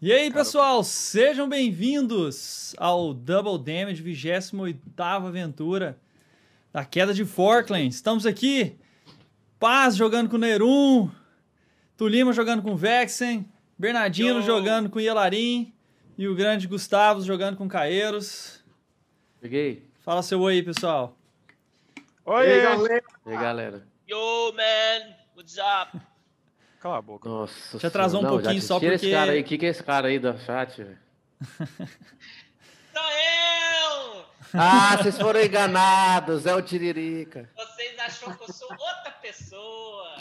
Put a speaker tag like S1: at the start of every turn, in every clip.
S1: E aí, pessoal, sejam bem-vindos ao Double Damage, 28 aventura da Queda de Forkland. Estamos aqui, Paz jogando com Nerum, Tulima jogando com Vexen, Bernardino
S2: Yo.
S1: jogando com Yelarim e o grande Gustavo jogando com Caeiros.
S3: Peguei.
S1: Fala seu oi aí, pessoal.
S2: Oi,
S4: E aí, galera?
S3: E aí, galera?
S2: Yo, man, what's up?
S4: Cala a boca.
S3: Nossa
S1: Te atrasou um
S3: senhora. Não, já
S1: pouquinho só
S3: tira
S1: porque-
S3: esse cara aí. O que, que é esse cara aí do chat, velho?
S2: Sou é eu!
S3: Ah, vocês foram enganados. É o Tiririca.
S2: Vocês acham que eu sou outra pessoa?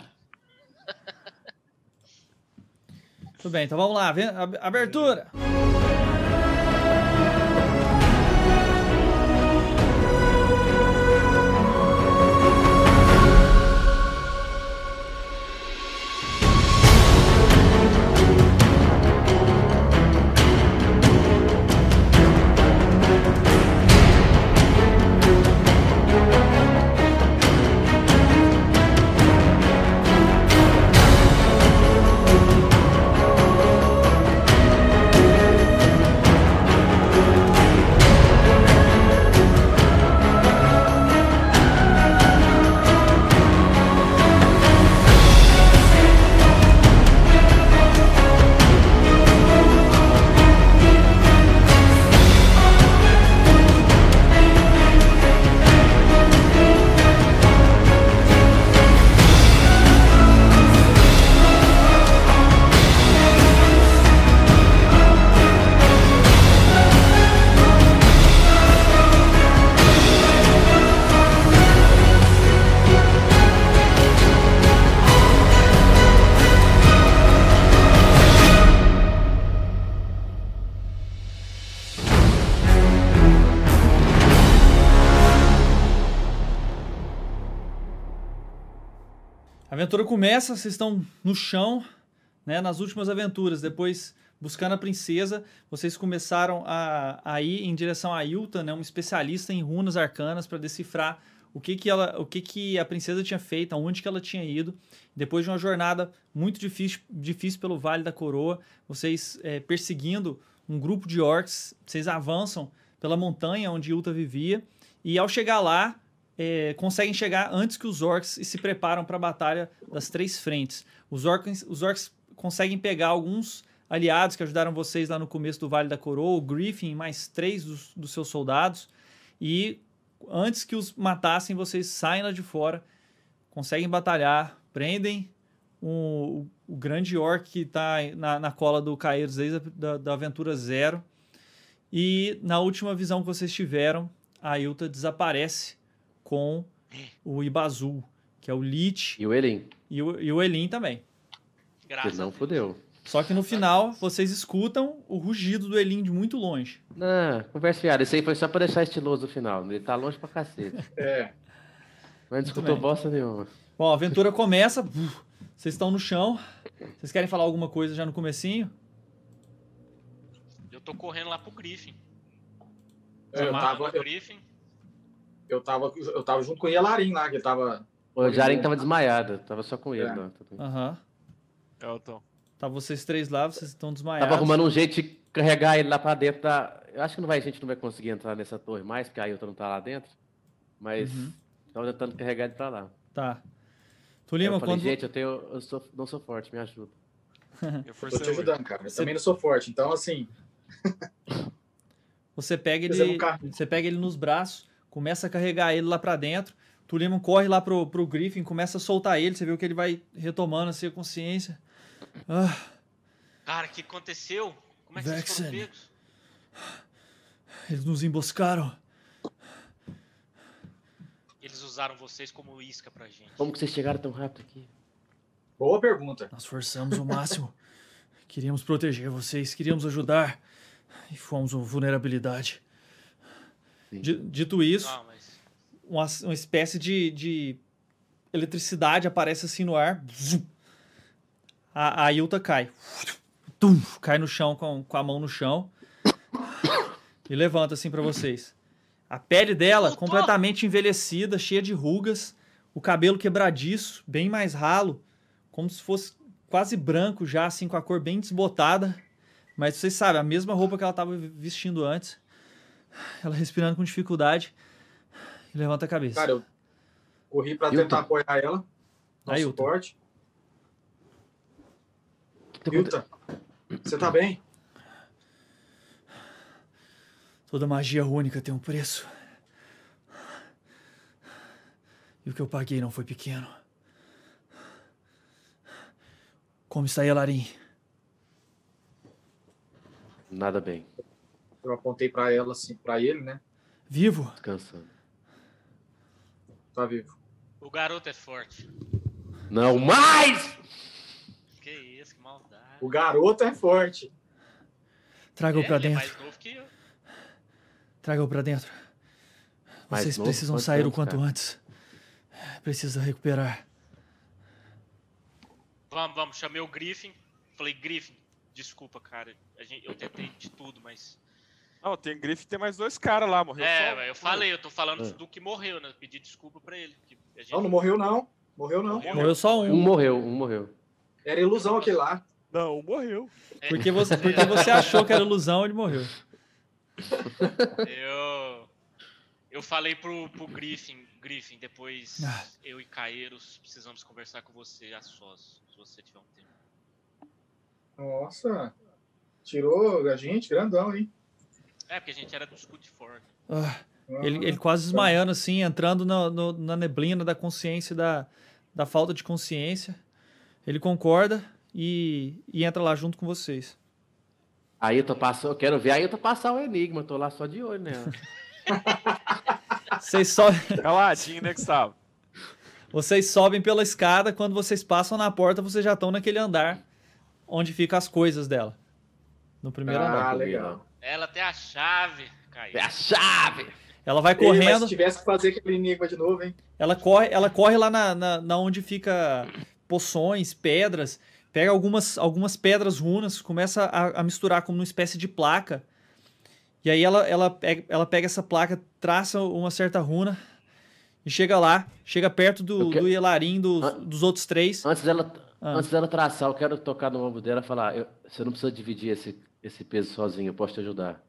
S1: Tudo bem, então vamos lá, vem- ab- abertura. A aventura começa, vocês estão no chão, né? Nas últimas aventuras, depois buscando a princesa, vocês começaram a, a ir em direção a Yuta, né? Uma especialista em runas arcanas para decifrar o que que ela, o que que a princesa tinha feito, aonde que ela tinha ido. Depois de uma jornada muito difícil, difícil pelo Vale da Coroa, vocês eh, perseguindo um grupo de orcs, vocês avançam pela montanha onde Yuta vivia e ao chegar lá eh, conseguem chegar antes que os orcs e se preparam para a batalha das três frentes. Os orcs, os orcs conseguem pegar alguns aliados que ajudaram vocês lá no começo do Vale da Coroa, o Griffin e mais três dos, dos seus soldados. E antes que os matassem, vocês saem lá de fora, conseguem batalhar, prendem um- o, o grande orc que está na, na cola do Caeiros desde a, da, da Aventura Zero. E na última visão que vocês tiveram, a Yuta desaparece com o Ibazul, que é o Lich
S3: E o Elin.
S1: e o, e o Elin também.
S3: Que
S2: Graças
S3: não
S2: a Deus.
S3: fudeu.
S1: Só que no final, vocês escutam o rugido do Elin de muito longe.
S3: Não, conversa fiada. Isso aí foi só pra deixar estiloso no final. Ele tá longe pra cacete.
S4: É.
S3: Mas não escutou
S1: bem.
S3: bosta nenhuma.
S1: Bom, a aventura começa, uf, vocês estão no chão, vocês querem falar alguma coisa já no comecinho?
S2: Eu tô correndo lá pro Griffin.
S4: É, Eu
S2: Amarro
S4: tava,
S2: no Griffin.
S4: eu, tava, eu tava junto com o Yelarin lá, que ele tava.
S3: O Jaren tava desmaiado. Tava só com ele.
S4: É.
S3: lá.
S1: Aham.
S5: Elton.
S1: Tá vocês três lá, vocês estão desmaiados.
S3: Tava arrumando um jeito de carregar ele lá pra dentro da. Eu acho que não vai, a gente não vai conseguir entrar nessa torre mais, porque a Ailton não tá lá dentro. Mas
S1: Uhum.
S3: tava tentando carregar ele pra lá.
S1: Tá.
S3: Aí
S1: Tulima,
S3: eu falei,
S1: quando...
S3: gente, eu, tenho, eu sou- não sou forte, me ajuda.
S5: Eu
S4: Eu tô
S5: forcei
S4: te
S5: hoje.
S4: ajudando, cara. Eu também não sou forte. Então, assim,
S1: Você pega
S4: Fizemos
S1: ele,
S4: um carrinho.
S1: você pega ele nos braços, começa a carregar ele lá pra dentro. Tulimon corre lá pro, pro Griffin, começa a soltar ele. Você viu que ele vai retomando assim a consciência. Ah,
S2: Cara, o que aconteceu? Como é que vocês foram
S1: Vexen.
S2: pegos?
S1: eles nos emboscaram.
S2: Eles usaram vocês como isca pra gente.
S3: Como que vocês chegaram tão rápido aqui?
S4: boa pergunta.
S1: Nós forçamos o máximo. queríamos proteger vocês, queríamos ajudar. E fomos uma vulnerabilidade.
S3: Sim.
S1: Di- Dito isso,
S2: Não, Ah, mas
S1: uma, uma espécie de, de eletricidade aparece assim no ar. Zum. A, a Yuta cai. Tum, cai no chão com, com a mão no chão. E levanta assim pra vocês. A pele dela
S2: Voltou!
S1: completamente envelhecida, cheia de rugas, o cabelo quebradiço, bem mais ralo, como se fosse quase branco já, assim com a cor bem desbotada. Mas vocês sabem, a mesma roupa que ela estava vestindo antes. Ela respirando com dificuldade. E levanta a cabeça.
S4: Cara, eu corri pra
S3: Hilton.
S4: tentar apoiar ela. Dar um
S1: Aí, Hilton.
S4: suporte.
S3: que tá
S4: Hilton, você tá bem?
S1: Toda magia única tem um preço. E o que eu paguei não foi pequeno. Como está Yelarim?
S3: acontecendo? Nada bem.
S4: Eu apontei pra ela, assim, pra ele, né?
S1: Vivo?
S3: Descansando.
S4: Tá vivo.
S2: O garoto é forte.
S3: Não mais!
S2: Que isso, que maldade.
S4: O garoto é forte.
S1: Traga-o
S2: É,
S1: pra
S2: ele é
S1: dentro.
S2: mais novo que eu.
S1: Traga-o pra dentro.
S3: Mais
S1: Vocês
S3: novo?
S1: precisam
S3: Quantos
S1: sair o
S3: anos,
S1: quanto
S3: cara?
S1: antes. Precisa recuperar.
S2: Vamos, vamos, chamei o Griffin. Falei, Griffin, desculpa, cara. A gente- eu tentei de tudo, mas.
S5: Não, tem Griffin tem mais dois caras lá, morreu.
S2: É,
S5: só um.
S2: velho, eu falei, eu tô falando
S3: Ah.
S2: do que morreu, né? Pedi desculpa pra ele. que a gente-
S4: Não, não morreu, não. Morreu, não.
S2: Morreu.
S1: Morreu só
S3: Um
S1: um.
S3: morreu, um morreu.
S4: Era ilusão aquele lá.
S5: Não, um morreu.
S2: É,
S1: Porque você, porque você achou que era ilusão, ele morreu.
S2: Eu, eu falei pro, pro Griffin, Griffin, depois
S1: Ah.
S2: eu e Caeiros precisamos conversar com você a sós, se você tiver um tempo.
S4: Nossa. Tirou a gente, grandão, hein?
S2: É, porque a gente era do Scoot Ford.
S1: Ah,
S4: Ah,
S1: ele, ele quase desmaiando, assim, entrando na, no- na neblina da consciência, e da, da falta de consciência. Ele concorda e, e entra lá junto com vocês.
S3: Aí eu tô passando, eu quero ver, aí eu tô passando o enigma, tô lá só de olho, né?
S1: Vocês, so-
S5: Caladinho, né, Gustavo?
S1: vocês sobem pela escada, quando vocês passam na porta, vocês já estão naquele andar onde ficam as coisas dela. No primeiro andar.
S4: Ah,
S3: andar que eu vi
S4: legal.
S2: Ela tem a chave,
S3: É a
S2: Caeiros.
S3: chave!
S1: Ela vai
S4: Ei, mas
S1: correndo.
S4: se tivesse que fazer aquele enigma de novo, hein?
S1: Ela corre, ela corre lá na, na, na onde fica poções, pedras, pega algumas, algumas pedras runas, começa a, a misturar como uma espécie de placa. E aí ela, ela, pega, ela pega essa placa, traça uma certa runa e chega lá, chega perto do,
S3: Eu que-
S1: do Yelarim, dos,
S3: Ah.
S1: dos outros três.
S3: Antes dela,
S1: Ah.
S3: antes dela traçar, eu quero tocar no ombro dela e falar: eu- você não precisa dividir esse, esse peso sozinho, eu posso te ajudar.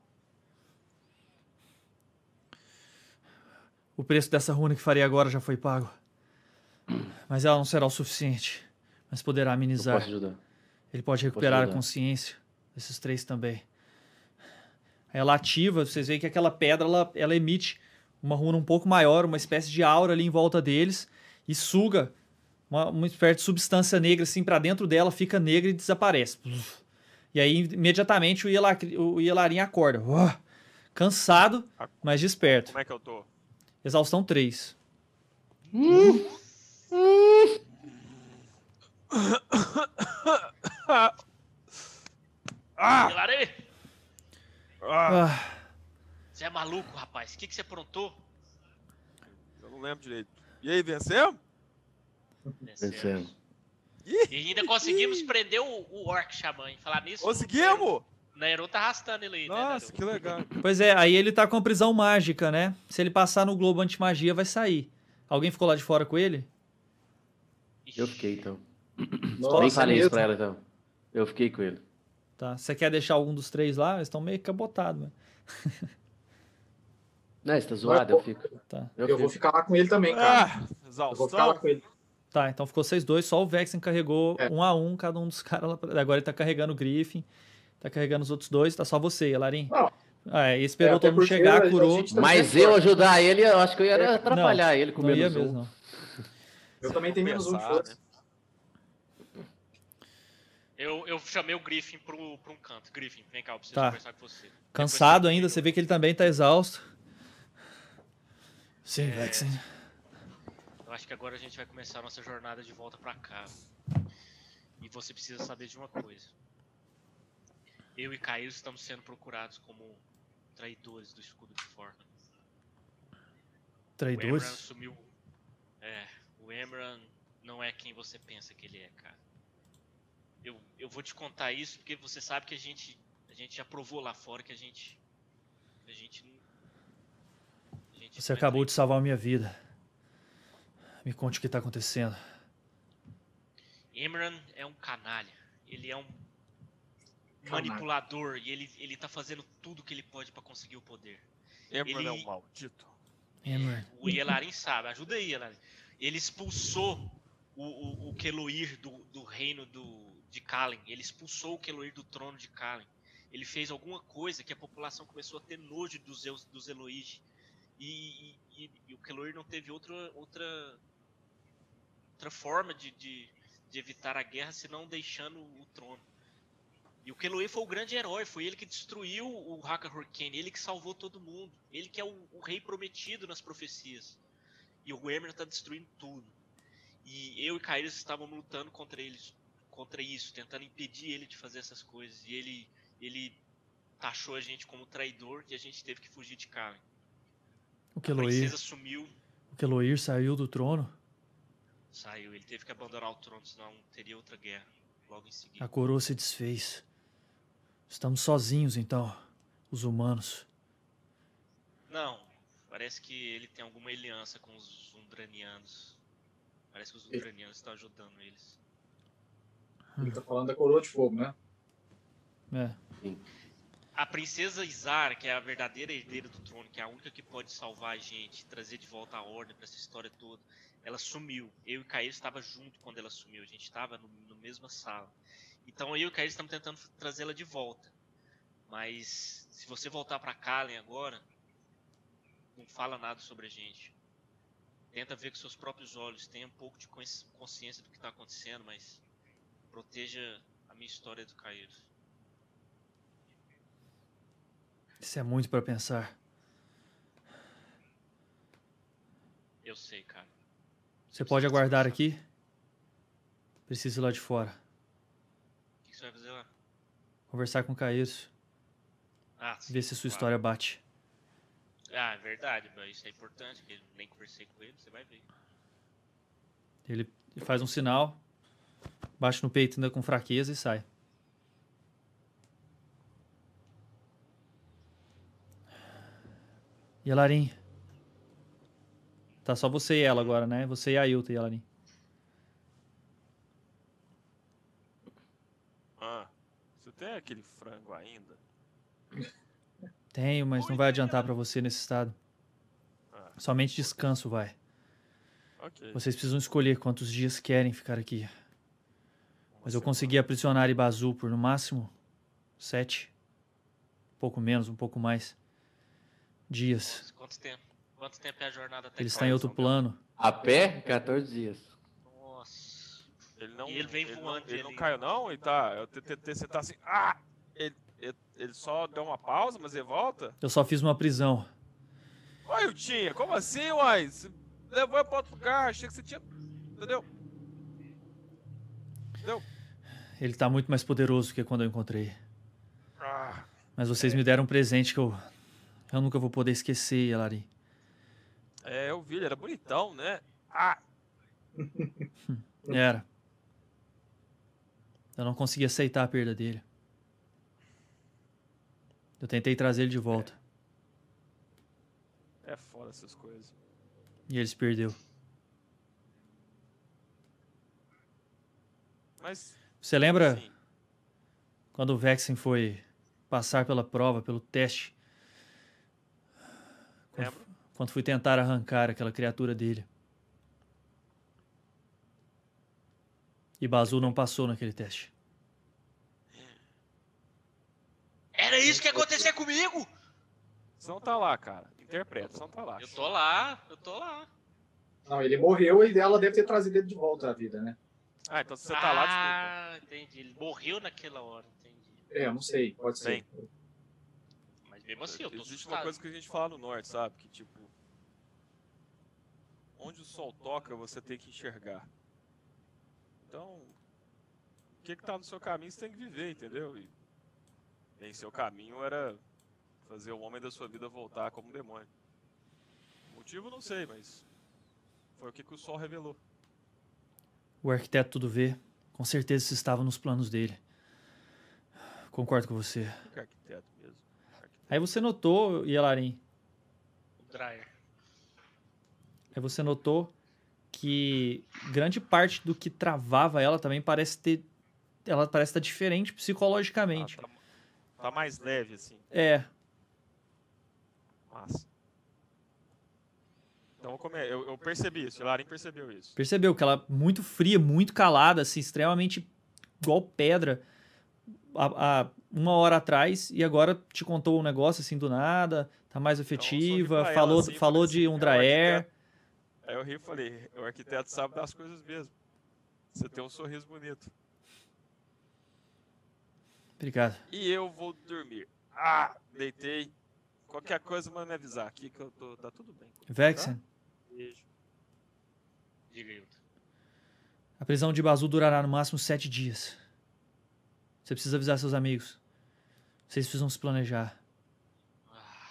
S1: O preço dessa runa que farei agora já foi pago. Mas ela não será o suficiente, mas poderá
S3: Eu
S1: amenizar.
S3: posso te ajudar.
S1: Ele pode recuperar a
S3: ajudar.
S1: consciência. Esses três também. Ela ativa, vocês veem que aquela pedra ela, ela emite uma runa um pouco maior, uma espécie de aura ali em volta deles e suga uma, uma espécie de substância negra assim pra dentro dela, fica negra e desaparece. Pluf. E aí imediatamente o, Ielacri- o Ielarim acorda, Uah! cansado, mas desperto.
S5: Como é que eu tô?
S1: Exaustão 3.
S5: Ah!
S2: Hilarê,
S5: ah!
S1: Ah,
S2: né? você é maluco, rapaz. O que, que você aprontou?
S5: Eu não lembro direito. E aí, vencemos?
S3: É Vencemos.
S2: E ainda conseguimos prender o, o Orc Xamã. hein? Falar nisso.
S5: Conseguimos!
S2: o Nairu tá arrastando ele aí,
S5: Nossa,
S2: né?
S5: que legal.
S1: pois é, aí ele tá com a prisão mágica, né? Se ele passar no globo antimagia, vai sair. Alguém ficou lá de fora com ele?
S2: Nairo?
S3: Eu fiquei então.
S4: Nossa,
S3: Nem falei isso
S4: mesmo.
S3: pra ela então. Eu fiquei com ele.
S1: Tá. Você quer deixar algum dos três lá? Eles estão meio cabotados, né?
S3: Não, você tá zoado, eu fico.
S1: Tá.
S3: Eu,
S4: Eu vou
S3: fico.
S4: ficar lá com ele também, cara.
S5: Ah,
S4: eu vou ficar lá
S5: exaustão.
S4: com ele.
S1: Tá, então ficou vocês dois, só o Vexen carregou
S4: É.
S1: um a um, cada um dos caras lá pra... Agora ele tá carregando o Griffin, tá carregando os outros dois, tá só você, Larim.
S4: Não.
S1: Ah, é, e esperou
S4: É, até
S1: todo mundo
S4: porque a
S1: chegar,
S4: gente
S1: curou.
S4: também
S3: Mas
S4: é
S3: eu
S4: forte.
S3: ajudar ele, eu acho que eu
S4: É,
S3: ia atrapalhar ele com
S1: Não ia
S3: menos
S1: mesmo,
S3: um.
S1: não.
S4: Eu também tenho menos um de
S5: Pensar, né?
S4: força.
S2: Eu, eu chamei o Griffin pro, pra um canto. Griffin, vem cá, eu preciso
S1: Tá.
S2: conversar com você.
S1: Cansado
S2: Depois-
S1: ainda, você vê que ele também tá exausto. Sim, Vexen.
S2: Eu acho que agora a gente vai começar a nossa jornada de volta pra cá. E você precisa saber de uma coisa. Eu e Caio estamos sendo procurados como traidores do escudo de Forna. O Emran
S1: Traidores.
S2: sumiu. É, o Emran não é quem você pensa que ele é, cara. Eu, eu vou te contar isso porque você sabe que a gente a gente já provou lá fora que a gente a gente não- a gente
S1: Você
S2: não é
S1: acabou
S2: traidor.
S1: de salvar a minha vida. Me conte o que tá acontecendo.
S2: Emran é um canalha. Ele é um
S4: Caraca.
S2: manipulador e ele, ele tá fazendo tudo que ele pode pra conseguir o poder.
S5: Emran é um
S2: Ele-
S5: maldito.
S1: Enward.
S2: O Yelarin sabe, ajuda aí, Yelarin. Ele expulsou o, o, o Keloir do, do reino do, de Kalin. Ele expulsou o Keloir do trono de Kalin. Ele fez alguma coisa que a população começou a ter nojo dos, Zeus- dos Eloige. E, e- e- e o Keloir não teve outra, outra, outra forma de, de, de evitar a guerra senão deixando o trono. E o Keloir foi o grande herói, foi ele que destruiu o Haka Horkane, ele que salvou todo mundo, ele que é o, o rei prometido nas profecias. E o Emer tá destruindo tudo. E eu e Kairos estávamos lutando contra eles, contra isso, tentando impedir ele de fazer essas coisas. E ele, ele taxou a gente como traidor e a gente teve que fugir de Karen.
S1: O
S2: A
S1: Keloir,
S2: princesa sumiu,
S1: o Keloir saiu do trono.
S2: saiu, ele teve que abandonar o trono, senão teria outra guerra logo em seguida.
S1: A coroa se desfez. Estamos sozinhos então, os humanos.
S2: Não, parece que ele tem alguma aliança com os umbranianos. Parece que os
S4: E-
S2: umbranianos estão ajudando eles.
S4: Ele tá falando da coroa de fogo, né?
S1: É.
S2: A princesa Izar, que é a verdadeira herdeira do trono, que é a única que pode salvar a gente, trazer de volta a ordem pra essa história toda, ela sumiu. Eu e Caio estava junto quando ela sumiu, a gente estava no, no mesma sala. Então eu e Caio estamos tentando trazê-la de volta. Mas se você voltar pra Kalen agora, não fala nada sobre a gente. Tenta ver com seus próprios olhos, tenha um pouco de consci- consciência do que tá acontecendo, mas proteja a minha história do Caio.
S1: Isso é muito pra pensar.
S2: Eu sei, cara.
S1: Você pode aguardar aqui? Preciso ir lá de fora.
S2: O que que você vai fazer lá?
S1: Conversar com o Caíros,
S2: Ah,
S1: ver se sua
S2: claro.
S1: história bate.
S2: Ah, é verdade, mas isso é importante, que eu nem conversei com ele, você vai ver.
S1: Ele faz um sinal, bate no peito ainda com fraqueza e sai. Yelarin. Tá só você e ela agora, né? Você e a Ailton, Yelarin.
S5: Ah, você tem aquele frango ainda?
S1: Tenho, mas não vai adiantar pra você nesse estado.
S5: Ah.
S1: Somente descanso vai.
S5: Ok.
S1: Vocês precisam escolher quantos dias querem ficar aqui. Mas eu consegui aprisionar Ibazu por no máximo sete, um pouco menos, um pouco mais, dias.
S2: Nossa, quanto tempo? Quanto tempo é a jornada até
S1: Ele
S2: cá?
S1: está em outro plano.
S3: A pé, 14 dias.
S2: Nossa.
S5: Ele não,
S2: E ele vem
S5: não-
S2: voando
S5: Ele não
S2: ali.
S5: caiu, não? Ele tá. é o TTT, Você tá assim. Ah! Ele, ele, ele só deu uma pausa, mas ele volta?
S1: Eu só fiz uma prisão.
S5: Uai, eu tinha. Como assim, uai? Você levou ele pra outro lugar. Achei que você tinha. Entendeu?
S1: Ele tá muito mais poderoso que quando eu encontrei.
S5: Ah,
S1: Mas vocês me deram um presente que eu. Eu nunca vou poder esquecer, Yelarin.
S5: é, eu vi. Ele era bonitão, né? Ah!
S1: Era. Eu não consegui aceitar a perda dele. Eu tentei trazer ele de volta.
S5: É foda essas coisas.
S1: E ele se perdeu.
S5: Mas.
S1: Você lembra
S5: assim,
S1: quando o Vexen foi passar pela prova, pelo teste? Quando,
S5: lembro.
S1: quando fui tentar arrancar aquela criatura dele. E Bazu não passou naquele teste.
S2: Era isso que ia acontecer comigo!
S5: Você não tá lá, cara. Interpreta, você não tá lá.
S2: Eu tô lá, eu tô lá.
S4: Não, ele morreu e ela deve ter trazido ele de volta à vida, né?
S5: Ah, então se você tá lá, desculpa.
S2: ah, entendi. Ele morreu naquela hora, entendi.
S4: É, não sei, pode ser.
S2: Mas mesmo assim, eu tô
S5: Existe
S2: assustado.
S5: uma coisa que a gente fala no norte, sabe? Que tipo. Onde o sol toca, você tem que enxergar. Então. O que, que tá no seu caminho, você tem que viver, entendeu? E, bem, seu caminho era fazer o homem da sua vida voltar como um demônio. O motivo não sei, mas. Foi o que, que o sol revelou.
S1: O arquiteto tudo vê. Com certeza isso estava nos planos dele. Concordo com você.
S5: O que é arquiteto mesmo. Arquiteto.
S1: Aí você notou, Yelarin,
S2: O Dryer.
S1: aí você notou que grande parte do que travava ela também parece ter. Ela parece estar diferente psicologicamente.
S5: Ah, tá- Tá mais leve, assim.
S1: É,
S5: Massa. Então, como é? Eu, eu percebi isso, Larim percebeu isso.
S1: percebeu que ela é muito fria, muito calada, assim, extremamente igual pedra há, há uma hora atrás e agora te contou um negócio assim do nada, tá mais afetiva,
S5: Então, pra ela,
S1: falou,
S5: assim,
S1: falou
S5: falei
S1: de
S5: assim, é um
S1: Undraer.
S5: arquiteto. Aí eu ri e falei, o arquiteto sabe das coisas mesmo. Você tem um sorriso bonito.
S1: Obrigado.
S5: E eu vou dormir. Ah, deitei. Qualquer coisa, manda me avisar aqui que eu tô. Tá tudo bem.
S1: Vexen,
S5: Beijo.
S2: Diga, Hilton.
S1: a prisão de Bazu durará no máximo sete dias. Você precisa avisar seus amigos. Vocês precisam se planejar.
S2: Ah,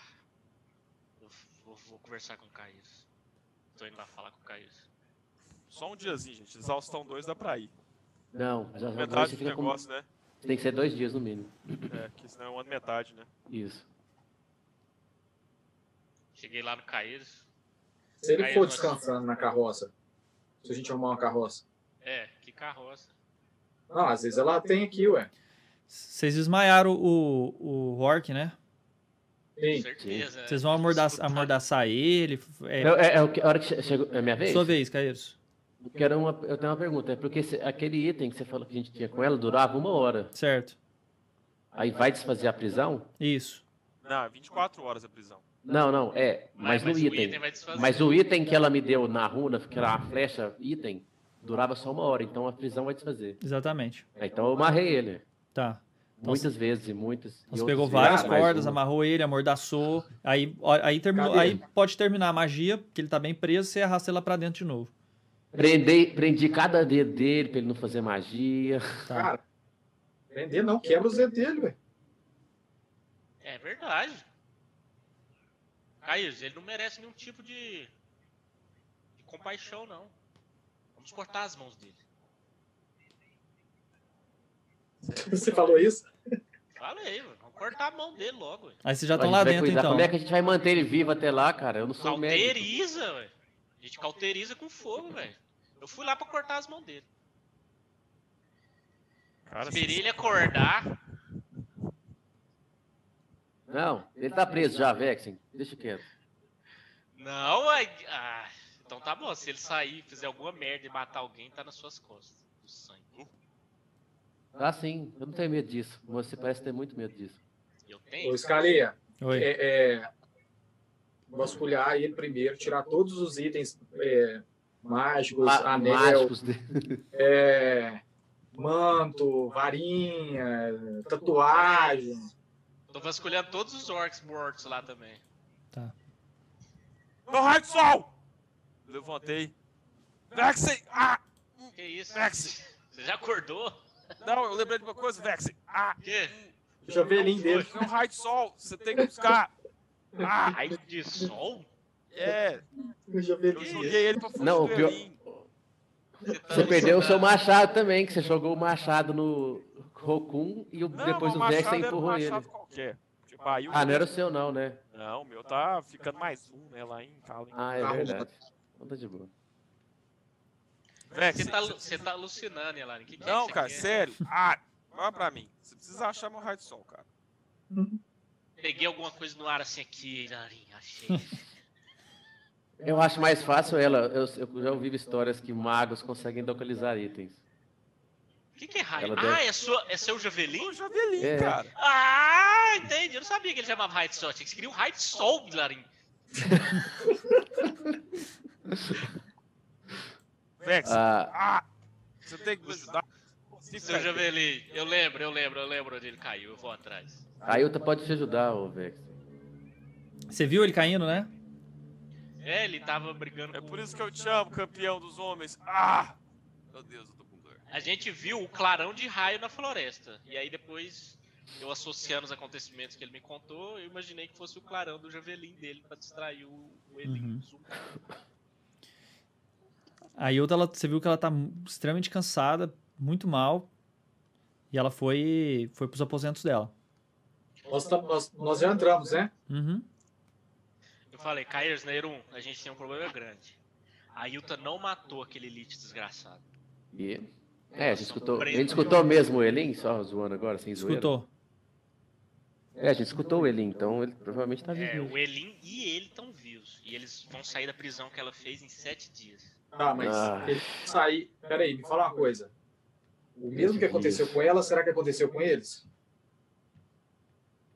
S2: eu vou, vou conversar com o Caius. Tô indo lá falar com o Caius.
S5: Só um diazinho, gente. Exaustão 2 dá pra ir.
S3: Não, mas a
S5: É Metade
S3: você
S5: do
S3: fica com...
S5: negócio, né?
S3: tem que ser dois dias no mínimo.
S5: É, que senão eu ando metade, né?
S3: Isso.
S2: Cheguei lá no Caius.
S4: Se ele
S2: Aí
S4: for
S2: nós-
S4: descansando na carroça, se a gente arrumar uma carroça.
S2: É, que carroça.
S4: Não, às vezes ela tem aqui, ué.
S1: Vocês desmaiaram o, o Orc, né?
S4: Tem.
S2: Certeza. é.
S1: Vocês vão amordaça-
S2: Escutar.
S1: amordaçar ele. é,
S3: Eu- é, é o que- a hora que che- chegou. É minha vez?
S1: sua vez, Caeiros.
S3: Eu Quero uma, eu tenho uma pergunta. É porque se- aquele item que você falou que a gente tinha com ela durava uma hora.
S1: Certo.
S3: Aí vai desfazer a prisão?
S1: Isso.
S5: Não, é 24 horas a prisão.
S3: Não, não, é. Mas, no
S2: o
S3: item.
S2: vai desfazer.
S3: Mas o item que ela me deu na runa, que era a flecha item, durava só uma hora, então a prisão vai desfazer.
S1: Exatamente.
S3: Então eu amarrei ele.
S1: Tá. Então,
S3: Muitas vezes, e muitas. e
S1: Então você
S3: outras
S1: pegou
S3: vezes, Ah,
S1: várias
S3: mais um.
S1: cordas,
S3: uma.
S1: amarrou ele, amordaçou. Aí, ó, aí, terminou,
S4: Cadê?
S1: aí pode terminar a magia, porque ele tá bem preso, você arrasta ele lá pra dentro de novo.
S3: Prendei, prendi cada dedo dele pra ele não fazer magia.
S1: Tá.
S4: Cara, prender não, quebra os dedos dele, ué.
S2: É verdade. Caius, ele não merece nenhum tipo de, de compaixão, não. Vamos cortar as mãos dele.
S4: Você falou isso?
S2: Falei, mano. Vamos cortar a mão dele logo. ué.
S1: Aí vocês já
S3: A
S1: estão
S3: gente
S1: lá
S3: vai
S1: dentro,
S3: cuidar.
S1: então.
S3: Como é que a gente vai manter ele vivo até lá, cara? Eu não sou médico.
S2: Cauteriza, velho. A gente cauteriza com fogo, velho. Eu fui lá pra cortar as mãos dele.
S5: Cara,
S2: Esperei ele acordar.
S3: Não, ele tá preso já, Vexen. Deixa quieto.
S2: Não, ai- ah, então tá bom. Se ele sair, fizer alguma merda e matar alguém, tá nas suas costas. O sangue.
S3: Tá sim, eu não tenho medo disso. Você parece ter muito medo disso.
S2: Eu
S4: Ô,
S2: tenho.
S4: Scalia,
S1: Oi.
S4: é, é, vasculhar ele primeiro, tirar todos os itens é, mágicos,
S3: Ma-
S4: anel,
S3: Mágicos de-
S4: é, manto, varinha, tatuagem.
S2: Tô vasculhando todos os orcs mortos lá também.
S5: Meu raio de sol! Levantei. Vexen! Ah!
S2: Que isso?
S5: Vexen!
S2: Você já acordou?
S5: Não, eu lembrei de uma coisa, Vexen! Ah!
S2: Que?
S4: O javelim dele.
S5: Meu raio de um sol! Você tem que buscar! Ah!
S2: Raio de sol?
S5: É!
S4: O
S5: Eu
S4: javelim dele.
S5: joguei ele pra fugir
S3: Não, o
S5: do
S3: pior-
S5: Elim.
S2: tá
S3: Você perdeu o seu
S2: alucinado.
S3: machado também, que você jogou o machado no Rokun e o-
S5: Não, mas
S3: depois o Vex
S5: machado era um
S3: empurrou ele.
S5: machado qualquer. Tipo, aí o
S3: Ah, não era o seu não, né?
S5: Não, o meu tá ficando mais um, né, lá em Calen.
S3: Ah, é
S4: Tá
S3: verdade. Então tá de boa.
S5: Vex,
S2: Você tá, alu- você tá alucinando, Elaine. Que que é
S5: Não,
S2: que você
S5: cara,
S2: quer?
S5: sério. Ah, olha pra mim. Você precisa achar meu raio de sol, cara.
S2: Peguei alguma coisa no ar assim aqui, Elaine. Achei.
S3: Eu acho mais fácil ela. Eu, eu já ouvi histórias que magos conseguem localizar itens.
S2: O que, que é raio?
S3: Ela
S2: ah,
S3: deve-
S2: é, sua, é seu
S5: O
S2: javelin?
S5: Javelin,
S3: É.
S5: cara.
S2: Ah, entendi. Eu não sabia que ele chamava raio de sol. Achei que você queria um raio de sol, Elaine.
S5: Vex,
S3: Ah,
S5: ah, você tem que me ajudar. Se
S2: Seu
S5: ferra.
S2: Javeli, eu lembro, eu lembro, eu lembro onde ele caiu, eu vou atrás.
S3: a Yuta pode te ajudar, ô Vex.
S1: Você viu ele caindo, né?
S2: É, ele tava brigando
S5: É
S2: com...
S5: por isso que eu te amo, campeão dos homens. Ah! Meu Deus, eu tô com dor.
S2: A gente viu o clarão de raio na floresta. E aí depois, eu associando os acontecimentos que ele me contou, eu imaginei que fosse o clarão do Javelin dele pra distrair o, o
S3: Uhum.
S2: Elin.
S1: A Yuta, ela, você viu que ela tá extremamente cansada, muito mal. E ela foi, foi pros aposentos dela.
S4: Nós, tam- nós- nós já entramos, né?
S1: Uhum.
S2: Eu falei, Kairos, na Eru, a gente tem um problema grande. A Yuta não matou aquele elite desgraçado.
S3: E...
S2: um
S3: É, a gente escutou. A gente escutou mesmo o Elin, só zoando agora, sem zoeira.
S1: Escutou.
S3: É, a gente escutou ele, então ele provavelmente tá
S2: É,
S3: vivo.
S2: o Elin e ele estão vivos. E eles vão sair da prisão que ela fez em sete dias.
S4: Tá, mas
S3: Ah.
S4: ele sair. Peraí, me fala uma coisa. O mesmo que
S3: Meu Deus.
S4: aconteceu com ela, será que aconteceu com eles?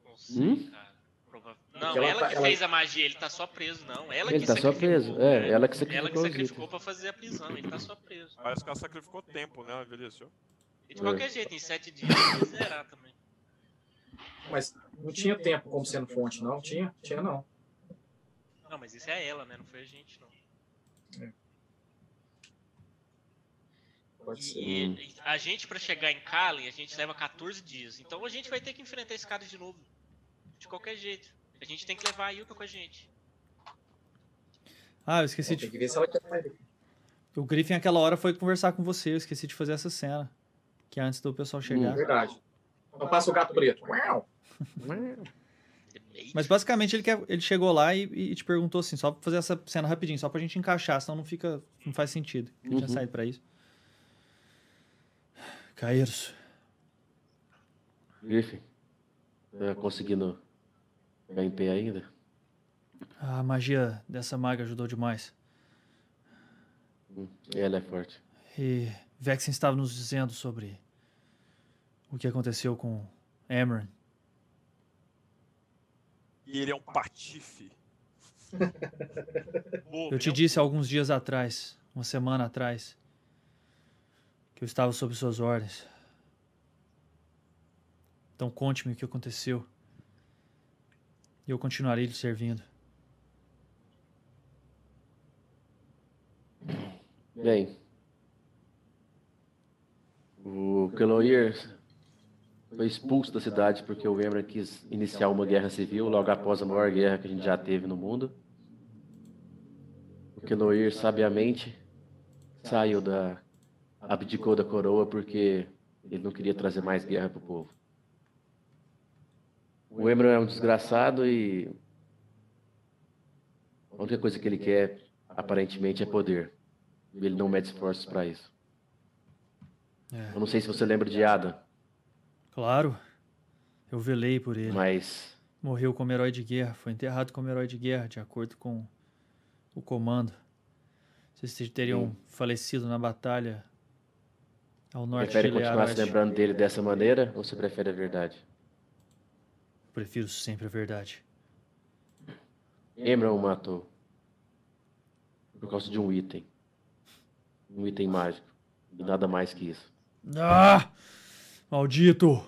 S2: Não sei,
S3: Hum?
S2: cara. Prova- Não,
S4: ela
S2: ela,
S4: tá-
S2: que
S4: ela-
S2: fez a magia, ele tá só preso, não. Ela
S3: Ele
S2: que
S3: tá só
S2: sacrificou,
S3: preso. É,
S2: né?
S3: ela que
S2: Ela que
S3: sacrificou os
S2: sacrificou
S3: itens.
S2: pra fazer a prisão, ele tá só preso.
S5: Parece que ela sacrificou tempo, né? Ela envelheceu.
S2: E de qualquer jeito, em sete dias ele vai zerar também.
S4: Mas não tinha tempo como sendo fonte, não? Tinha? Tinha não.
S2: Não, mas isso é ela, né? Não foi a gente, não.
S4: Pode ser.
S2: E, e a gente, pra chegar em Kalen, a gente leva 14 dias. Então a gente vai ter que enfrentar esse cara de novo. De qualquer jeito. A gente tem que levar a Yuka com a gente.
S1: Ah, eu esqueci
S4: Tem
S1: de.
S4: que ver se ela quer sair.
S1: O Griffin, aquela hora, foi conversar com você. Eu esqueci de fazer essa cena. Que é antes do pessoal chegar.
S3: Hum.
S4: Verdade. Então passa o gato preto. Uau!
S1: Mas basicamente ele, quer, ele chegou lá e, e te perguntou assim, só pra fazer essa cena rapidinho, só pra gente encaixar, senão não fica. não faz sentido. Não tinha
S3: Uhum.
S1: saído pra isso. Caíros.
S3: Griffin, tá conseguindo ficar em pé ainda?
S1: A magia dessa maga ajudou demais.
S3: Hum, Ela é forte.
S1: E Vexen estava nos dizendo sobre o que aconteceu com Emran.
S5: E ele é um patife. Bobo,
S1: Eu te
S5: ele é um-
S1: disse alguns dias atrás, uma semana atrás, que eu estava sob suas ordens. Então conte-me o que aconteceu. E eu continuarei lhe servindo.
S3: Bem. O Keloir foi expulso da cidade porque o Emran quis iniciar uma guerra civil logo após a maior guerra que a gente já teve no mundo. O Keloir, sabiamente, saiu da. abdicou da coroa porque ele não queria trazer mais guerra para o povo. O Emran é um desgraçado e. a única coisa que ele quer, aparentemente, é poder. E ele não mede esforços para isso.
S1: É,
S3: Eu não sei se você lembra de Ada,
S1: claro, eu velei por ele.
S3: mas
S1: Morreu como herói de guerra, foi enterrado como herói de guerra, de acordo com o comando. Vocês teriam falecido na batalha ao norte
S3: prefere
S1: de Lear
S3: continuar se
S1: Oeste.
S3: lembrando dele dessa maneira ou você prefere a verdade?
S1: Prefiro sempre a verdade.
S3: Emran o matou por causa de um item. Um item mágico. E nada mais que isso.
S1: Ah! Maldito!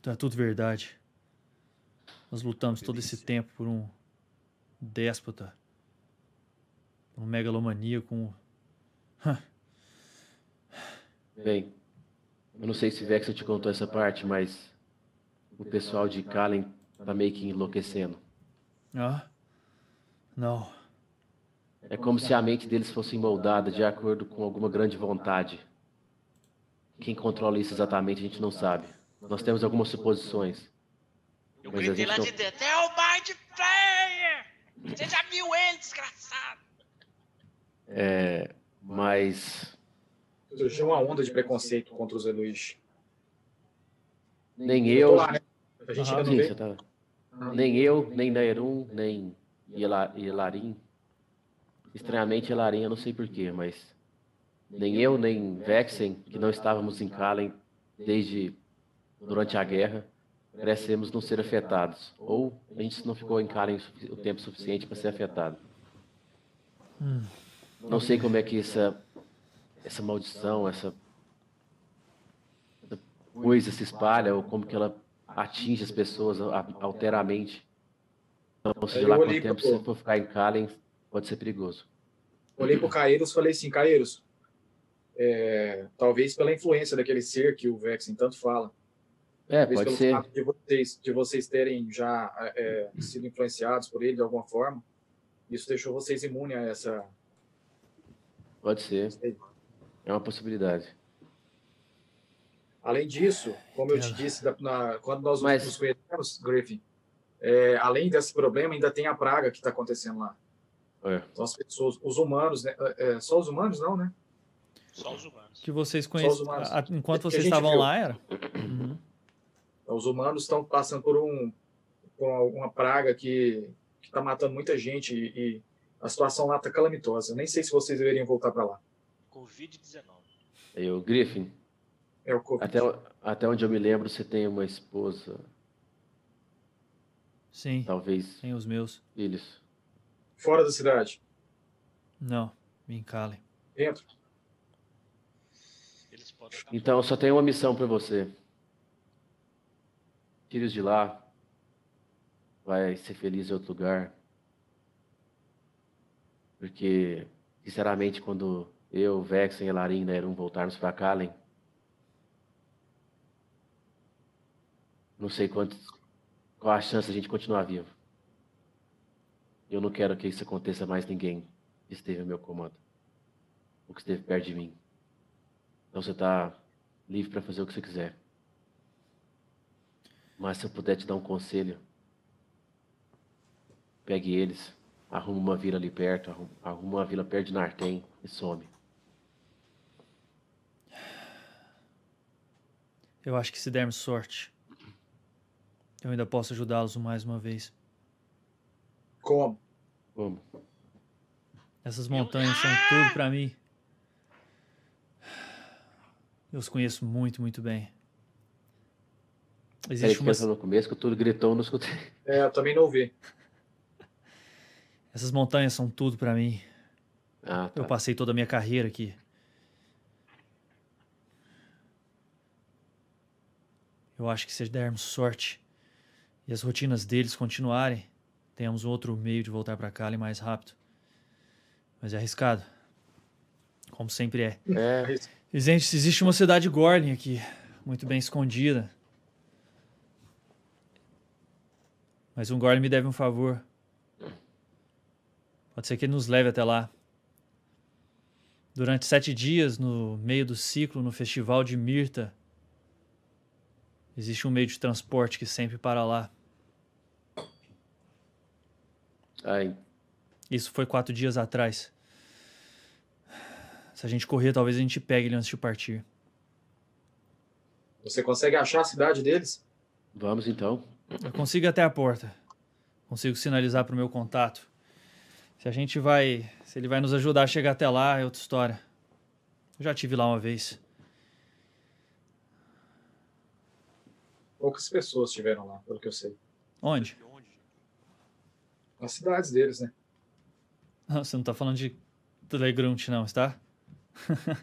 S1: Tá tudo verdade. Nós lutamos todo esse tempo por um déspota. Um megalomaníaco. Um...
S3: Bem, eu não sei se Vexel te contou essa parte, mas o pessoal de Kalen tá meio que enlouquecendo.
S1: Ah? Não.
S3: É como se a mente deles fosse moldada de acordo com alguma grande vontade. Quem controla isso exatamente a gente não sabe. Nós temos algumas suposições.
S2: Eu
S3: Mas a
S2: gritei
S3: gente
S2: lá
S3: não-
S2: de dentro, é o Mind Player! Você já viu ele, desgraçado!
S3: É, mas
S4: Surgiu uma onda de preconceito contra os Eluís.
S3: nem eu,
S4: lá, né? A gente ainda não
S3: Sim,
S4: vê.
S3: você tá- nem eu, nem Nairun, nem Ela- Elarim. Estranhamente Elarim, eu não sei porquê, mas nem eu, nem Vexen, que não estávamos em Kalen desde durante a guerra, parecemos não ser afetados. Ou a gente não ficou em Kalen o sufici- o tempo suficiente para ser afetado.
S1: Hum.
S3: Não sei como é que essa, essa maldição, essa, essa coisa se espalha, ou como que ela atinge as pessoas a- altera a mente. Então, seja
S4: Eu
S3: lá
S4: olhei
S3: quanto
S4: pra
S3: tempo você for ficar em Kalen, pode ser perigoso.
S4: Olhei pro Caeiros e falei assim, Caeiros, é, talvez pela influência daquele ser que o Vexen tanto fala,
S3: É,
S4: talvez
S3: pode
S4: pelo
S3: ser.
S4: fato de vocês, de vocês terem já é, é, sido influenciados por ele de alguma forma, isso deixou vocês imunes a essa...
S3: Pode ser.
S4: Sei.
S3: É uma possibilidade.
S4: Além disso, como eu te
S1: Ela-
S4: disse, da- na- quando nós
S3: Mas-
S4: nos conhecemos, Griffin, é, além desse problema, ainda tem a praga que está acontecendo lá.
S3: É.
S4: Então, as pessoas, os humanos, né? É, é, só os humanos não, né?
S2: Só os humanos.
S1: Que vocês
S4: os
S1: conheciam.
S4: humanos. É
S1: Enquanto
S4: Que a
S1: vocês
S4: gente
S1: estavam
S4: viu.
S1: lá, era?
S4: Os humanos estão passando por um por uma praga que está matando muita gente e, e a situação lá está calamitosa. Nem sei se vocês deveriam voltar para lá.
S2: Covid-19.
S3: E o Griffin,
S4: É o Covid.
S3: até, até onde eu me lembro, você tem uma esposa,
S1: Sim,
S3: talvez
S1: tem os meus.
S3: filhos.
S4: Fora da cidade.
S1: Não, me encalem.
S4: Dentro.
S2: Eles podem estar
S3: Então, eu só tenho uma missão para você. Tire-os de lá. Vai ser feliz em outro lugar. Porque, sinceramente, quando eu, Vexen, Elarim e Nerun voltarmos para Kalen, não sei quantos, qual a chance de a gente continuar vivo. Eu não quero que isso aconteça a mais ninguém que esteve ao meu comando. Ou que esteve perto de mim. Então você tá livre para fazer o que você quiser. Mas se eu puder te dar um conselho, pegue eles, arruma uma vila ali perto, arruma, arruma uma vila perto de Nartem e some.
S1: Eu acho que se dermos sorte, eu ainda posso ajudá-los mais uma vez.
S4: Como?
S3: Como?
S1: Essas montanhas são tudo pra mim. Eu os conheço muito, muito bem.
S3: Peraí
S1: Existe
S3: que
S1: uma...
S3: pensa no começo que o Túlio gritou, eu não escutei.
S4: É, eu também não ouvi.
S1: Essas montanhas são tudo pra mim.
S3: Ah,
S1: Eu
S3: tá.
S1: passei toda a minha carreira aqui. Eu acho que se dermos sorte e as rotinas deles continuarem, tenhamos outro meio de voltar pra Cali mais rápido. Mas é arriscado. Como sempre é.
S3: É,
S1: E, Gente, existe uma cidade Gorlin aqui, muito bem escondida. Mas um Gorlin me deve um favor. Pode ser que ele nos leve até lá. Durante sete dias, no meio do ciclo, no festival de Mirta, existe um meio de transporte que sempre para lá.
S3: ai,
S1: Isso foi quatro dias atrás. Se a gente correr, talvez a gente pegue ele antes de partir.
S4: Você consegue achar a cidade deles?
S3: vamos então.
S1: Eu consigo ir até a porta. Consigo sinalizar para o meu contato. Se a gente vai. Se ele vai nos ajudar a chegar até lá, é outra história. Eu já tive lá uma vez.
S4: Poucas pessoas estiveram lá, pelo que eu sei.
S1: Onde?
S5: De onde?
S4: As cidades deles, né?
S1: Ah, Você não tá falando de Telegrunt, não, está?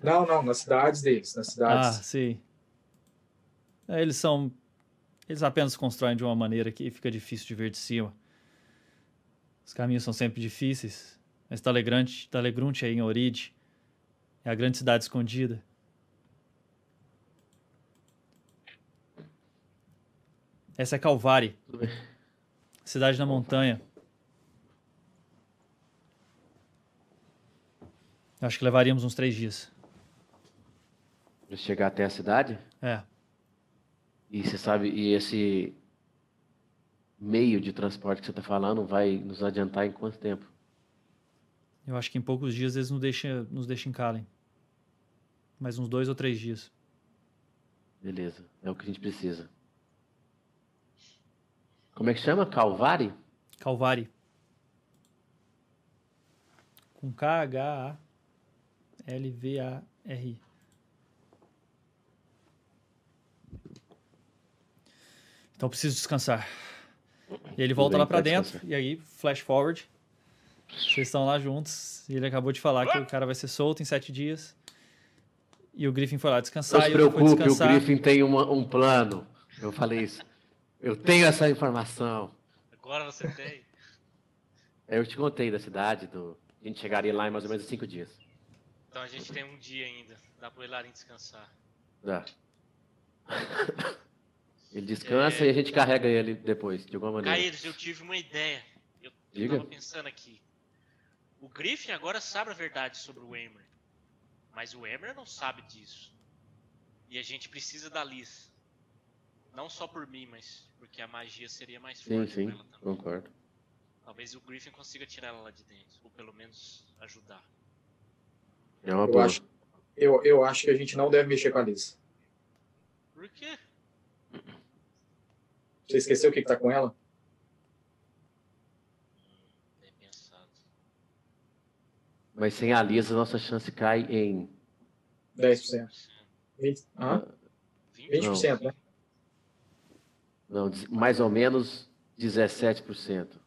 S4: Não, não, nas cidades deles, nas
S1: Ah,
S4: cidades.
S1: sim. É, eles são. Eles apenas constroem de uma maneira que fica difícil de ver de cima. Os caminhos são sempre difíceis. Mas Telegrunt, Telegrunt é em Oride. É a grande cidade escondida. Essa é Calvary.
S3: Tudo bem.
S1: Cidade na montanha. Eu Acho que levaríamos uns três dias.
S3: Pra chegar até a cidade?
S1: É.
S3: E você sabe, e esse meio de transporte que você tá falando vai nos adiantar em quanto tempo?
S1: Eu acho que em poucos dias eles nos deixam, nos deixam em Kallen. Mais uns dois ou três dias.
S3: Beleza, é o que a gente precisa. Como é que chama? Calvary?
S1: Calvary. Com K-H-A-L-V-A-R-I. Então eu preciso descansar. E ele volta
S3: bem,
S1: lá pra
S3: pode
S1: dentro,
S3: descansar.
S1: e aí, flash forward. Vocês estão lá juntos, e ele acabou de falar que o cara vai ser solto em sete dias. E o Griffin foi lá
S3: Não
S1: descansar,
S3: se
S1: e ele foi
S3: preocupe, o
S1: descansar.
S3: Griffin tem uma- um plano. Eu falei isso. Eu tenho essa informação.
S2: Agora você tem.
S3: Eu te contei da cidade, do... a gente chegaria lá em mais ou menos cinco dias.
S2: Então a gente tem um dia ainda. Dá pro Elarim descansar.
S3: Dá. Ele descansa e a gente carrega ele depois, de alguma maneira.
S2: Caíros, eu tive uma ideia. Eu, eu
S3: Diga.
S2: tava pensando aqui. O Griffin agora sabe a verdade sobre o Emer. Mas o Emer não sabe disso. E a gente precisa da Liz. Não só por mim, mas porque a magia seria mais
S3: Sim,
S2: forte com
S3: sim,
S2: ela também.
S3: concordo.
S2: Talvez o Griffin consiga tirar ela lá de dentro. Ou pelo menos ajudar.
S3: É uma
S4: Eu
S3: boa.
S4: acho, eu, eu acho que a gente não deve mexer com a Liz.
S2: Por quê?
S4: Você esqueceu o que, que tá com ela?
S2: Bem pensado.
S3: Mas sem a Lisa, nossa chance cai em.
S4: 10%. 20%. Hã? 20%, né?
S3: Não, diz- mais ou menos 17%.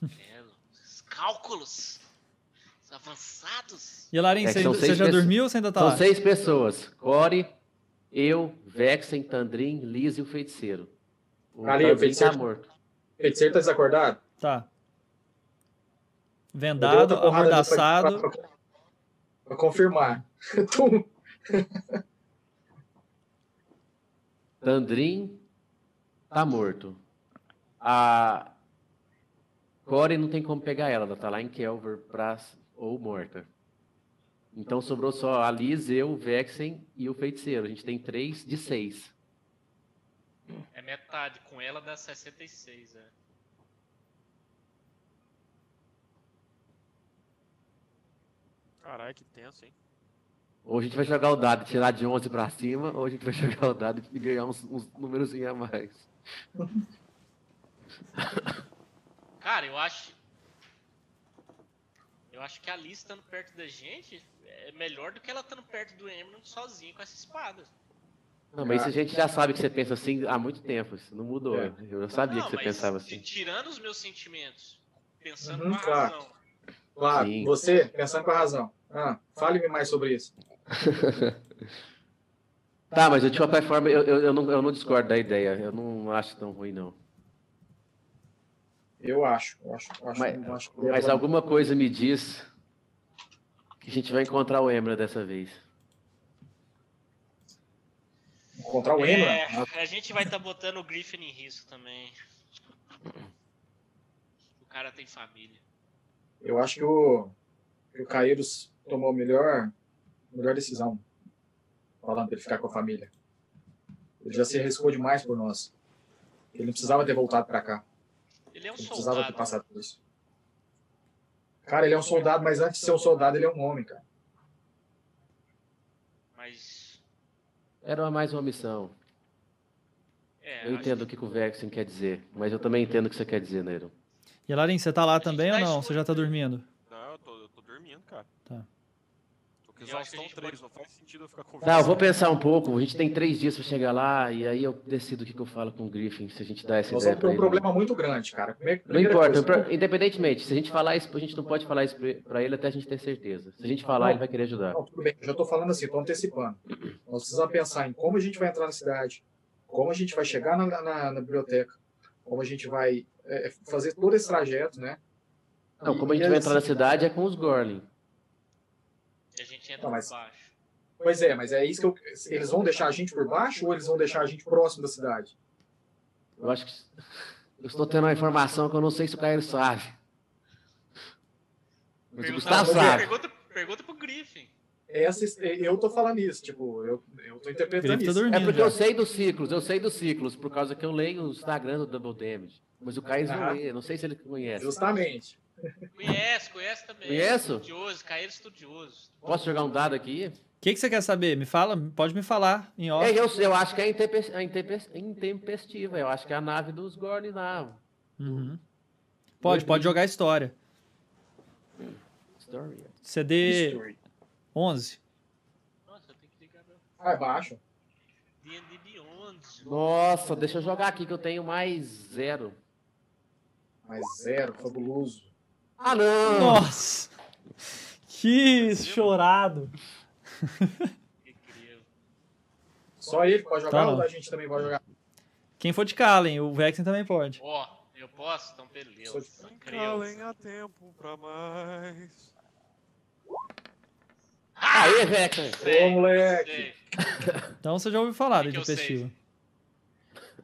S2: Belo. Esses cálculos Esses avançados.
S1: E Larim,
S3: É que
S1: você,
S3: são
S1: você
S3: seis
S1: já
S3: pessoas.
S1: dormiu ou você ainda tá lá?
S3: São Então, seis pessoas: Core, eu, Vexen, Tandrin, Liz e o feiticeiro. O
S4: Ali, o
S3: Tandrin
S4: feiticeiro-
S3: tá morto.
S4: Feiticeiro tá desacordado?
S1: Tá.
S4: Eu dei
S1: Vendado,
S4: outra porrada ali pra-
S1: amordaçado.
S4: pra- pra- Pra confirmar. Tum.
S3: Tandrin tá morto. A Core não tem como pegar ela, ela tá lá em Kelver pra... ou morta. Então sobrou só a Liz, eu, o Vexen e o feiticeiro. A gente tem três de seis.
S2: É metade. Com ela dá 66, é.
S5: Caralho, que tenso, hein?
S3: Ou a gente vai jogar o dado e tirar de 11 pra cima, ou a gente vai jogar o dado e ganhar uns, uns números a mais.
S2: Cara, eu acho. Eu acho que a Liz estando perto da gente é melhor do que ela estando perto do Emerald sozinha com essa espada.
S3: Não, mas isso a gente já sabe que você pensa assim há muito tempo. Isso não mudou.
S4: É.
S3: Eu sabia
S2: Não,
S3: que você
S2: mas
S3: pensava assim.
S2: Tirando os meus sentimentos, pensando
S4: Uhum,
S2: com a
S4: claro.
S2: razão.
S4: Lá,
S3: Sim.
S4: você, pensando com a razão. Ah, Fale-me mais sobre isso.
S3: Tá, mas eu, de qualquer forma, eu, eu, eu não, eu não discordo da ideia. Eu não acho tão ruim, não.
S4: Eu acho. eu acho, eu acho,
S3: Mas-
S4: eu acho que-
S3: Mas alguma coisa me diz que a gente vai encontrar o Emra dessa vez.
S4: Encontrar o Emra?
S2: É, a gente vai estar botando o Griffin em risco também. O cara tem família.
S4: Eu acho que o, que o Caíros tomou a melhor, a melhor decisão. Falando pra ele ficar com a família. Ele já se arriscou demais por nós. Ele não precisava ter voltado pra cá.
S2: Ele é um
S4: Ele precisava
S2: soldado.
S4: ter passado por isso. Cara, ele é um soldado, mas antes de ser um soldado, ele é um homem, cara.
S2: Mas.
S3: Era mais uma missão.
S2: É,
S3: Eu
S2: acho
S3: entendo o que que o Vexen quer dizer, mas eu também entendo o que você quer dizer, Neiro.
S1: E Larim, você tá lá
S2: gente
S1: também ou
S2: tá
S1: não?
S2: escuro.
S1: Você já tá dormindo?
S5: Não, eu tô, eu tô dormindo, cara.
S1: Tá.
S5: Tô com
S2: Eu acho que a
S5: exaustão
S2: gente
S5: 3,
S2: pode-
S5: não faz sentido eu ficar conversando.
S3: Tá, eu vou pensar um pouco. A gente tem três dias pra chegar lá e aí eu decido o que, que eu falo com o Griffin, se a gente dá essa
S4: Nós
S3: ideia
S4: vamos ter
S3: pra
S4: um
S3: ele.
S4: problema muito grande, cara. Primeira-
S3: É, Não
S4: primeira
S3: importa,
S4: coisa, né?
S3: pra- independentemente, se a gente falar isso, a gente não pode falar isso pra- pra ele até a gente ter certeza. Se a gente falar,
S4: Não.
S3: ele vai querer ajudar.
S4: Não, tudo bem, eu já estou falando assim, estou antecipando. Nós precisamos pensar em como a gente vai entrar na cidade, como a gente vai chegar na, na- na biblioteca, como a gente vai é, fazer todo esse trajeto, né?
S3: Não,
S4: E-
S3: como a
S4: e
S3: gente vai
S4: assim-
S3: entrar na cidade é com os Gorlin.
S2: que a gente entra
S4: Não, mas-
S2: por baixo.
S4: Pois é, mas é isso que eu, eles vão deixar a gente por baixo ou eles vão deixar a gente próximo da cidade?
S3: Eu acho que. Eu estou tendo uma informação que eu não sei se o Caio sabe. Mas o
S2: Pergunta-
S3: Gustavo
S4: Roberto.
S3: sabe.
S2: pergunta, pergunta pro Griffin.
S4: Essa, é, eu tô falando isso, tipo, eu, eu tô
S1: Ele
S4: interpretando
S1: tá
S4: isso.
S3: É
S1: dormindo.
S3: porque eu
S1: já.
S3: sei dos ciclos, eu sei dos ciclos, por causa que eu leio o Instagram do Double Damage. Mas o Caio não
S4: Aham.
S3: lê, não sei se ele conhece.
S4: Justamente.
S2: Conhece, conhece também.
S3: Conheço.
S2: Estudioso, Caíro é estudioso.
S3: Posso jogar um dado aqui?
S1: O que, que você quer saber? Me fala, pode me falar em off.
S3: É, eu, eu acho que é intempes- a intempes- intempestiva, eu acho que é a nave dos Gorlin lá.
S1: Uhum. Pode, pode jogar a história.
S3: Story.
S1: CD 11.
S2: Nossa, eu tenho que ligar meu
S4: Ah, é baixo.
S2: D&D Beyond.
S3: Nossa, deixa eu jogar aqui que eu tenho mais zero.
S4: Mas zero, fabuloso.
S3: Ah, não!
S1: Nossa! Que chorado!
S2: Que incrível.
S4: Só ele pode jogar
S1: Tá, não.
S4: ou a gente também pode jogar?
S1: Quem for de Kallen, o Vexen também pode.
S2: Ó, eu posso? Então beleza.
S4: Sou
S5: um
S2: São
S5: Calem há tempo pra mais.
S3: Aê, Vector!
S2: Sei,
S4: Ô, moleque.
S2: sei.
S1: Então você já ouviu falar da
S2: Que que eu sei?
S1: Intempestiva.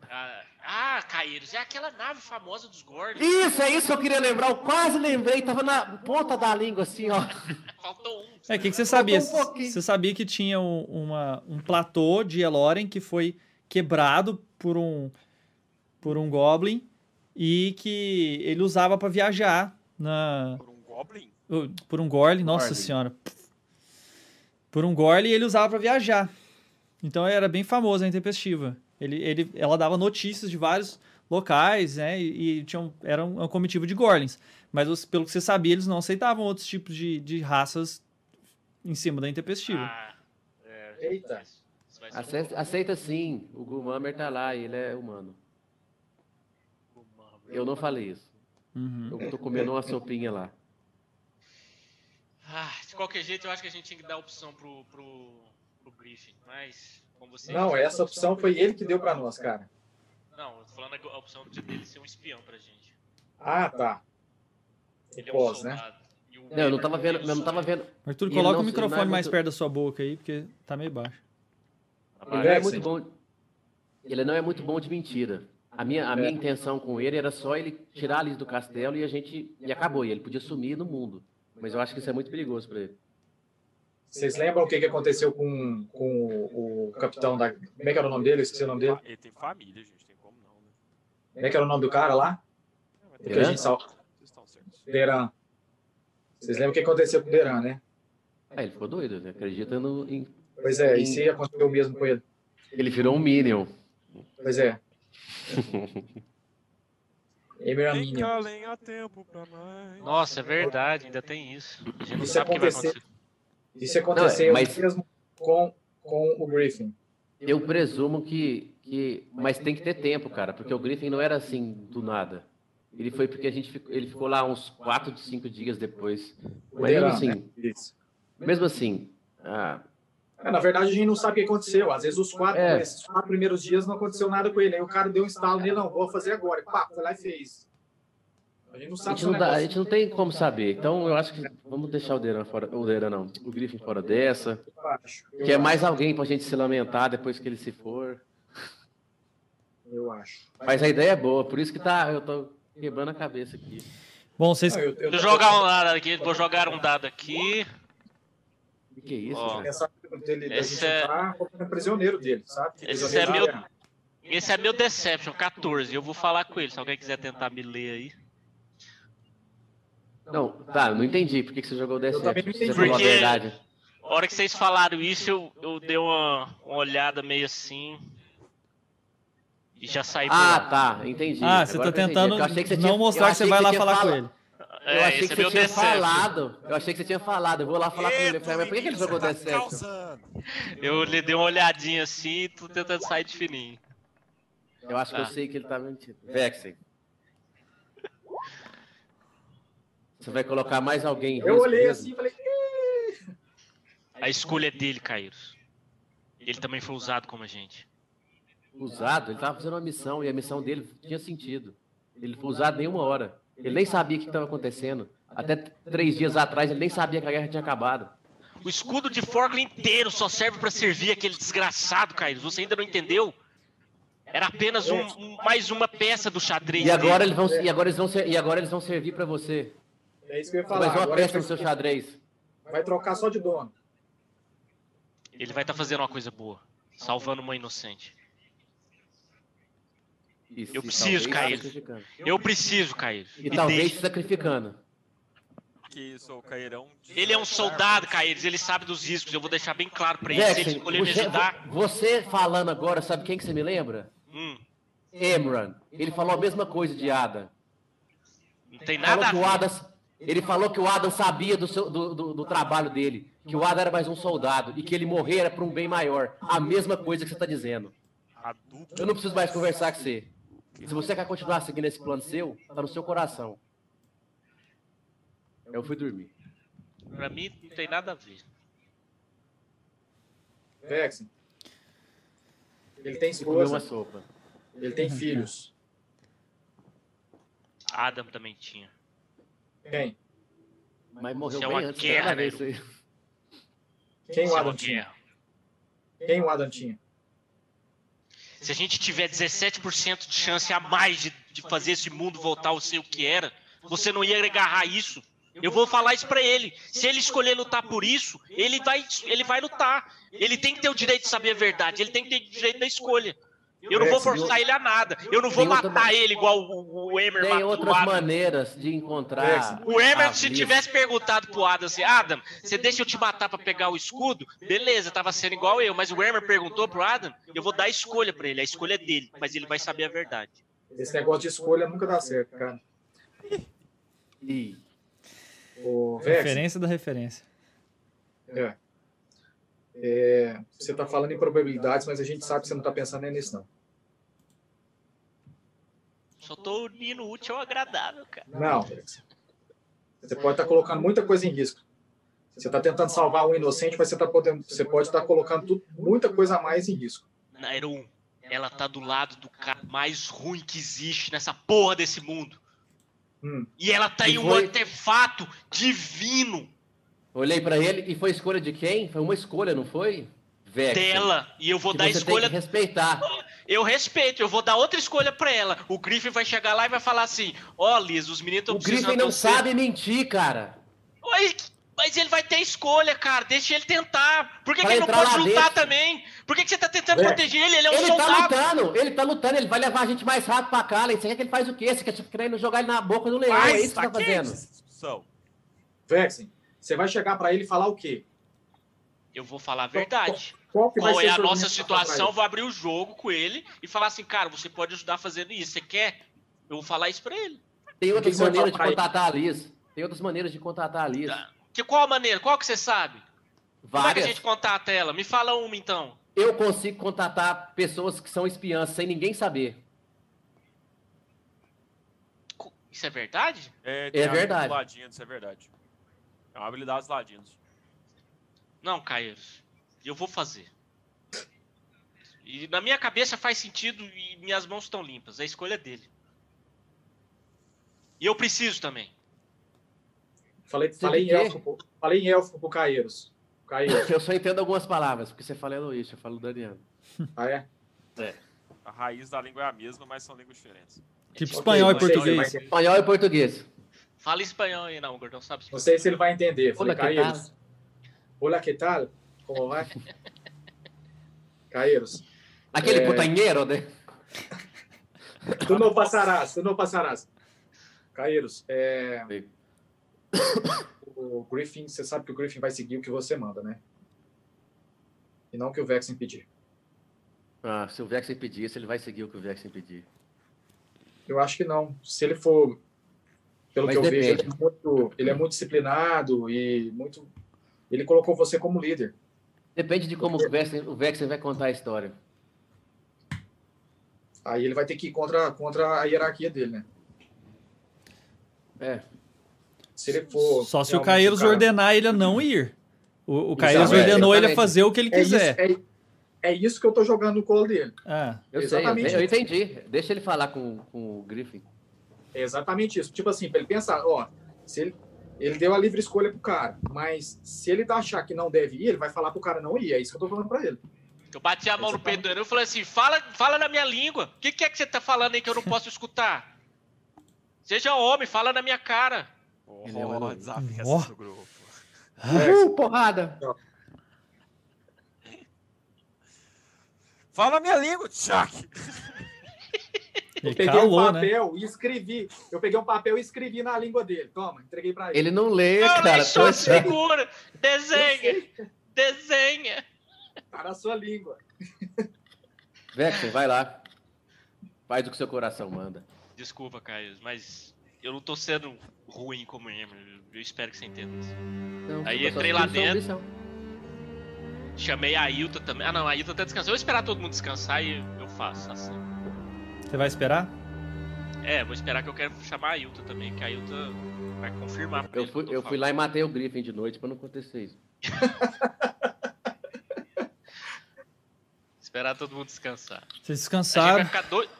S2: Ah, ah Caíros, é aquela nave famosa dos Gordos. né?
S3: Isso, é isso que eu queria lembrar. Eu quase lembrei, tava na ponta da língua, assim, ó.
S2: Faltou um.
S1: É, o que, que você
S3: Faltou
S1: sabia?
S3: um pouquinho.
S1: você sabia que tinha um, uma- um platô de Eloren que foi quebrado por um, por um Goblin e que ele usava pra viajar na,
S5: Por um Goblin?
S1: Uh, Por um gorle, nossa
S3: Gorle.
S1: senhora. Por um gorle ele usava pra viajar. Então era bem famoso a intempestiva. Ele, ele, ela dava notícias de vários locais, né? E, e tinham, era um, uma comitiva de Gorlins. Mas os- pelo que você sabia, eles não aceitavam outros tipos de, de raças em cima da Intempestiva.
S2: Ah, é,
S4: Eita.
S2: isso- isso vai ser um
S3: Aceita,
S2: problema.
S3: aceita sim, o Gumamer tá lá, ele é humano. Eu não falei isso.
S1: Uhum.
S3: Eu tô comendo uma sopinha lá.
S2: Ah, de qualquer jeito, eu acho que a gente tinha que dar a opção pro, pro, pro Griffin, mas como você...
S4: Não, essa opção foi ele que deu pra nós, cara.
S2: Não, eu tô falando a opção de ele ser um espião pra gente.
S4: Ah, tá.
S2: Ele
S4: O
S2: é um
S4: pós, né?
S2: soldado. E o
S3: Não, eu não tava
S2: Weber,
S3: vendo, eu não tava vendo.
S1: Arthur,
S3: E
S1: coloca
S3: não-
S1: o microfone
S3: não é
S1: mais
S3: muito-
S1: perto da sua boca aí, porque tá meio baixo.
S3: Ele não é
S4: Jackson.
S3: muito bom. Ele não é muito bom de mentira. A minha, a minha
S4: É.
S3: intenção com ele era só ele tirar a Liz do castelo e a gente. E acabou. E ele podia sumir no mundo. Mas eu acho que isso é muito perigoso pra ele.
S4: Vocês lembram o que, que aconteceu com, com o, o capitão da. Como é que era o nome dele? Eu esqueci o nome dele.
S5: Fa- Ele tem família, gente, tem como não, né?
S4: Como é que era o nome do cara lá?
S5: Não, mas
S4: O que
S5: tem-
S4: a
S3: Então-
S4: gente sal...
S5: Vocês estão certos.
S4: Deran. Vocês lembram o que aconteceu com o Deran, né?
S3: Ah, ele ficou doido, né? Acredita no. em-
S4: Pois é, e se aconteceu o mesmo com ele?
S3: Ele virou um Minion.
S4: Pois é. Emir
S5: Nem que
S4: Minion.
S5: além há tempo pra mais.
S2: Nossa, é verdade, ainda tem isso. A gente não
S4: Isso
S2: sabe o que vai
S4: acontecer-
S2: acontecer.
S4: Isso aconteceu
S3: Não, é, mas-
S4: mesmo com, com o Griffin.
S3: Eu presumo que, que. Mas tem que ter tempo, cara, porque o Griffin não era assim do nada. Ele foi porque a gente ficou, ele ficou lá uns 4 de 5 dias depois.
S4: O
S3: Mas mesmo
S4: Deran,
S3: assim,
S4: né? Isso.
S3: mesmo assim. ah,
S4: É, na verdade, a gente não sabe o que aconteceu. Às vezes, os quatro,
S3: É.
S4: esses quatro primeiros dias não aconteceu nada com ele. Aí o cara deu um estalo nele, não, vou fazer agora. E Pá, foi lá e fez. A gente não
S3: a
S4: sabe é
S3: gente
S4: se o
S3: não, dá- a
S4: negócio
S3: gente não tem como saber. Então eu acho que vamos deixar o Deran fora. O Deran não, o Griffin fora dessa.
S4: é baixo. Eu
S3: Que é
S4: acho,
S3: mais alguém pra gente se lamentar depois que ele se for.
S4: Eu acho.
S3: Mas a ideia é boa, por isso que tá. Eu tô quebrando a cabeça aqui.
S1: Bom, vocês.
S3: Ah,
S4: Não, eu, eu,
S2: Deixa eu jogar um dado aqui, vou jogar um dado aqui.
S3: O que é isso,
S2: Ó.
S3: cara?
S4: Pensar que dele, da
S2: um- Esse
S4: gente
S2: é-
S4: entrar como prisioneiro dele, sabe?
S2: Esse
S4: Prisioneiro
S2: é meu-
S4: dele.
S2: Esse é meu Deception, 14. Eu vou falar com ele, se alguém quiser tentar me ler aí.
S3: Não, tá, não entendi. Por que, que você jogou o
S4: também não
S3: Deception? se Você
S4: entendi.
S3: falou a
S2: Porque-
S3: verdade.
S2: A hora que vocês falaram isso, eu, eu dei uma, uma olhada meio assim. E já saí por
S3: Ah,
S2: lá.
S3: tá, entendi.
S1: Ah, você
S3: Agora
S1: tá
S3: que eu entendi.
S1: tentando
S3: Eu achei que você
S1: não
S3: tinha- eu
S1: mostrar que
S3: achei
S1: você vai lá
S3: tinha
S1: falar com
S3: fala-
S1: ele.
S3: tá. Eu achei que,
S2: esse é
S3: você
S2: meu
S3: tinha
S2: Deception.
S3: falado. Eu achei que você tinha falado. Eu vou lá falar com ele. Eu falei, mas por que, que ele jogou Deception?
S2: Eu lhe dei uma olhadinha assim e tô tentando sair de fininho.
S3: Eu acho que eu
S2: Tá.
S3: sei que ele tá mentindo.
S4: É.
S3: Vexen. Você vai colocar mais alguém em
S4: Eu
S3: risco
S4: olhei
S3: mesmo?
S4: assim e falei,
S2: A escolha é dele, Kairos. Ele também foi usado como a gente.
S3: Usado, ele tava fazendo uma missão e a missão dele tinha sentido. Ele foi usado nenhuma hora. Ele nem sabia o que estava acontecendo. Até três dias atrás ele nem sabia que a guerra tinha acabado.
S2: O escudo de Forkland inteiro só serve pra servir aquele desgraçado, Kairos. Você ainda não entendeu? Era apenas um- um- mais uma peça do xadrez
S3: E agora
S2: dele.
S3: eles vão, e agora eles vão, ser- e agora eles vão servir para você.
S4: é isso que eu ia falar.
S3: Mais uma
S4: Agora
S3: peça
S4: ele
S3: no seu xadrez.
S4: vai trocar só de dono.
S2: Ele vai estar fazendo uma coisa boa. Salvando uma inocente.
S3: E se
S2: Eu preciso,
S3: talvez,
S2: Caio.
S3: sacrificando.
S2: Eu preciso, Kairos.
S3: E
S2: Me
S3: talvez
S2: deixe.
S3: se sacrificando.
S5: Que isso, o Cairão.
S2: Ele é um soldado, Kairos. Ele sabe dos riscos. Eu vou deixar bem claro pra ele. Se ele
S3: Jackson,
S2: escolher me
S3: você-
S2: ajudar...
S3: você falando agora, sabe quem que você me lembra?
S2: Hum,
S3: Emran. Ele falou a mesma coisa de Adam.
S2: não tem nada
S3: Falou
S2: a
S3: que o
S2: ver.
S3: Adam, ele falou que o Adam sabia do, seu- do- do- do trabalho dele, que o Adam era mais um soldado e que ele morrera para um bem maior. A mesma coisa que você está dizendo.
S5: A dupla.
S3: Eu não preciso mais conversar com você. Se você quer continuar seguindo esse plano seu, tá no seu coração. Eu fui dormir.
S2: Pra mim, não tem nada a ver.
S4: Vexen. Ele tem
S3: E comi uma
S4: esposa,
S3: sopa.
S4: ele tem
S3: assim.
S4: filhos.
S2: Adam também tinha.
S3: Uhum.
S4: Quem?
S3: Mas morreu
S2: Isso é
S3: bem
S2: uma
S3: antes.
S2: guerra,
S3: nada a ver isso aí.
S4: Quem o
S2: Isso é uma
S4: Adam tinha?
S2: guerra.
S4: Quem o Adam tinha?
S2: Se a gente tiver 17% de chance a mais de, de fazer esse mundo voltar ao ser o que era, você não ia agarrar isso. Eu vou falar isso pra ele. Se ele escolher lutar por isso, ele vai, ele vai lutar. Ele tem que ter o direito de saber a verdade. Ele tem que ter o direito da escolha. Eu não vou forçar ele a nada. Eu não vou
S3: Tem outra
S2: matar
S3: ma-
S2: ele igual o, o Emer
S3: Tem
S2: matou o
S3: outras
S2: Adam.
S3: maneiras de encontrar.
S2: O
S3: a
S2: Emerson, se
S3: vida.
S2: tivesse perguntado pro Adam assim, Adam, você deixa eu te matar pra pegar o escudo? Beleza, tava sendo igual eu, mas o Emerson perguntou pro Adam, eu vou dar a escolha pra ele, a escolha é dele, mas ele vai saber a verdade.
S4: Esse negócio de escolha nunca dá certo, cara.
S3: E
S4: O Vex,
S1: Referência da referência.
S4: é. É, você tá falando em probabilidades, mas a gente sabe que você não tá pensando é nisso, não.
S2: Só tô unindo o útil ao agradável, cara.
S4: Não, Vex. Você pode estar colocando muita coisa em risco. Você está tentando salvar um inocente, mas você, tá podendo, você pode estar colocando tudo- muita coisa a mais em risco.
S2: Nairon, ela tá do lado do cara mais ruim que existe nessa porra desse mundo.
S4: Hum.
S2: E ela tem
S3: E
S2: um
S3: foi-
S2: artefato divino
S3: olhei pra ele e foi escolha de quem? Foi uma escolha, não foi? Vex.
S2: dela. E eu vou
S3: que
S2: dar a
S3: você
S2: escolha
S3: Tem que respeitar.
S2: Eu respeito, eu vou dar outra escolha pra ela. O Griffin vai chegar lá e vai falar assim: Ó, Liz, os meninos estão
S3: o Griffin não sabe mentir, cara.
S2: um mas ele vai ter escolha, cara. Deixa ele tentar. Por que,
S3: Pra
S2: que ele não
S3: entrar
S2: pode
S3: lá
S2: lutar
S3: dentro.
S2: também? Por que, que você tá tentando
S4: É.
S2: proteger ele? Ele é um
S3: ele tá
S2: soldado.
S3: lutando, ele tá lutando, ele vai levar a gente mais rápido pra cá. Você quer que ele faz o quê? Você quer tipo, querendo jogar ele na boca do leão? é isso que você tá
S5: quente
S3: fazendo.
S5: essa discussão.
S4: Vexen, você vai chegar para ele e falar o quê?
S2: Eu vou falar a verdade.
S4: Qual, que vai
S2: Qual
S4: ser
S2: é a
S4: seu
S2: nossa
S3: tá
S4: argumento pra
S2: situação?
S4: trás?
S2: Vou abrir o jogo com ele e falar assim: cara, você pode ajudar fazendo isso. Você quer? Eu vou falar isso pra ele.
S3: Tem
S4: O que que
S3: outras
S4: você vai
S3: maneiras de
S4: falar pra ele?
S3: contratar a Liz. Tem outras maneiras de contratar a Liz.
S2: Tá. Que, qual a maneira? Qual que você sabe? Como é que a
S3: Várias.
S2: gente contata ela? Me fala uma então.
S3: Eu consigo contratar pessoas que são espiãs sem ninguém saber.
S2: Co- Isso é verdade?
S5: É, tem a
S3: verdade.
S5: habilidade dos Ladinos, é verdade. É uma habilidade dos ladinos.
S2: Não, Caeiros. Eu vou fazer. E na minha cabeça faz sentido e minhas mãos estão limpas. É a escolha dele. E eu preciso também.
S4: Falei,
S3: Você
S4: falei, em
S3: quer?
S4: elfo, pro- falei em elfo pro Caeiros. Caeiros.
S3: Eu só entendo algumas palavras, porque você fala Eloísio, eu falo Daniano.
S4: Ah, é?
S5: A raiz da língua é a mesma, mas são línguas diferentes.
S1: Tipo
S2: Ok,
S1: espanhol e
S2: mas-
S4: não sei se ele
S1: português.
S4: vai entender-
S3: Espanhol e português.
S2: Fala espanhol aí, não, Gordão. Sabe
S4: Não
S2: espanhol.
S4: sei se ele vai entender. Falei,
S3: Olha que tal?
S4: Caeiros. Olá, que tal? Como vai? Caeiros.
S3: Aquele
S4: É.
S3: putanheiro, né?
S4: Tu não passarás, tu não passarás. Caeiros, é,
S3: Sim.
S4: o Griffin, você sabe que o Griffin vai seguir o que você manda, né? E não o que o Vex impedir.
S3: Ah, se o Vex impedir, se ele vai seguir o que o Vex impedir.
S4: Eu acho que não. Se ele for, pelo
S3: Mas
S4: que eu vejo, ele
S3: depende.
S4: é, muito, ele é muito disciplinado e muito. Ele colocou você como líder.
S3: Depende de como o Vex, o Vex vai contar a história.
S4: Aí ele vai ter que ir contra, contra a hierarquia dele, né?
S3: É.
S4: Se ele for.
S1: Só se o
S4: realmente
S1: Caeiros
S4: cara-
S1: ordenar ele a não ir. O, o Caeiros
S4: Exatamente.
S1: ordenou ele a
S3: Exatamente.
S1: fazer o que ele
S4: É isso,
S1: quiser.
S4: é, é isso que eu tô jogando no colo dele.
S1: Ah,
S3: Eu
S4: Exatamente.
S3: sei, eu, eu entendi. Deixa ele falar com, com o Griffin.
S4: É exatamente isso. Tipo assim, para ele pensar, ó, se ele, ele deu a livre escolha pro cara, mas se ele achar que não deve ir, ele vai falar pro cara não ir. É isso que eu tô falando pra ele.
S2: Eu bati a mão no peito
S4: Exatamente.
S2: do Edu e falei assim: fala, fala na minha língua. O que, que é que você tá falando aí que eu não posso escutar? Seja homem, fala na minha cara.
S5: Oh,
S3: Ele é o Eloy.
S5: desavenças
S1: Ó.
S5: no grupo.
S3: Uh, porrada!
S5: Fala minha língua, Chuck!
S1: ele
S4: Peguei um
S1: calou, né?
S4: papel e escrevi. Eu peguei um papel e escrevi na língua dele. Toma, entreguei pra ele.
S3: Ele não lê,
S2: Não,
S3: cara. né?
S2: cara, só
S3: poxa.
S2: segura. Desenha. Desenha.
S4: Tá na sua língua.
S3: Vex, vai lá. Faz o que seu coração manda.
S2: Desculpa, Caio, mas eu não tô sendo ruim como Emily. Eu espero que você entenda isso.
S3: Não,
S2: Aí
S3: Então, eu só
S2: entrei lá
S3: fiz uma
S2: dentro.
S3: missão.
S2: Chamei a Ailton também. Ah, não, a Ailton tá descansando. Eu vou esperar todo mundo descansar e eu faço assim.
S1: Você vai esperar?
S2: É, vou esperar que eu quero chamar a Ailton também, que a Ailton vai confirmar pra
S3: Eu
S2: ele
S3: fui,
S2: que
S3: eu
S2: tô
S3: fui lá e matei o Griffin de noite pra não acontecer isso.
S2: falando. Esperar todo mundo descansar.
S1: Vocês
S2: A gente vai
S1: descansaram.
S2: ficar doido.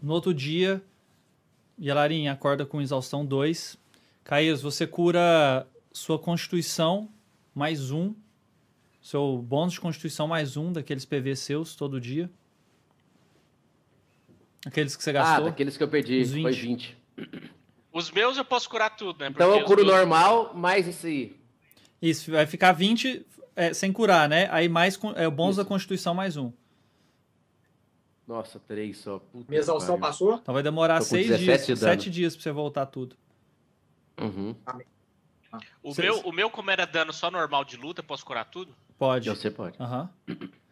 S1: No outro dia, Yalarin acorda com exaustão 2. Caíros, você cura sua constituição mais um. Seu bônus de constituição mais um daqueles PV seus todo dia. Aqueles que você
S3: Ah,
S1: gastou.
S3: daqueles que eu perdi,
S1: Os 20.
S3: foi 20.
S2: Os meus eu posso curar tudo, né?
S3: Então eu
S2: os
S3: curo
S2: meus-
S3: normal, mais esse.
S1: Isso, vai ficar 20 é, sem curar, né? Aí mais con- é, o bônus
S3: Isso.
S1: da constituição mais um.
S3: Nossa, três só. Puta
S4: Minha exaustão
S3: que pariu.
S4: passou?
S1: Então vai demorar
S3: Tô com
S1: 6 dias,
S3: 17 de
S1: 7
S3: dano.
S1: dias pra você voltar tudo.
S3: Uhum.
S2: O
S1: Cê-
S2: meu, o meu, como era dano só normal de luta, eu posso curar tudo?
S1: Pode.
S3: Você pode.
S1: Aham.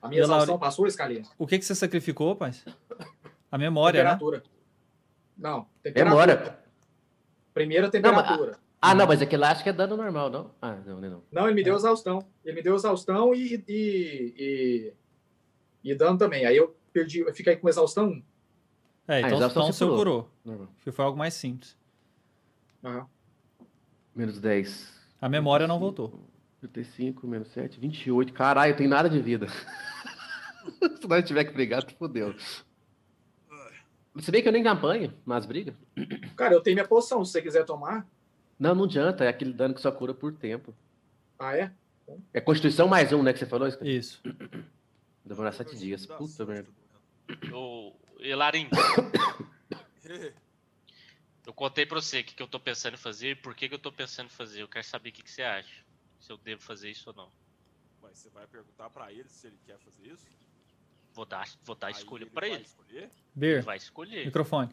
S4: A minha
S1: E a Laura-
S4: exaustão passou, Escalinha?
S1: O que, que você sacrificou, paz? A memória, né?
S4: Temperatura. Não, temperatura.
S3: Demora.
S4: Primeiro a temperatura.
S3: Ah, não, mas aquele lá acho que é dano normal, não? Ah, não, não. é não.
S4: Não, ele me deu exaustão. Ele me deu exaustão e, e, e, e dano também. Aí eu perdi, eu fiquei com exaustão. um.
S1: É, então,
S3: exaustão
S1: então o
S3: você
S1: seu
S3: pulou.
S1: curou.
S3: normal.
S1: que Foi algo mais simples.
S4: Aham.
S3: Menos 10.
S1: A memória não voltou.
S3: 35, menos 7, 28. Caralho, eu tenho nada de vida. Se nós tiver que brigar, tu fodeu. Você vê que eu nem campanho, mas briga.
S4: Cara, eu tenho minha poção, se você quiser tomar.
S3: Não, não adianta, é aquele dano que só cura por tempo.
S4: Ah, é?
S3: É Constituição mais um, né, que você falou? Isso?
S1: Isso.
S3: Demorar 7 dias, puta merda.
S2: Ô, Elarim,
S5: merda.
S2: eu contei pra você o que, que eu tô pensando em fazer e por que, que eu tô pensando em fazer. Eu quero saber o que, que você acha. Se eu devo fazer isso ou não.
S5: Mas você vai perguntar pra ele se ele quer fazer isso?
S2: Vou dar, vou dar a
S5: Aí
S2: escolha pra
S5: vai
S2: ele.
S5: escolher?
S2: Ele
S1: Beer,
S2: vai escolher.
S1: microfone.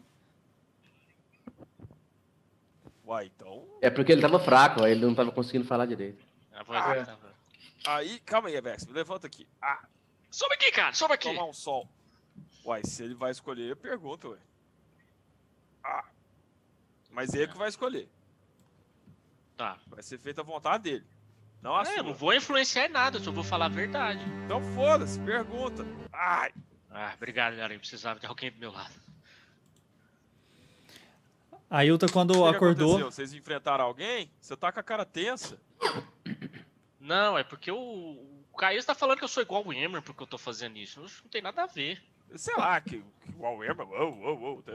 S5: Uai, então
S3: É porque ele tava fraco, aí ele não tava conseguindo falar direito.
S2: A voz
S4: Ah,
S2: dele
S4: é.
S2: tava-
S5: Aí, calma aí, Vex, me levanta aqui. Ah,
S2: Sobe aqui, cara, sobe aqui.
S5: tomar um sol. Uai, se ele vai escolher, eu pergunto, ué. Ah, mas ele que vai escolher.
S2: Tá.
S5: Vai ser feita a vontade dele. Não a
S2: Ah, eu
S5: sua.
S2: não vou influenciar em nada, eu só vou falar a verdade.
S5: Então foda-se, pergunta. Ai,
S2: Ah, obrigado, Elarim. Precisava de alguém do meu lado.
S1: A Yuta,
S5: o
S1: quando
S5: que que
S1: acordou.
S5: aconteceu? Vocês enfrentaram alguém? Você tá com a cara tensa?
S2: Não, é porque o, o Caio tá falando que eu sou igual o Emer porque eu tô fazendo isso. Isso não tem nada a ver.
S5: Sei lá, que, que uau, Emma, uau, uau, uau. tá-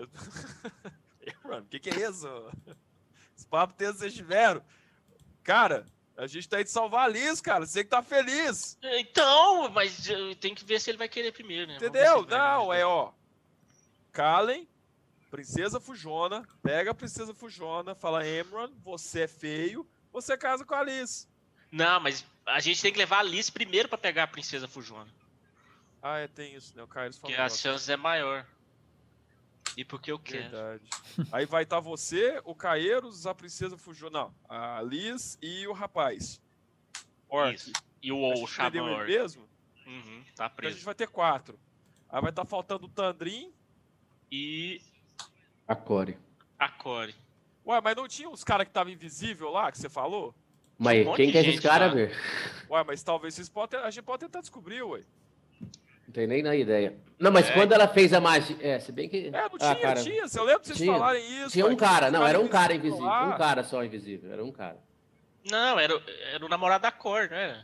S5: Emma, o que que é isso? Esse papo tenso que vocês tiveram. Cara, a gente tá aí de salvar a Liz, cara. Você que tá feliz.
S2: Então, mas eu tenho que ver se ele vai querer primeiro, né? Vamos ver se
S5: Entendeu?
S2: ele vai
S5: Não,
S2: querer.
S5: é ó. Calem, Princesa Fujona, pega a Princesa Fujona, fala, Emron, você é feio, você casa com a Alice.
S2: Não, mas a gente tem que levar a Alice primeiro pra pegar a princesa Fujona.
S5: Ah, é, tem isso, né? O Kairos falou.
S2: Porque a chance é maior. E porque eu quero.
S5: Verdade. Aí vai estar você, o Caeiros, a Princesa Fujona, não, a Liz e o rapaz. Orc.
S2: Isso. E o
S5: A
S2: Ou
S5: gente perdeu
S2: Xamã
S5: ele
S2: Orc.
S5: mesmo?
S2: Uhum,
S5: Então
S2: tá
S5: a gente
S2: preso.
S5: vai ter quatro. Aí vai estar faltando o Tandrin.
S2: E
S3: A Core.
S2: a Core.
S5: Ué, mas não tinha os caras que estavam invisível lá, que você falou?
S3: Mas
S2: monte
S3: quem é
S2: de
S3: quer esses
S2: gente
S3: caras,
S2: lá.
S3: ver?
S5: Ué, mas talvez vocês possam... A gente pode tentar descobrir, ué.
S3: Não tenho nem na ideia. Não, mas
S2: É.
S3: quando ela fez a magia. É, se bem que.
S5: É, não
S3: Ah,
S5: tinha,
S3: cara.
S5: tinha. Você lembra de vocês
S3: Tinha.
S5: falarem isso?
S3: Tinha
S5: ué,
S3: um
S5: que tinha
S3: cara, não, era um cara invisível.
S5: lá.
S3: Um cara só invisível, era um cara.
S2: Não, era, era o namorado da Core, né?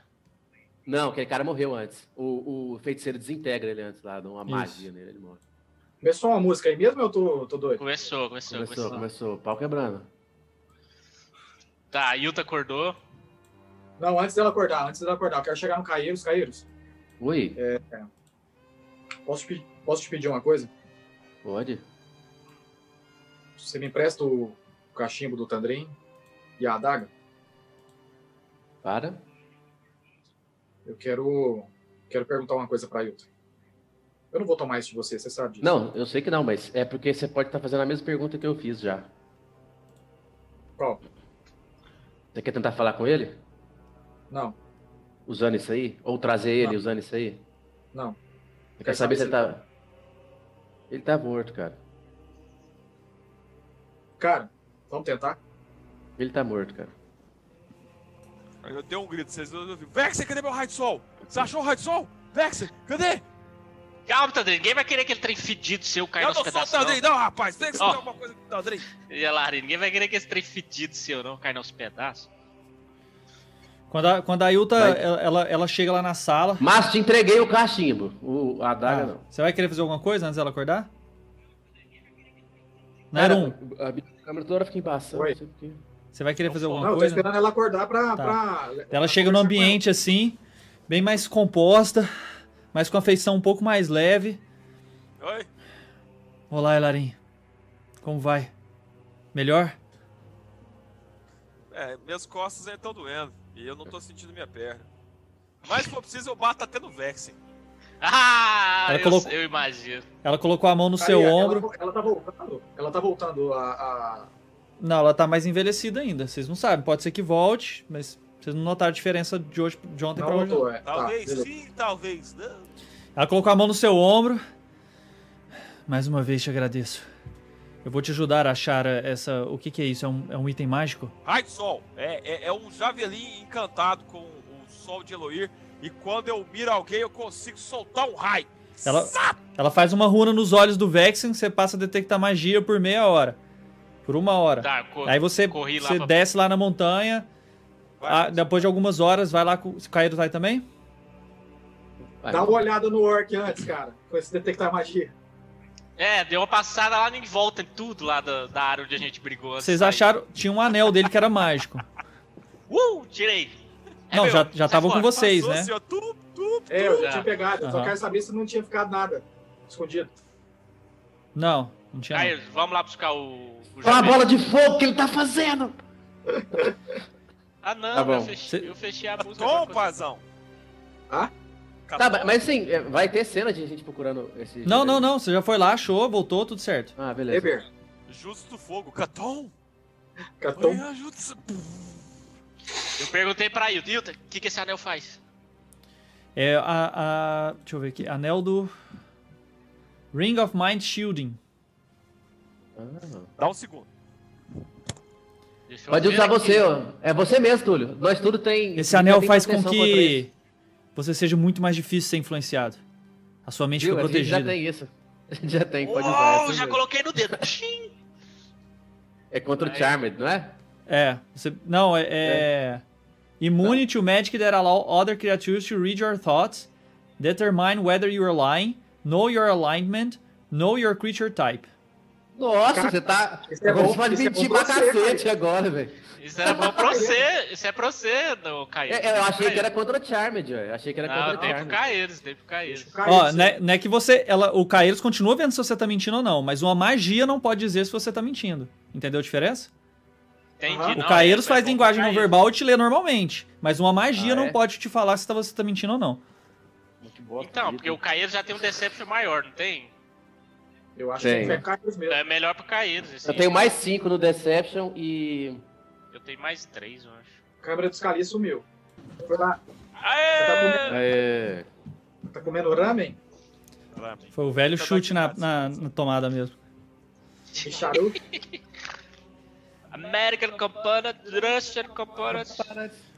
S3: Não, aquele cara morreu antes. O, o feiticeiro desintegra ele antes lá, dá uma
S1: Isso.
S3: magia nele, ele morre.
S4: Começou uma música aí mesmo ou eu tô, tô doido?
S2: Começou, começou, Então, começou.
S3: Começou, começou, pau quebrando.
S2: Tá, a Yuta acordou.
S4: Não, antes dela acordar, antes dela acordar, eu quero chegar no Caeiros, Caeiros.
S3: Ui,
S4: Posso, te pe- posso te pedir uma coisa?
S3: pode?
S4: Você me empresta o cachimbo do Tandrin e a adaga?
S3: Para.
S4: Eu quero, quero perguntar uma coisa pra Yuta. Eu não vou tomar isso de você, você sabe disso.
S3: Não, eu sei que não, mas é porque você pode estar fazendo a mesma pergunta que eu fiz já.
S4: Qual?
S3: Você quer tentar falar com ele?
S4: Não,
S3: Usando isso aí? Ou trazer ele usando isso aí?
S4: Não.
S3: Você quer
S4: Quero
S3: saber
S4: saber
S3: se ele tá. Ele tá morto, cara.
S4: Cara, vamos tentar?
S3: Ele tá morto, cara.
S5: Aí Eu dei um grito, vocês não ouviram. Vexer, cadê meu raio de sol? Você achou o raio de sol? Vexer, cadê?
S2: Calma, Tandrinho, Ah, ninguém vai querer aquele trem fedido seu cair
S5: Eu
S2: nos
S5: não sou o
S2: pedaços. não.
S5: Tandrin, não, rapaz. Tem que ser
S2: Ó.
S5: alguma coisa com o Tandrin.
S2: E a Lari, ninguém vai querer que esse trem fedido seu não caia nos pedaços.
S1: Quando a, quando a Yuta
S3: Vai.
S1: ela, ela, ela chega lá na sala.
S3: Mas te entreguei o cachimbo. O, a adaga
S1: Ah,
S3: não.
S1: Você vai querer fazer alguma coisa antes dela acordar? Nerum,
S3: Cara, a câmera toda hora fica embaçando,
S4: Oi.
S3: não sei porquê.
S1: você vai querer fazer
S4: Não,
S1: alguma
S4: eu tô
S1: coisa?
S4: esperando ela acordar pra.
S1: Tá.
S4: pra-
S1: Ela chega no
S4: conversar com
S1: ambiente assim, bem mais composta, mas com a feição um pouco mais leve.
S5: Oi?
S1: Olá, Elarim. Como vai? Melhor?
S5: É, minhas costas ainda estão doendo. E eu não tô sentindo minha perna. Mas se for preciso, eu bato até no Vexen.
S2: Ah,
S1: Ela
S2: eu,
S1: colocou-
S2: eu imagino.
S1: Ela colocou a mão no seu
S4: Aí, ela-
S1: ombro.
S4: Ela, tá voltando. Ela tá voltando a. a-
S1: Não, ela tá mais envelhecida ainda. Vocês não sabem. Pode ser que volte, mas vocês não notaram a diferença de, hoje, de ontem
S4: Não
S1: pra hoje. não.
S4: voltou, é. Tá,
S5: Talvez
S4: beleza.
S5: sim, talvez não.
S1: Ela colocou a mão no seu ombro. Mais uma vez te agradeço. Eu vou te ajudar a achar eh, essa. O que, que é isso? É um, é um item mágico?
S5: Raio de Sol. É, é, é um javelin encantado com o Sol de Eloir. E quando eu miro alguém, eu consigo soltar um raio.
S1: Ela-
S5: Sá!
S1: Ela faz uma runa nos olhos do Vexen, você passa a detectar magia por meia hora. Por uma hora.
S2: Tá, eu co-
S1: Aí você,
S2: corri lá
S1: você
S2: pra-
S1: desce lá na montanha,
S5: Vai,
S1: ah, depois de algumas horas, vai lá com. Caído vai também?
S3: Vai,
S4: Dá uma olhada no orc antes, cara. Com esse detectar magia.
S2: É, deu uma passada lá em volta em tudo lá da, da área onde a gente brigou. antes
S1: Vocês
S2: de sair.
S1: acharam. Tinha um anel dele que era mágico.
S2: Uh, tirei. É
S1: Não,
S2: meu,
S1: já, já
S2: sai
S1: estavam com
S2: fora.
S1: vocês,
S5: passou
S1: né?
S5: assim, ó, tup, tup.
S4: É, eu já
S2: Ah.
S4: tinha pegado. Eu só
S1: Aham.
S4: quero saber se não tinha ficado nada escondido.
S1: Não, não tinha.
S2: Aí, vamos lá buscar o. o
S3: Olha a
S2: javelin.
S3: bola de fogo que ele tá fazendo!
S2: Ah, não,
S3: Tá bom.
S2: eu, fechei,
S1: Cê-
S2: eu fechei a música. tá
S5: Tom,
S2: agora.
S5: Pazão.
S4: Hã?
S3: Tá, mas- mas assim, é, vai ter cena de gente procurando esse.
S1: Não, não, não. Você já foi lá, achou, voltou, tudo certo.
S3: Ah, beleza.
S4: Eber,
S5: Justo do fogo. Catom.
S4: Catom.
S5: Me ajuda.
S2: Eu perguntei pra Hilton, Hilton, o que, que esse anel faz?
S1: É a, a. Deixa eu ver aqui. Anel do. Ring of Mind Shielding.
S3: Ah.
S5: Dá um segundo.
S2: Deixa eu
S3: Pode
S2: ver
S3: usar
S2: aqui.
S3: você, ó. É você mesmo, Túlio. Nós tudo tem.
S1: Esse anel
S3: tem
S1: faz com
S3: proteção contra
S1: que
S3: isso.
S1: você seja muito mais difícil de ser influenciado. A sua mente
S3: Viu?
S1: fica
S3: A gente já
S1: protegida.
S3: tem isso. A gente já tem, pode usar.
S2: Uou,
S3: isso
S2: já
S3: mesmo.
S2: coloquei no dedo. Tchim.
S3: É contra o Charmed, não é?
S1: É. Você, não, é. é... Immune to magic that allow other creatures to read your thoughts, determine whether you are lying, know your alignment, know your creature type.
S3: Nossa, você tá.
S4: Isso é
S3: Agora
S4: bom,
S3: você pode
S4: isso é bom
S3: mentir
S4: pra
S3: pra
S4: você,
S3: cacete agora, velho.
S2: Isso era bom pra você, isso é pra você, não, Caio.
S3: É, Eu, eu achei que era contra o Charmed, velho. Achei que era
S2: Não,
S3: contra o
S2: tem pro
S3: Charmed.
S2: Caíros, tem pro Caíros.
S4: Caio,
S1: Ó,
S4: você-
S1: né, né que você. Ela, o Caeiros continua vendo se você tá mentindo ou não, mas uma magia não pode dizer se você tá mentindo. Entendeu a diferença?
S2: Entendi.
S1: O
S2: não,
S1: Caeiros
S2: é- é
S1: faz
S2: bom pro
S1: linguagem não
S2: Caíros.
S1: verbal e te lê normalmente. Mas uma magia
S3: Ah,
S1: não
S3: é?
S1: pode te falar se tá- você tá mentindo ou não.
S2: Então, porque o Caíros já tem um Deception maior, não tem?
S4: Eu acho
S3: Tem.
S4: que é Caio mesmo.
S2: É melhor pro Caíros. assim.
S3: Eu tenho mais 5 no Deception e.
S2: Eu tenho mais três, eu acho.
S4: A câmera dos Cali sumiu. Foi lá.
S2: Aê!
S3: É.
S4: Tá comendo ramen?
S5: Ramen.
S1: Foi o velho
S5: Tá
S1: chute na,
S5: daqui,
S1: na- na tomada mesmo.
S4: E charuto?
S2: American Component, Russian Component.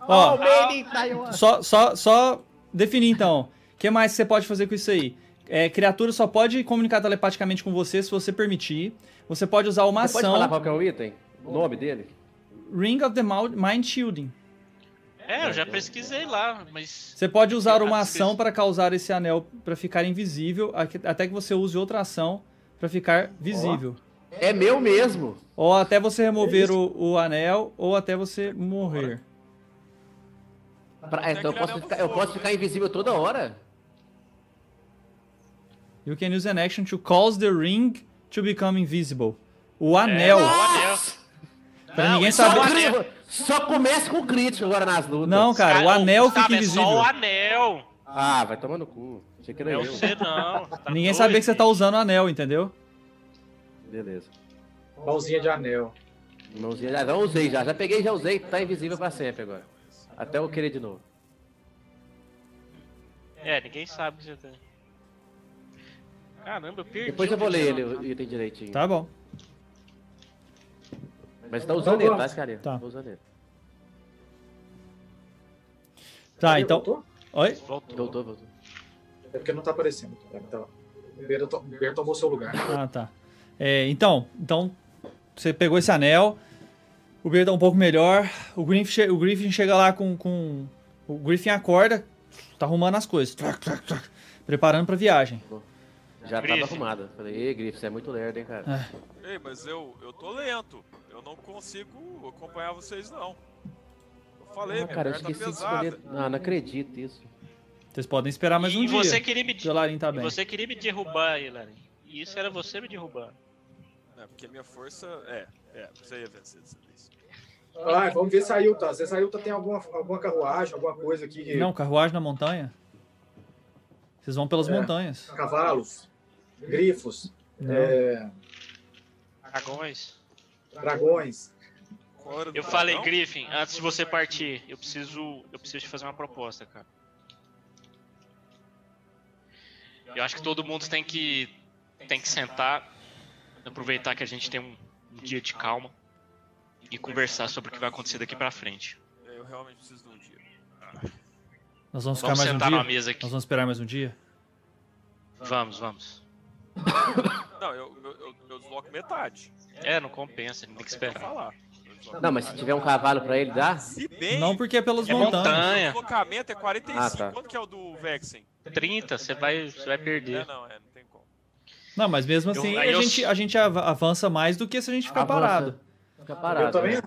S1: Ó,
S3: baby, Taiwan.
S1: só, só, só definir então. O que mais você pode fazer com isso aí? É, criatura só pode comunicar telepaticamente com você se você permitir. Você pode usar uma
S3: Você pode
S1: ação
S3: falar qual que é o item? O nome dele?
S1: Ring of the Mou- Mind Shielding.
S2: É, eu já pesquisei lá, mas.
S1: Você pode usar
S2: Ah,
S1: uma
S2: esqueci.
S1: ação para causar esse anel para ficar invisível, aque- até que você use outra ação para ficar visível.
S3: É meu mesmo.
S1: Ou até você remover o, o anel, ou até você morrer.
S3: Pra-
S5: Tem
S3: então eu
S5: aquele
S3: posso,
S5: anel do
S3: ficar, eu
S5: fogo,
S3: posso
S5: né?
S3: ficar invisível toda hora?
S1: You can use an action to cause the ring to become invisible. O anel.
S2: É, o anel.
S1: Pra
S2: Não,
S1: ninguém
S2: é só
S1: saber-
S2: o
S3: Só,
S2: anel.
S3: cri- só começa com crítico agora nas lutas.
S1: Não, cara, o
S2: Ah,
S1: anel fica
S2: Gustavo, É só
S1: invisível.
S2: o anel.
S3: Ah, vai tomar no cu. Achei que era
S2: Não
S3: eu.
S2: é você, não. Tá
S1: Ninguém
S2: doido.
S1: saber que você tá usando o anel, entendeu?
S3: Beleza.
S4: Mãozinha de anel.
S3: Mãozinha, já, já usei já. Já peguei, já usei. Tá invisível pra sempre agora. Até eu querer de novo.
S2: É, ninguém sabe que você tem. Caramba, eu perdi.
S3: Depois
S2: o
S3: eu vou ler ele,
S2: vídeo.
S3: o item direitinho.
S1: Tá bom.
S3: Mas tá usando ele, tá, Scarinha?
S1: Tá.
S3: Tá usando ele.
S1: Tá,
S4: Ele
S1: então.
S4: voltou?
S1: Oi?
S2: Voltou.
S3: Voltou, voltou.
S4: É porque não tá aparecendo. cara. Tá. O Beira to- o Beira tomou seu lugar.
S1: Ah, tá. É, então, então, você pegou esse anel. O Beard tá um pouco melhor. O Griffin, che- o Griffin chega lá com, com. O Griffin acorda, tá arrumando as coisas. Trac, trac, trac, preparando pra viagem.
S3: Já
S2: Grife.
S3: tava arrumado. Falei, ei, Griff, você é muito lerdo, hein, cara.
S5: Ei, mas eu, eu tô lento. Eu não consigo acompanhar vocês, não. Eu falei,
S3: Ah,
S5: minha
S3: cara, eu
S5: perna tá
S3: esqueci de
S5: pesada.
S3: escolher. Ah, não acredito isso.
S1: Vocês podem esperar mais um
S2: e
S1: dia.
S2: você queria me,
S1: O Larim tá
S2: e
S1: bem.
S2: você queria me derrubar aí, Larim. E isso era você me derrubar.
S5: É, porque minha força... É, é, você ia vencer dessa vez.
S4: Ah, vamos ver se a Ilta. Se a Ilta tem alguma, alguma carruagem, alguma coisa aqui. que-
S1: Não, carruagem na montanha? Vocês vão pelas
S4: É.
S1: montanhas.
S4: Cavalos, grifos,
S1: Não.
S4: é,
S2: Dragões.
S4: dragões.
S5: Qual era o
S2: Eu
S5: dragão?
S2: falei, Griffin, antes de você partir, eu preciso, eu preciso te fazer uma proposta, cara. Eu acho que todo mundo tem que tem que sentar. aproveitar que a gente tem um, um dia de calma e conversar sobre o que vai acontecer daqui pra frente.
S5: Eu realmente preciso de um dia.
S1: Nós vamos ficar mais
S2: Vamos
S1: um
S2: sentar
S1: dia?
S2: numa
S1: Nós
S2: mesa aqui.
S1: vamos esperar mais um dia?
S2: Vamos, vamos.
S5: Não, eu, eu, eu, eu desloco metade.
S2: É, não compensa, não tem que
S5: Pra
S2: esperar.
S5: falar. Eu desloco
S3: Não, mas se
S5: metade.
S3: tiver um cavalo pra ele, dá?
S5: Se bem.
S1: Não porque é pelas
S2: É
S1: montanhas.
S2: montanha.
S5: O deslocamento é 45.
S3: Ah, tá.
S5: Quanto que é o do Vexen?
S2: 30, você vai, você vai
S5: É,
S2: perder.
S5: não, é, não tem como.
S1: Não, mas mesmo
S2: Eu-
S1: assim
S2: aí
S1: a,
S2: eu-
S1: gente, a gente av- avança mais do que se a gente ficar
S3: Avança.
S1: parado.
S3: Fica
S4: Eu
S3: parado.
S4: também.
S3: né?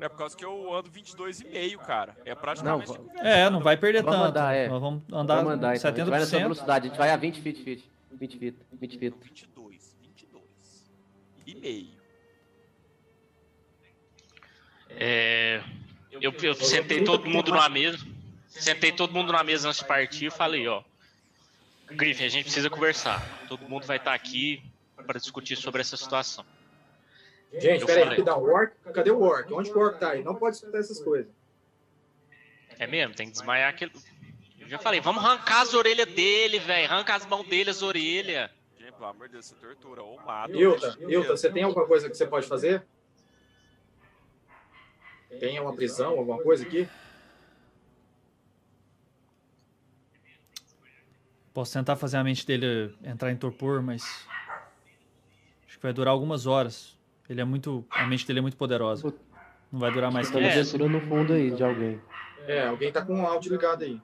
S5: É por causa que eu ando 22,5, cara. É praticamente.
S3: Não,
S5: conversa.
S1: É, não vai perder
S3: Vamos
S1: tanto.
S3: andar, é.
S1: Nós vamos andar
S3: Vamos andar, então. A gente vai na sua
S1: 70%.
S3: velocidade, a gente vai a 20 feet, feet. 20 feet, 20 feet.
S5: Não, 22, 22 e meio.
S2: É, eu, eu sentei todo mundo numa mesa. Sentei todo mundo numa mesa antes de partir e falei, ó. Griffin, a gente precisa conversar. Todo mundo vai estar aqui para discutir sobre essa situação.
S4: Gente,
S2: Eu
S4: peraí,
S2: falei.
S4: rapidão. Orc, cadê o Orc? Onde que o Orc tá aí? Não pode escutar essas coisas.
S2: É mesmo, tem que desmaiar aquele. Eu já falei, vamos arrancar as orelhas dele, velho. Arranca as mãos dele, as orelhas.
S5: Gente, pelo amor de Deus, você tortura. Ou mata. ou
S4: Ilta,
S5: deixa
S4: Ilta,
S5: preso.
S4: você tem alguma coisa que você pode fazer? Tem uma prisão, alguma coisa aqui?
S1: Posso tentar fazer a mente dele entrar em torpor, mas. Acho que vai durar algumas horas. Ele é muito. A mente dele é muito poderosa. Não vai durar mais que
S3: Estamos
S2: É.
S1: isso.
S3: descendo no fundo aí de alguém.
S4: É, alguém tá com um áudio ligado aí.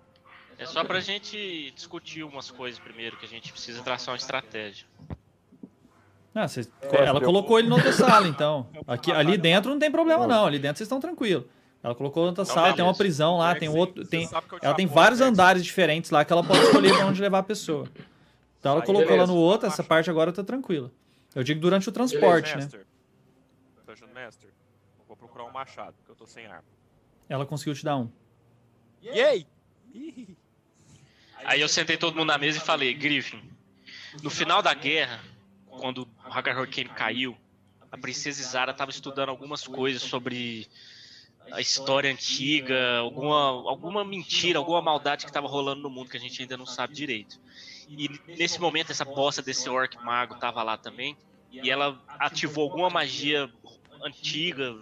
S2: É só pra gente discutir umas coisas primeiro, que a gente precisa traçar uma estratégia.
S1: Ah, vocês- ela colocou ele na outra sala, então. Aqui, ali dentro não tem problema, não. Ali dentro vocês estão tranquilos. Ela colocou na outra
S5: Não,
S1: sala, tem uma
S2: beleza.
S1: prisão lá, tem
S5: Vexen,
S1: outro.
S5: você
S1: Tem,
S5: sabe que eu te
S1: ela tem
S5: apoio,
S1: vários
S5: Vexen.
S1: andares diferentes lá que ela pode escolher pra onde levar a pessoa. Então ela
S5: Aí,
S1: colocou lá
S4: beleza.
S1: no outro, essa parte agora tá tranquila. Eu digo durante o transporte, né?
S5: Master. Tá achando Master? Eu Vou procurar um machado, porque eu tô sem arma.
S1: Ela conseguiu te dar um.
S5: Yay!
S2: Aí eu sentei todo mundo na mesa e falei, Griffin, no final da guerra, quando o Hagar Hurricane caiu, a princesa Isara estava estudando algumas coisas sobre a história antiga, alguma, alguma mentira, alguma maldade que estava rolando no mundo que a gente ainda não sabe direito. E nesse momento, essa bosta desse orc mago estava lá também, e ela ativou alguma magia antiga,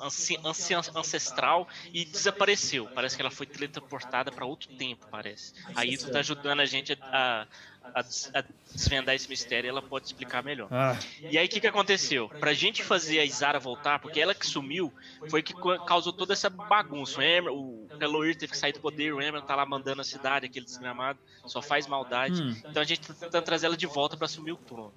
S2: anci- anci- ancestral, e desapareceu. Parece que ela foi teleportada para outro tempo, parece. Aí isso tá ajudando a gente a, a des- a desvendar esse mistério e ela pode explicar melhor.
S1: Ah,
S2: E aí o que, que aconteceu? Pra gente fazer a Isara voltar, porque ela que sumiu, foi que co- causou toda essa bagunça. O, Emer, o Eloir teve que sair do poder, o Emerald tá lá mandando a cidade, aquele desgramado, só faz maldade.
S1: hum.
S2: Então a gente tá tentando trazer ela de volta pra assumir o trono.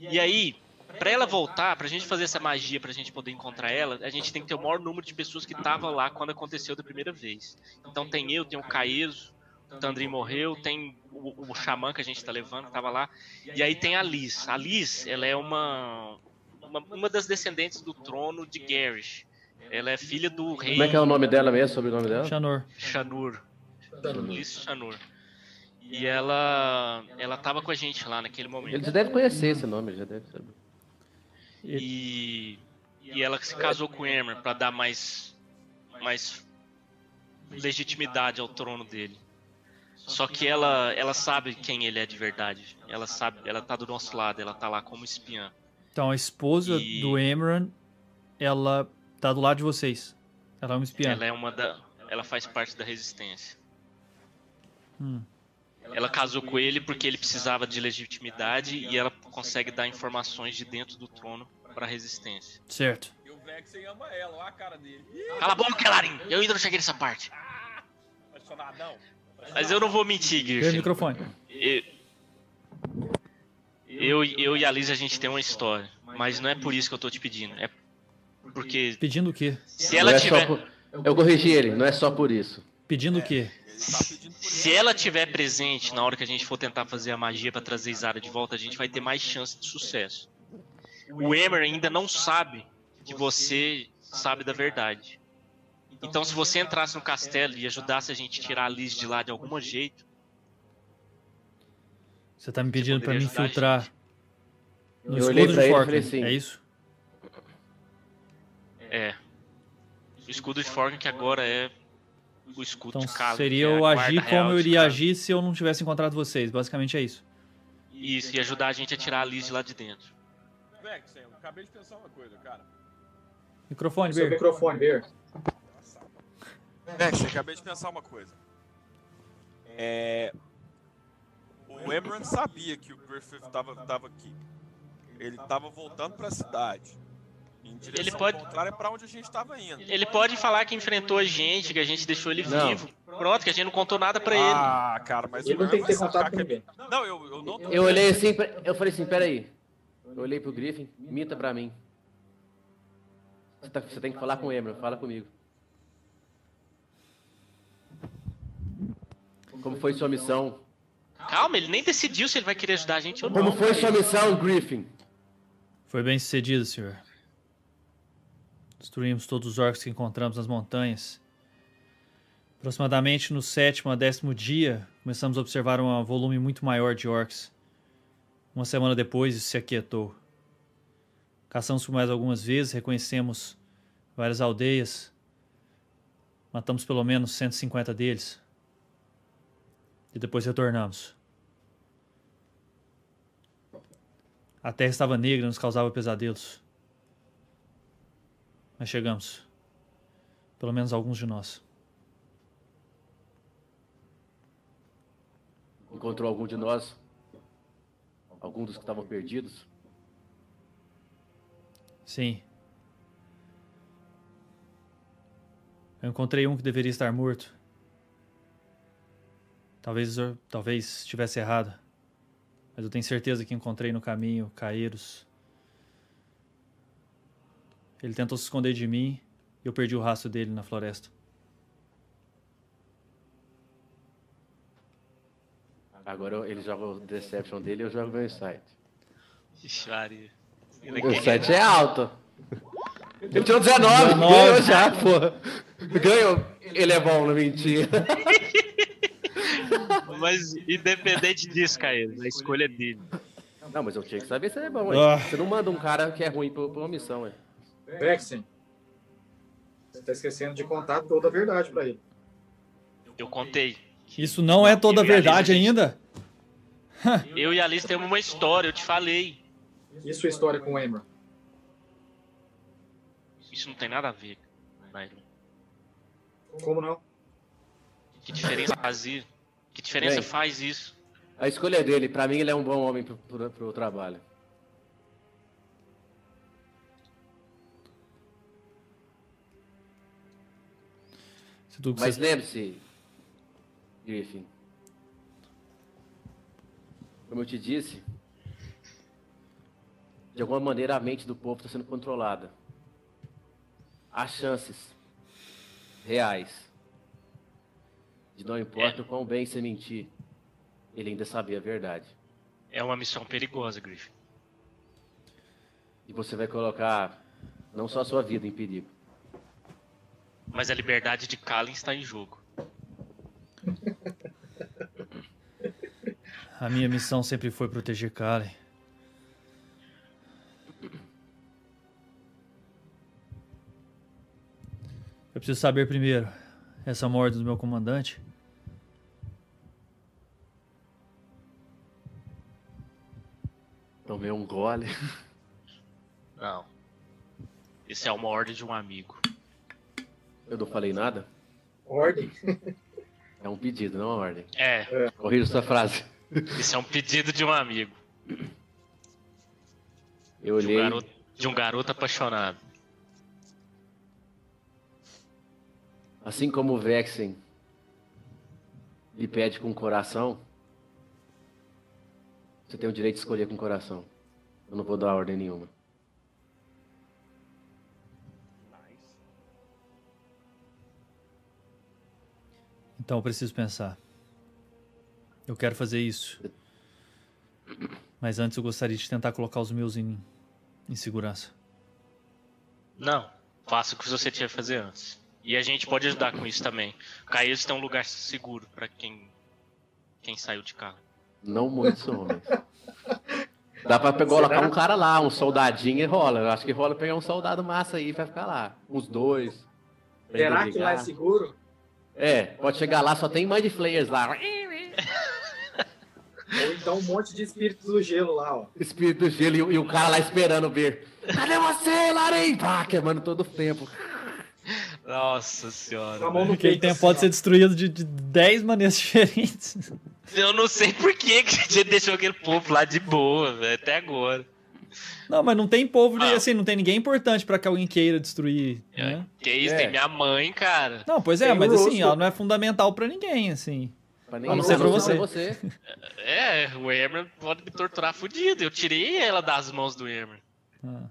S2: E aí, pra ela voltar, pra gente fazer essa magia, pra gente poder encontrar ela, a gente tem que ter o maior número de pessoas que estavam lá quando aconteceu da primeira vez. Então tem eu, tem o Caeso, o Tandrin morreu, tem o, o xamã que a gente tá levando, que tava lá. E aí tem a Liz. A Liz, ela é uma, uma, uma das descendentes do trono de Garrish. Ela é filha do rei
S3: Como é que é o nome dela mesmo, sobrenome dela?
S1: Chanor.
S2: Shanur.
S4: Tá Hum.
S2: Liz Shanur. E ela ela tava com a gente lá naquele momento.
S3: Ele já deve conhecer esse nome, já deve saber.
S2: E, e ela se casou com o Emer pra dar mais, mais legitimidade ao trono dele. Só que ela, ela sabe quem ele é de verdade. Ela sabe, ela tá do nosso lado, ela tá lá como espiã.
S1: Então a esposa
S2: E-
S1: do Emran, ela tá do lado de vocês. Ela é uma espiã.
S2: Ela é uma da, ela faz parte da resistência.
S1: Hum.
S2: Ela casou com ele porque ele precisava de legitimidade e ela consegue dar informações de dentro do trono pra resistência.
S1: Certo.
S5: E o Vexen ama ela, olha a cara dele.
S2: Cala a boca, Larim! Eu ainda não cheguei nessa parte.
S5: Apaixonadão.
S2: Mas eu não vou mentir,
S1: Vê o
S2: Griffin.
S1: microfone.
S2: Eu, eu, eu e a Liz, a gente tem uma história, mas não é por isso que eu tô te pedindo. É porque
S1: Pedindo o quê?
S2: se
S3: Não
S2: ela
S3: é só
S2: tiver,
S3: por- Eu corrigi ele, não é só por isso.
S2: É.
S1: Pedindo o quê?
S5: Ele tá pedindo por
S2: se ela tiver presente na hora que a gente for tentar fazer a magia pra trazer Isara de volta, a gente vai ter mais chance de sucesso. O Emer ainda não sabe que você sabe da verdade. Então, se você entrasse no castelo e ajudasse a gente a tirar a Liz de lá de algum jeito,
S1: Você tá me pedindo pra me
S2: poderia ajudar a
S1: infiltrar no
S3: Eu olhei
S1: escudo
S3: pra
S1: de
S3: ele e
S1: Fork.
S3: falei assim,
S1: É isso?
S2: é. O escudo de Forgan, que agora é o escudo
S1: Então
S2: de é Kali.
S1: seria eu agir como eu iria agir se eu não tivesse encontrado vocês. Basicamente é isso.
S2: Isso, e ajudar a gente a tirar a Liz de lá de dentro.
S5: Vexen, eu acabei de pensar uma coisa, cara.
S1: Microfone,
S4: Seu
S1: Ber.
S4: microfone, Ber.
S5: Nossa. Vexen, É, acabei de pensar uma coisa. É. O Emran sabia que o Griffith tava, tava aqui. Ele tava voltando pra cidade. Em direção
S2: Ele pode-
S5: contrária pra onde a gente tava indo.
S2: Ele pode falar que enfrentou a gente, que a gente deixou ele
S3: Não.
S2: vivo. Pronto, que a gente não contou nada pra ele.
S5: Ah, cara, mas
S4: Ele
S5: o
S4: não tem
S5: Emran
S4: que ter
S5: vai
S4: contato
S5: sacar
S4: com
S5: que é
S4: ninguém.
S5: Não, eu, eu não tô.
S3: Eu olhei assim, pra- eu falei assim, peraí. Eu olhei pro Griffin, minta pra mim. Você, tá- você tem que falar com o Emran, fala comigo. Como foi sua missão?
S2: Calma, ele nem decidiu se ele vai querer ajudar a gente ou
S3: Como
S2: não.
S3: foi sua missão, Griffin?
S1: Foi bem sucedido, senhor. Destruímos todos os orcs que encontramos nas montanhas. Aproximadamente no sétimo a décimo dia, começamos a observar um volume muito maior de orcs. Uma semana depois, isso se aquietou. Caçamos por mais algumas vezes, reconhecemos várias aldeias. Matamos pelo menos 150 deles. E depois retornamos. A terra estava negra, e nos causava pesadelos. Mas chegamos. Pelo menos alguns de nós.
S3: Encontrou algum de nós? Algum dos que estavam perdidos?
S1: Sim. Eu encontrei um que deveria estar morto. Talvez, eu- talvez estivesse errado. Mas eu tenho certeza que encontrei no caminho Caeiros. Ele tentou se esconder de mim e eu perdi o rastro dele na floresta.
S3: Agora eu- ele joga o Deception dele e eu jogo meu Insight.
S2: Ixi, Maria. Ele
S3: O
S2: quer-
S3: Insight é alto. Ele tirou 19,
S1: 19.
S3: ganhou já, pô. Ganhou. Ele é bom, não mentira.
S2: Mas independente disso, Caio, a escolha é dele.
S3: Não, mas eu tinha que saber se ele é bom,
S1: Ah.
S3: hein? Você não manda um cara que é ruim pra, pra uma missão, hein?
S4: Vexen. Você tá esquecendo de contar toda a verdade pra ele.
S2: Eu contei.
S1: Isso não é toda a
S2: Ele analisa
S1: verdade
S2: a gente.
S1: ainda?
S2: Eu e a Liz temos uma história, eu te falei.
S4: E sua história com o Emra?
S2: Isso não tem nada a ver, Nairo.
S4: Como não?
S2: Que diferença fazia? Que diferença
S3: Bem.
S2: faz isso?
S3: A escolha é dele, pra mim ele é um bom homem pro, pro, pro trabalho.
S1: Se tudo que
S3: Mas
S1: vocês-
S3: lembre-se, Griffin. Como eu te disse, de alguma maneira a mente do povo está sendo controlada. Há chances reais de não importa o quão bem você mentir, ele ainda saber a verdade.
S2: É uma missão perigosa, Griffin.
S3: E você vai colocar não só a sua vida em perigo.
S2: Mas a liberdade de Kalin está em jogo.
S1: A minha missão sempre foi proteger Karen. Eu preciso saber primeiro. Essa é uma ordem do meu comandante.
S3: Tomei um gole.
S2: Não. Isso é uma ordem de um amigo.
S3: Eu não falei nada.
S4: Ordem?
S3: É um pedido, não uma ordem.
S2: É,
S3: Corrijo sua frase.
S2: isso é um pedido de um amigo.
S3: Eu
S2: De um
S3: olhei.
S2: garoto, de um garoto apaixonado.
S3: Assim como o Vexen lhe pede com o coração, você tem o direito de escolher com o coração. Eu não vou dar ordem nenhuma.
S1: Então eu preciso pensar. Eu quero fazer isso. Mas antes eu gostaria de tentar colocar os meus em, em segurança.
S2: Não. Faça o que você tinha que fazer antes. E a gente pode ajudar com isso também. Caíros tem um lugar seguro para quem quem saiu de Kalin.
S3: Não muitos homens. Dá pra pe- colocar um cara lá, um soldadinho e rola. Eu acho que rola pegar um soldado massa aí pra ficar lá. Uns dois. pra ele
S4: Será que lá é
S3: brigar.
S4: seguro?
S3: É, pode chegar lá, só tem Mind Flayers lá.
S4: Ou então um monte de espíritos do gelo lá, ó.
S3: Espírito do gelo e, o- e o cara lá esperando ver. Cadê você, Larim? Pá, queimando todo o tempo.
S2: Nossa senhora.
S4: Com a mão no
S1: Aquele
S4: peito,
S1: tempo
S4: assim,
S1: pode
S4: ó.
S1: ser destruído de de 10 maneiras diferentes.
S2: Eu não sei por que que a gente deixou aquele povo lá de boa, velho, até agora.
S1: Não, mas não tem povo, de,
S2: Ah.
S1: assim, não tem ninguém importante pra que alguém queira destruir, né?
S2: Que isso,
S3: É.
S2: tem minha mãe, cara.
S1: Não, pois é,
S4: Tem o
S1: mas assim,
S4: rosto.
S1: ela não é fundamental pra ninguém, assim.
S3: Pra
S1: A
S3: ninguém
S1: não ser pra
S3: saber
S1: você.
S3: você.
S2: É, o Emran pode me torturar fudido. Eu tirei ela das mãos do Emran.
S1: Ah.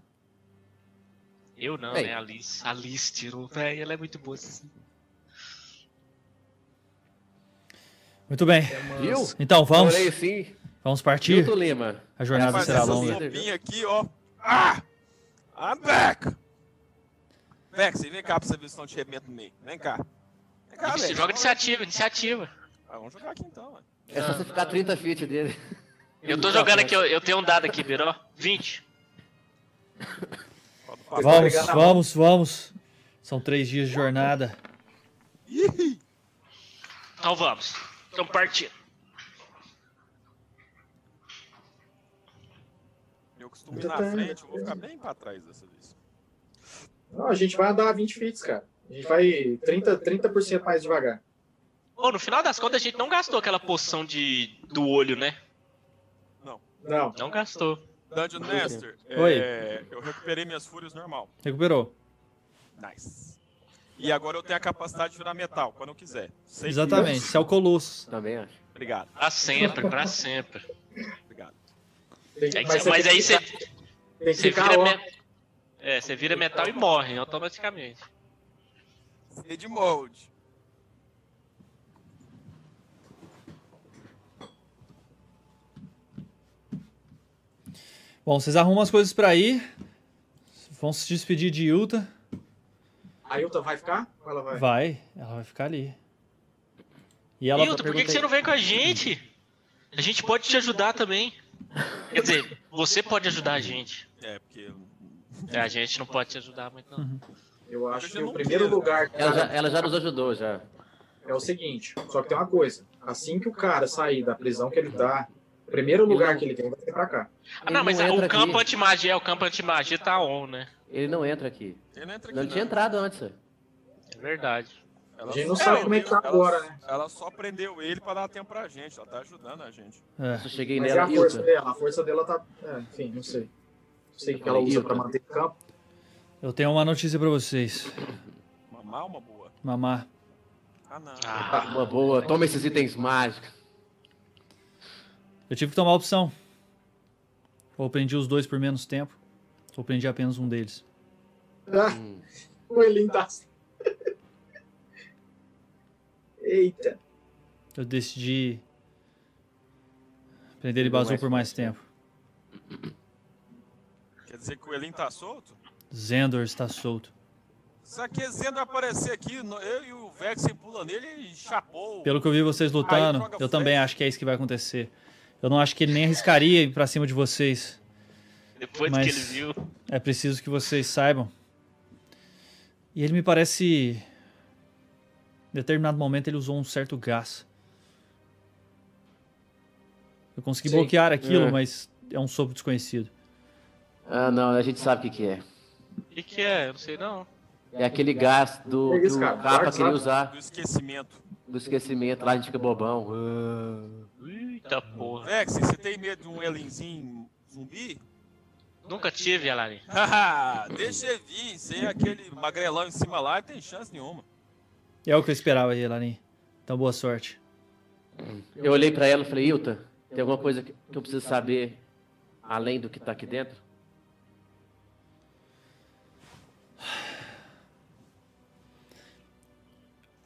S2: Eu não,
S3: Ei.
S2: né? A Alice. A Alice tirou, velho. Ela é muito boa. assim.
S1: Muito bem.
S3: Viu?
S1: Então vamos,
S3: Adorei, sim.
S1: vamos
S3: Tito
S1: partir.
S3: Lima.
S1: A jornada
S3: Mas
S5: Fazer
S1: será
S4: assim,
S5: essa
S3: essas
S1: longa.
S5: sopinha aqui, ó. Ah! I'm back! Vex, vem cá pra você ver se não te arrebenta no meio. Vem cá. Vem cá,
S2: Inici-
S5: Vex.
S2: Joga iniciativa, iniciativa.
S5: Ah, vamos jogar aqui então, mano.
S3: É
S4: Ah.
S3: só você ficar 30 feet dele.
S2: Eu tô jogando aqui, eu, eu tenho um dado aqui, Biró. 20.
S5: Pode passar.
S1: Vamos, vamos, vamos. São três dias de jornada.
S5: Ih!
S2: Então vamos. Então partindo.
S5: Eu costumo ir na frente, eu vou ficar bem pra trás dessa vez.
S4: Não, a gente vai andar 20 fits, cara. A gente vai 30, 30% mais devagar.
S2: Ô, no final das contas, a gente não gastou aquela poção de, do olho, né?
S4: Não,
S2: Não gastou.
S5: Dungeon Master, é,
S1: Oi.
S5: eu recuperei minhas fúrias normal.
S1: Recuperou.
S5: Nice. E agora eu tenho a capacidade de virar metal, quando eu quiser. Sei que-
S1: Exatamente, Céu Colosso.
S3: Também acho.
S5: Obrigado,
S2: Pra sempre, pra sempre.
S5: obrigado.
S4: tem,
S2: É que
S4: mas
S2: cê-
S4: você
S2: mas
S4: tem
S2: aí
S4: que
S2: você
S4: ficar- tem que
S2: você
S4: ficar
S2: vira,
S4: ó,
S2: me- é, você vira metal e morre automaticamente.
S5: Sage Mode.
S1: Bom, vocês arrumam as coisas pra ir. Vão se despedir de Yuta.
S4: A Yuta vai ficar? Ou ela vai?
S1: Vai, ela vai ficar ali. E ela.
S2: Hilton, por que, que você não vem com a gente? A gente pode te ajudar também. Quer dizer, você pode ajudar a gente.
S5: É, porque eu-
S2: É, A gente não pode te ajudar muito, não.
S4: Eu acho que
S5: Eu não
S4: o primeiro
S5: quero.
S4: lugar,
S3: Ela já,
S4: cara,
S3: ela já nos ajudou, já.
S4: é o seguinte. Só que tem uma coisa. Assim que o cara sair da prisão que ele tá, o primeiro lugar que ele tem vai ser pra cá.
S2: Ah, não, mas
S3: Ele
S2: o
S3: entra
S2: campo
S3: aqui.
S2: anti-magia, é, o campo anti-magia tá on, né?
S3: Ele não entra aqui.
S5: ele não entra aqui.
S3: Não tinha entrado antes. ó.
S2: É verdade.
S5: né? Ela
S4: A gente não
S5: só
S4: sabe como é que tá
S5: prendeu-
S4: agora,
S5: ela-
S4: né?
S5: Ela só prendeu ele pra dar tempo pra gente, ela tá ajudando a gente.
S1: É.
S3: Só cheguei
S4: Mas é a
S3: nela.
S4: força
S3: Hilton.
S4: dela. A força dela tá... é, enfim, não sei. Não sei o que ela usa pra manter o campo.
S1: Eu tenho uma notícia pra vocês.
S5: Uma má, uma boa.
S1: Mamá,
S5: Ah, não.
S2: Ah,
S3: Uma boa. Toma esses itens mágicos.
S1: eu tive que tomar a opção. Ou prendi os dois por menos tempo, ou prendi apenas um deles.
S4: Ah,
S3: Hum.
S4: o Elin tá... Eita.
S1: Eu decidi prender ele
S3: Por
S1: Bazou
S3: mais
S1: por mais
S3: tempo.
S1: tempo.
S5: Quer dizer que o Elin tá solto?
S1: Zendor está solto.
S5: Se a Zendra aparecer aqui, no- eu e o Vexen pula nele e chapou.
S1: Pelo que eu vi vocês lutando,
S5: joga
S1: eu também
S5: flecha.
S1: acho que é isso que vai acontecer. Eu não acho que ele nem arriscaria ir pra cima de vocês.
S2: depois
S1: Mas-
S2: que ele viu.
S1: É preciso que vocês saibam. E ele me parece. Em determinado momento ele usou um certo gás. Eu consegui
S4: Sim.
S1: bloquear aquilo,
S3: É.
S1: mas é um sopro desconhecido.
S3: Ah, não. A gente sabe o que, que é.
S2: O que, que é? Eu não sei não.
S3: É aquele gás do,
S4: É isso,
S3: do
S4: cara.
S3: capa
S4: Guarda,
S3: queria
S4: sabe?
S3: usar.
S5: Do esquecimento.
S3: Do esquecimento. Lá a gente fica bobão. Ah.
S2: Eita porra.
S5: Vexen, você tem medo de um Elinzinho zumbi?
S2: Nunca tive, Alari.
S5: Haha, Deixa ele vir, sem aquele magrelão em cima lá, não tem chance nenhuma.
S1: É o que eu esperava aí, Lanin. Então, boa sorte.
S3: Eu olhei pra ela e falei, Ilta, tem alguma coisa que que eu preciso saber além do que tá aqui dentro?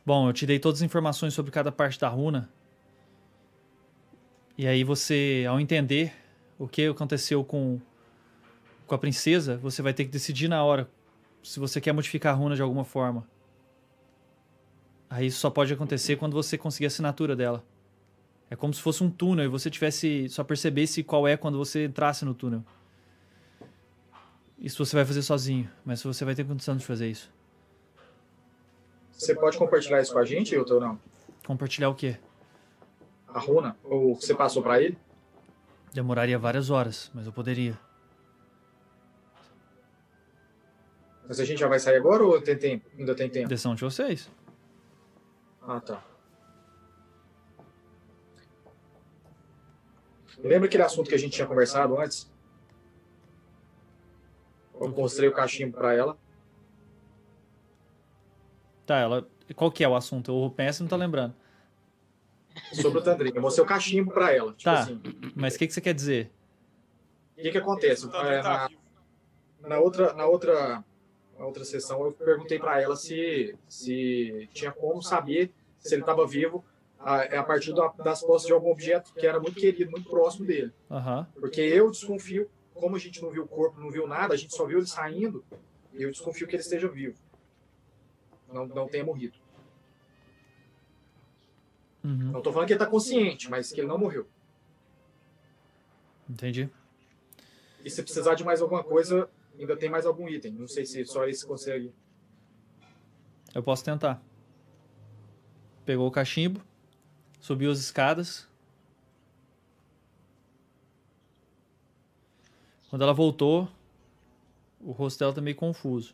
S1: Bom, eu te dei todas as informações sobre cada parte da runa. E aí você, ao entender o que aconteceu com, com a princesa, você vai ter que decidir na hora se você quer modificar a runa de alguma forma. Aí isso só pode acontecer quando você conseguir a assinatura dela. É como se fosse um túnel e você tivesse só percebesse qual é quando você entrasse no túnel. Isso você vai fazer sozinho, mas você vai ter condição de fazer isso.
S4: Você pode compartilhar isso com a gente, Yuta, ou não?
S1: Compartilhar o quê?
S4: A runa? Ou o que você passou pra ele?
S1: Demoraria várias horas, mas eu poderia.
S4: Mas a gente já vai sair agora ou tem tempo? ainda tem tempo?
S1: Deção de vocês.
S4: Ah, tá. Lembra aquele assunto que a gente tinha conversado antes? Eu mostrei o cachimbo pra ela.
S1: Tá, ela. Qual que é o assunto? O Messi não tá lembrando.
S4: sobre o Tandrinha. Eu mostrei o cachimbo pra ela. Tipo
S1: Tá.
S4: assim,
S1: Mas o que, que você quer dizer?
S4: o que que acontece?
S5: Então, ele
S4: É,
S5: tá
S4: na,
S5: vivo.
S4: na outra, na outra, na outra sessão eu perguntei pra ela se, se tinha como saber se ele estava vivo a, a partir da- das posses de algum objeto que era muito querido, muito próximo dele.
S1: Aham.
S4: Porque eu desconfio, como a gente não viu o corpo, não viu nada, a gente só viu ele saindo, eu desconfio que ele esteja vivo. Não, não tenha morrido.
S1: Uhum.
S4: Não tô falando que ele tá consciente, mas que ele não morreu.
S1: Entendi.
S4: E se precisar de mais alguma coisa, ainda tem mais algum item. Não sei se só esse consegue.
S1: Eu posso tentar. Pegou o cachimbo, subiu as escadas. Quando ela voltou, o rosto dela tá meio confuso.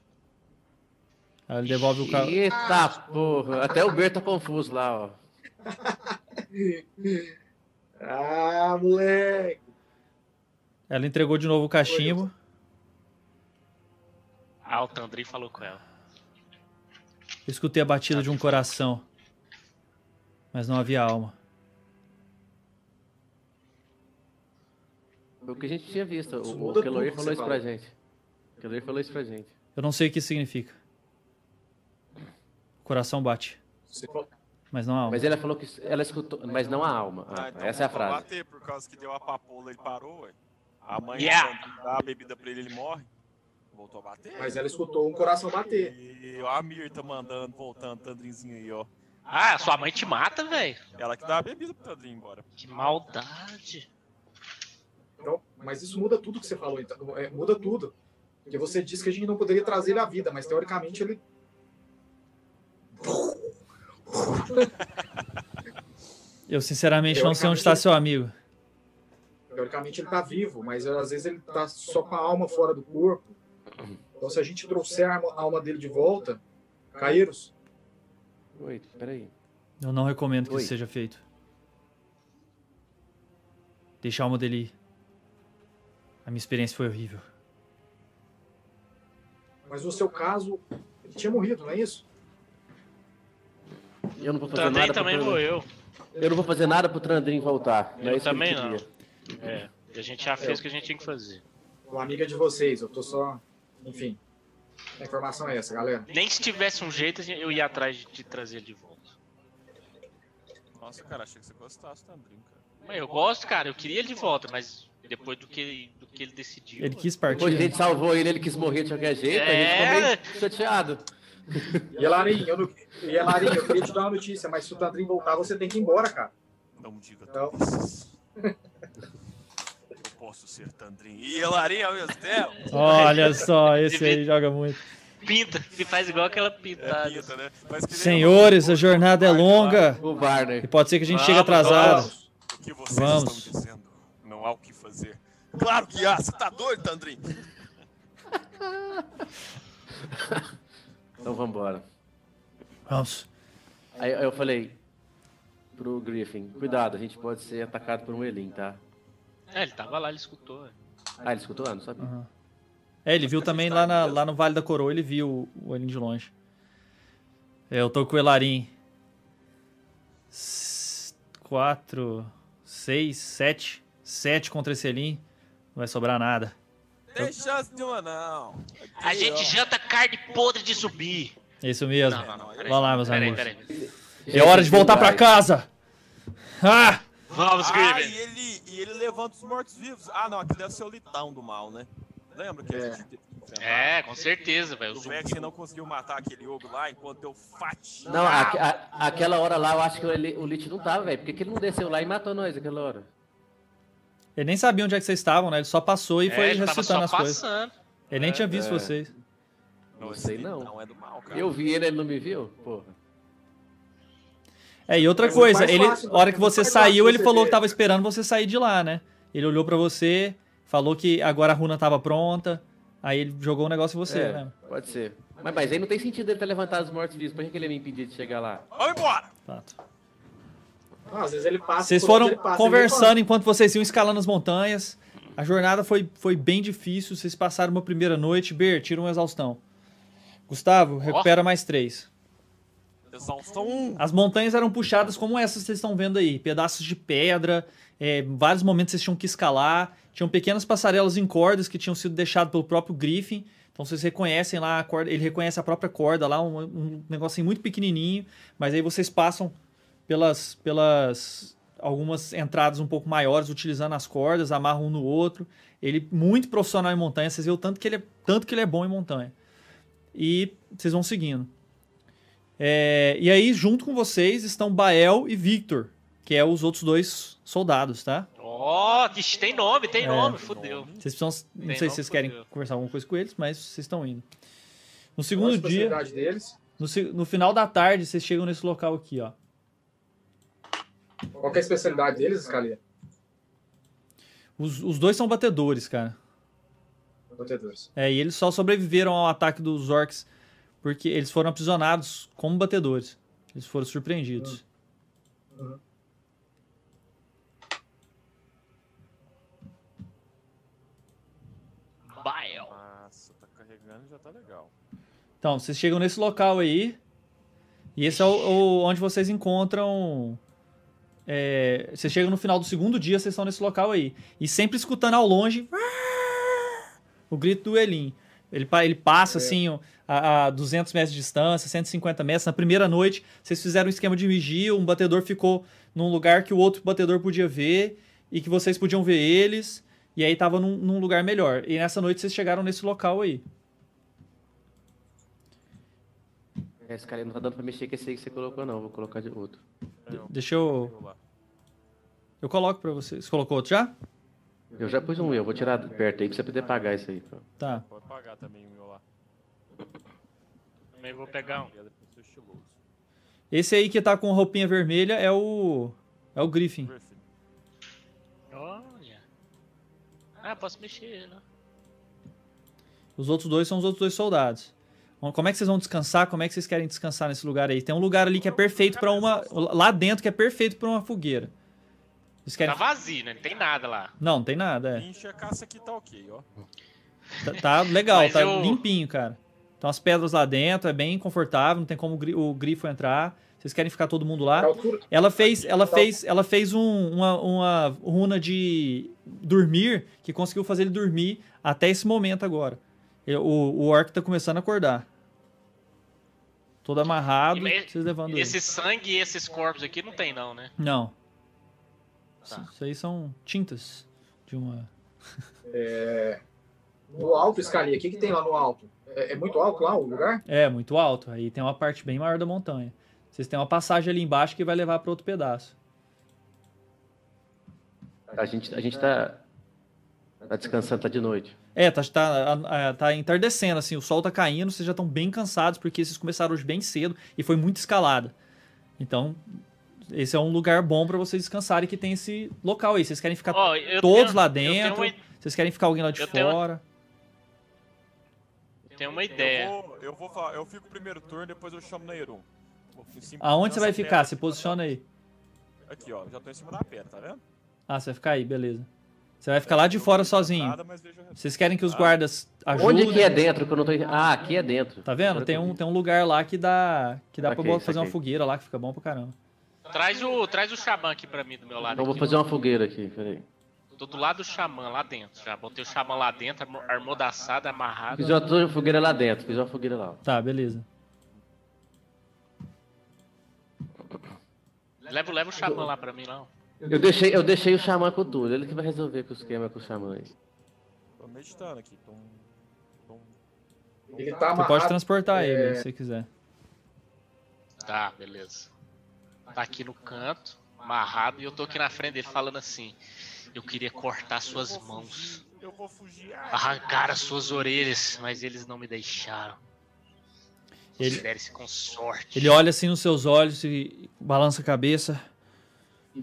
S1: Aí ele devolve o carro.
S3: Eita porra! Até o Bert tá confuso lá, ó.
S4: Ah, moleque!
S1: Ela entregou de novo o cachimbo.
S2: Ah, o Tandri falou com ela.
S1: Eu escutei a batida de um coração, mas não havia alma.
S3: Foi o que a gente tinha visto.
S4: Isso
S3: O,
S4: muda
S3: o Keloir
S4: tudo que
S3: falou
S4: você
S3: isso
S4: fala.
S3: pra gente. O Keloir falou isso pra gente.
S1: Eu não sei o que isso significa. O coração bate,
S4: Você falou-
S1: mas não há alma.
S3: Mas ela falou que ela escutou, mas não a alma. Ah,
S5: Ah, então
S3: essa é a
S5: voltou
S3: frase.
S5: bater, por causa que deu a papoula, ele parou, ué. A mãe
S2: Yeah.
S5: quando dá a bebida pra ele, ele morre. Voltou a bater.
S4: Mas ela escutou um coração bater.
S5: E ó, a Mirta mandando, voltando, Tandrinzinho aí, ó.
S2: Ah, sua mãe te mata, velho.
S5: Ela que dá a bebida pro Tandrinho ir embora.
S2: Que maldade.
S4: Então, mas isso muda tudo que você falou, então. É, muda tudo. Porque você disse que a gente não poderia trazer ele à vida, mas teoricamente ele.
S1: Eu sinceramente
S4: Eu
S1: não sei onde está
S4: acabei-
S1: seu amigo.
S4: Teoricamente ele tá vivo, mas às vezes ele tá só com a alma fora do corpo. Então se a gente trouxer a alma- a alma dele de volta, Caíros,
S3: Oi, peraí.
S1: Eu não recomendo que
S3: Oi.
S1: isso seja feito. Deixa a alma dele ir. A minha experiência foi horrível.
S4: mas no seu caso, ele tinha morrido, não é isso?
S3: Eu não vou
S2: O
S3: fazer
S2: Tandri
S3: nada. pro
S2: também
S3: Tandrin-
S2: morreu.
S3: Eu não vou fazer nada pro Trandrin voltar. Não
S2: Eu
S3: é isso que
S2: também
S3: queria.
S2: não. É, a gente já fez o que a gente tinha que fazer.
S4: Uma amiga de vocês, eu tô só. Enfim. A informação é essa, galera.
S2: Nem se tivesse um jeito, a gente- eu ia atrás de, de trazer ele de volta.
S5: Nossa, cara, achei que você gostasse do Tandrinho, cara.
S2: Mas eu gosto, cara, eu queria ele de volta, mas depois do que ele, do que ele decidiu.
S1: Ele quis
S3: Depois a
S1: partir. né?
S3: gente salvou ele, ele quis morrer de qualquer jeito. A
S2: É.
S3: gente ficou meio chateado.
S4: E Elarim, eu, não... e, Elarim, eu queria te dar uma notícia, mas se o Tandrin voltar, você tem que ir embora, cara.
S5: Não diga
S4: Não.
S5: isso. Eu posso ser Tandrinho. E Elarim ao mesmo tempo.
S1: Olha só, esse aí joga muito.
S2: Pinta, ele faz igual aquela pintada.
S5: É pinta, né? Mas que nem-
S1: Senhores, a jornada é longa
S3: O
S1: e
S3: Barney.
S1: pode ser que a gente chegue
S2: Vamos,
S1: atrasado.
S4: Vamos.
S5: O que vocês
S1: Vamos.
S5: estão dizendo? Não há o que fazer. Claro que há, você tá doido, Tandrinho?
S3: Então vambora.
S1: Vamos.
S3: Aí aí eu falei pro Griffin, cuidado, a gente pode ser atacado por um Elin, tá?
S2: É, ele tava lá, ele escutou. é.
S3: Ah, ele escutou? Ah, não sabia.
S1: Aham. É, ele viu também lá, na- lá no Vale da Coroa, ele viu o olhinho de longe. É, Eu tô com o Elarim. S- Quatro, seis, sete. Sete contra esse Elin. Não vai sobrar nada.
S5: Tem chance de uma não.
S2: A gente janta carne podre de subir.
S1: É isso mesmo.
S2: Não, não, não. Peraí,
S1: Vamos lá, meus
S2: peraí,
S1: amores.
S2: peraí.
S1: É hora de voltar pra
S3: Vai.
S1: casa! Ah!
S2: Vamos,
S5: Ah, e
S2: Griffin.
S5: ele, e ele levanta os mortos-vivos. Ah, não, aquele deve ser o Litão do mal, né? Lembra que a
S4: É.
S5: gente...
S2: É, com certeza, velho.
S5: O
S2: O
S5: Vexen
S2: zumbi-
S5: não conseguiu matar aquele ogro lá enquanto deu fatia.
S3: Não,
S1: Ah,
S3: ah, a- a- aquela hora lá eu acho que o, Eli- o Lich não tava, velho. Porque que ele não desceu lá e matou nós aquela hora?
S1: Ele nem sabia onde é que vocês estavam, né? Ele só passou e foi
S2: É, ele tava só
S1: ressuscitando as coisas.
S2: passando. né?
S1: Ele nem tinha visto
S3: É.
S1: vocês.
S3: Não
S5: esse
S3: sei, não.
S5: Litão é do mal, cara.
S3: Eu vi ele, ele não me viu? Porra.
S1: É, e outra
S4: É muito
S1: coisa,
S4: mais
S1: ele,
S4: fácil,
S1: a hora que
S4: É muito
S1: você
S4: mais
S1: saiu,
S4: fácil
S1: ele
S4: você
S1: falou
S4: ver.
S1: que tava esperando você sair de lá, né? Ele olhou pra você, falou que agora a runa tava pronta, aí ele jogou um negócio em você,
S3: É,
S1: né?
S3: Pode ser. Mas, mas aí não tem sentido ele ter levantado os mortos vivos. Por que, que ele ia me impedir de chegar lá?
S5: Vamos embora!
S1: Fato.
S4: Ah, às vezes ele passa.
S1: Vocês
S4: por onde
S1: foram
S4: ele passa, ele
S1: conversando enquanto vocês iam escalando as montanhas. A jornada foi, foi bem difícil, vocês passaram uma primeira noite. Ber, tira um exaustão. Gustavo, recupera mais três.
S5: Exaustão 1.
S1: As montanhas eram puxadas como essas que vocês estão vendo aí, pedaços de pedra, é, vários momentos vocês tinham que escalar, tinham pequenas passarelas em cordas que tinham sido deixadas pelo próprio Griffin, então vocês reconhecem lá, a corda, ele reconhece a própria corda lá, um, um negocinho muito pequenininho, mas aí vocês passam pelas, pelas algumas entradas um pouco maiores, utilizando as cordas, amarram um no outro, ele é muito profissional em montanha, vocês viram o tanto que ele é, tanto que ele é bom em montanha. E vocês vão seguindo. É, e aí, junto com vocês, estão Bael e Victor, que é os outros dois soldados, tá?
S2: Ó, oh, tem nome, tem
S1: É.
S2: nome, fodeu.
S1: Vocês precisam. Não
S2: Bem,
S1: sei
S2: vamos
S1: se vocês querem
S2: poder.
S1: conversar alguma coisa com eles, mas vocês estão indo. No
S4: passa. Eu
S1: segundo
S4: acho que a
S1: dia,
S4: facilidade deles.
S1: no, se- no final da tarde, vocês chegam nesse local aqui, ó.
S4: Qual que é a especialidade deles, Scalia?
S1: Os, os dois são batedores, cara.
S4: Protetores.
S1: É, e eles só sobreviveram ao ataque dos orcs porque eles foram aprisionados como batedores. Eles foram surpreendidos.
S2: Bael.
S5: Nossa, tá carregando e já tá legal.
S1: Então, vocês chegam nesse local aí. E esse é o, o- onde vocês encontram. é, vocês chegam no final do segundo dia, vocês estão nesse local aí. E sempre escutando ao longe. O grito do Elim. Ele, pa- ele passa assim ó, a, a 200 metros de distância, 150 metros. Na primeira noite, vocês fizeram um esquema de vigia. Um batedor ficou num lugar que o outro batedor podia ver e que vocês podiam ver eles. E aí tava num- num lugar melhor. E nessa noite vocês chegaram nesse local aí.
S3: Esse cara aí não tá dando pra mexer com esse aí que você colocou, não. Vou colocar de outro.
S2: Então,
S5: Não,
S1: Deixa eu.
S5: vou lá.
S1: Eu coloco pra vocês. Você colocou outro já?
S3: Eu já pus um eu, vou tirar de perto aí pra você poder pagar isso aí. pô.
S1: Tá.
S5: Pode pagar também o meu lá.
S2: Também vou pegar um.
S5: Pedra pra ser estiloso.
S1: Esse aí que tá com roupinha vermelha é o. É o Griffin.
S5: Griffin.
S2: Olha. Ah, posso mexer, né?
S1: Os outros dois são os outros dois soldados. Bom, Como é que vocês vão descansar? Como é que vocês querem descansar nesse lugar aí? Tem um lugar ali que é perfeito pra uma. Lá dentro que é perfeito pra uma fogueira. Vocês
S2: Tá
S1: querem.
S2: vazio, né? Não tem nada lá.
S1: Não, não tem nada, é.
S5: Enche a caça aqui, tá ok, ó.
S1: Tá, tá legal,
S2: Mas
S1: tá
S2: eu-
S1: limpinho, cara. Então as pedras lá dentro, é bem confortável, não tem como o gri- o grifo entrar. Vocês querem ficar todo mundo lá?
S4: A altura,
S1: Ela fez, ela fez, ela fez um- uma, uma runa de dormir que conseguiu fazer ele dormir até esse momento agora. E O, o orc tá começando a acordar. Todo amarrado,
S2: E me-
S1: vocês levando
S2: E esse
S1: ele.
S2: sangue e esses corpos aqui não tem, não, né?
S1: Não.
S2: Tá.
S1: Isso aí são tintas de uma.
S4: no alto, Scalia, o que, que tem lá no alto? É, é muito alto lá o lugar?
S1: É, muito alto. Aí tem uma parte bem maior da montanha. Vocês têm uma passagem ali embaixo que vai levar para outro pedaço.
S3: A gente, a gente tá, tá descansando, tá de noite.
S1: É, tá, tá, a- a- tá entardecendo, assim, o sol tá caindo, vocês já estão bem cansados, porque vocês começaram hoje bem cedo e foi muito escalada. Então, esse é um lugar bom pra vocês descansarem que tem esse local aí. Vocês querem ficar
S2: Ó, eu
S1: todos
S2: tenho-
S1: lá
S2: Eu
S1: dentro,
S2: tenho uma,
S1: vocês querem ficar alguém lá de
S2: eu tenho um uma-
S1: fora.
S2: tenho uma
S5: Eu
S1: É.
S2: ideia.
S5: vou, eu vou falar, eu fico primeiro turno, depois eu chamo Neirum.
S1: Aonde você vai ficar? Se posiciona aí.
S5: Aqui, ó, já tô em cima da pedra, tá vendo?
S1: Ah, você vai ficar aí, beleza. Você vai ficar lá de fora sozinho.
S5: Nada, mas vejo o resto.
S1: Vocês querem que
S2: Ah.
S1: os guardas ajudem?
S3: Onde que é dentro que eu não tô... Ah, aqui é dentro.
S1: Tá vendo? Tem um, tem um lugar lá que dá, que dá pra
S3: Saquei,
S1: bo- fazer uma
S3: saquei.
S1: fogueira lá, que fica bom pra caramba.
S2: Traz o, traz o xamã aqui pra mim do
S1: um
S2: meu lado.
S3: Então eu vou
S2: aqui.
S3: fazer uma fogueira aqui, peraí.
S2: Tô do lado do xamã, lá dentro. Já botei o xamã lá dentro, armo- armodaçado, amarrado.
S3: Fiz uma to- fogueira lá dentro, fiz uma fogueira lá. ó.
S1: Tá, beleza.
S2: Leva, leva o xamã lá pra mim, não.
S3: Eu deixei, eu deixei o xamã com tudo, ele que vai resolver com o esquema com o xamã aí.
S5: Tô um, meditando aqui. Tom, tom.
S4: Ele tá
S1: Você
S4: amarrado.
S1: pode transportar ele, se você quiser.
S2: Tá, beleza. Tá aqui no canto, amarrado, e eu tô aqui na frente dele falando assim. Eu queria cortar suas mãos,
S5: Eu vou fugir. Ah,
S2: arrancar as suas orelhas, mas eles não me deixaram.
S1: Ele-
S2: Considere-se com sorte.
S1: Ele olha assim nos seus
S3: Hum.
S1: olhos e balança a cabeça.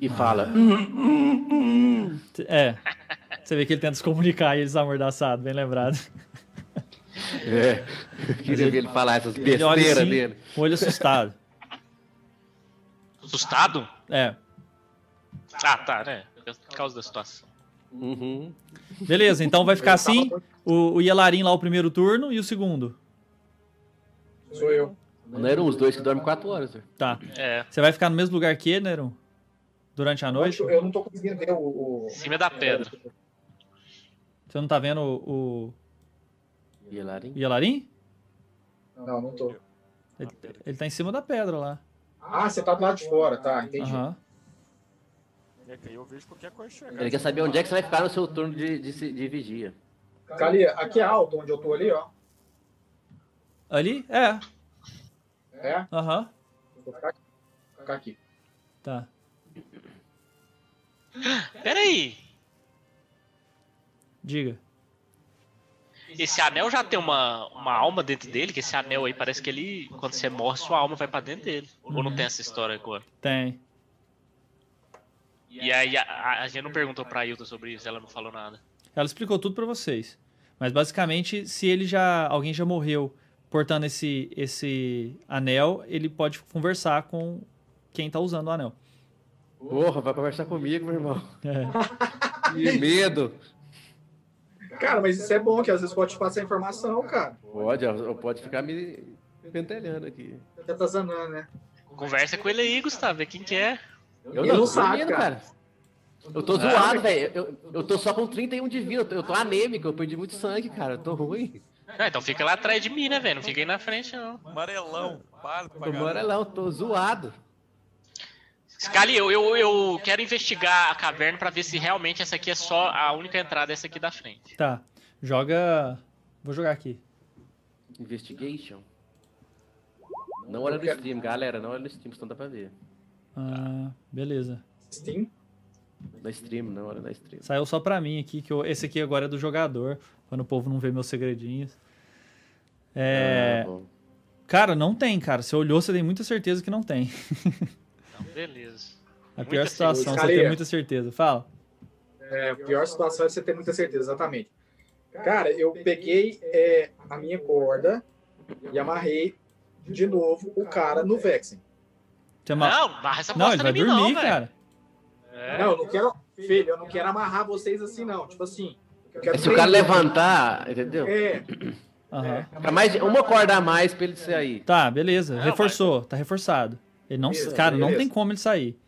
S3: E fala.
S1: É. Você vê que ele tenta se comunicar e eles amordaçados, bem lembrado.
S3: É. Queria ver ele falar essas
S1: Ele olha
S3: besteiras
S1: assim,
S3: dele.
S1: com o olho assustado.
S2: Assustado?
S1: É.
S2: Ah, tá, né? Por causa da situação.
S3: Uhum.
S1: Beleza, então vai ficar
S4: Eu tava
S1: assim. O, o Yelarin lá o primeiro turno e o segundo.
S4: Sou eu.
S3: Não eram os dois que dormem quatro horas. né?
S1: Tá.
S2: É,
S1: Você vai ficar no mesmo lugar que ele, Neron? Durante a noite?
S4: Eu não tô conseguindo ver o. o...
S2: em cima da pedra.
S1: Você não tá vendo o, o
S3: E Larim?
S1: Yelarin?
S4: Não, não tô.
S1: Ele, ele tá em cima da pedra lá.
S4: Ah, você tá do lado de fora, tá? Entendi.
S1: Aham.
S2: Ah.
S5: É que aí eu vejo qualquer coisa chegar.
S3: Ele quer saber onde é que você vai ficar no seu turno de, de, se- de vigia.
S4: Cali, aqui é alto onde eu tô ali, ó.
S1: Ali? É.
S4: É?
S1: Aham.
S4: Vou ficar aqui. Vou ficar aqui.
S1: Tá.
S2: Peraí,
S1: Diga.
S2: esse anel já tem uma, uma alma dentro dele? Que esse anel aí parece que ele, quando você morre, sua alma vai pra dentro dele. Ou não tem essa história agora?
S1: Tem.
S2: E aí, a, a- a gente não perguntou pra Ailton sobre isso, ela não falou nada.
S1: Ela explicou tudo pra vocês. Mas basicamente, se ele já alguém já morreu portando esse esse anel, ele pode conversar com quem tá usando o anel.
S3: Porra, vai conversar comigo, meu irmão.
S1: É.
S3: Que medo.
S4: Cara, mas isso é bom, que às vezes pode te passar informação, cara.
S3: Pode, ó, eu pode ficar me pentelhando aqui.
S4: Você tá zanando, né?
S2: Conversa com ele aí, Gustavo, vê quem que é.
S3: Eu
S4: Ele
S3: não,
S4: não
S3: tô
S4: sabe,
S3: dormindo,
S4: cara.
S3: cara. Eu tô zoado, velho. Eu, eu tô só com 31 de vida. Eu tô, eu tô anêmico, eu perdi muito sangue, cara. Eu tô ruim.
S2: Ah, então fica lá atrás de mim, né, velho? Não fica aí na frente, não.
S5: Amarelão, para
S3: Tô morelão, tô zoado.
S2: Scali, eu, eu, eu quero investigar a caverna pra ver se realmente essa aqui é só a única entrada, essa aqui da frente.
S1: Tá. Joga. Vou jogar aqui.
S3: Investigation. Não olha no stream, galera. Não olha no stream, senão dá pra ver.
S1: Ah, beleza.
S4: Sim.
S3: Na stream, não olha na stream.
S1: Saiu só pra mim aqui, que eu- esse aqui agora é do jogador, quando o povo não vê meus segredinhos. É,
S3: Ah, bom.
S1: Cara, não tem, cara. Você olhou, você tem muita certeza que não tem.
S2: Então, beleza.
S1: A
S2: Muita
S1: pior situação,
S4: certeza.
S1: você tem
S4: Cara,
S1: muita certeza. Fala.
S4: É, a pior situação é você ter muita certeza, exatamente. Cara, eu peguei é, a minha corda e amarrei de novo o cara no Vexen.
S1: Você é uma-
S2: Não, barra essa
S1: Não,
S2: bosta
S1: ele
S2: em
S1: vai
S2: mim, não,
S1: dormir,
S2: velho.
S1: cara.
S4: Não, eu não quero. Filho, eu não quero amarrar vocês assim, não. Tipo assim. eu quero
S3: É se o cara
S4: prender.
S3: levantar, entendeu?
S4: É,
S1: Aham.
S3: Fica mais de- uma corda a mais pra ele sair.
S1: Tá, beleza.
S2: Não,
S1: Reforçou, tá reforçado. Ele não,
S4: Beleza,
S1: cara, não
S4: beleza.
S1: tem como ele sair.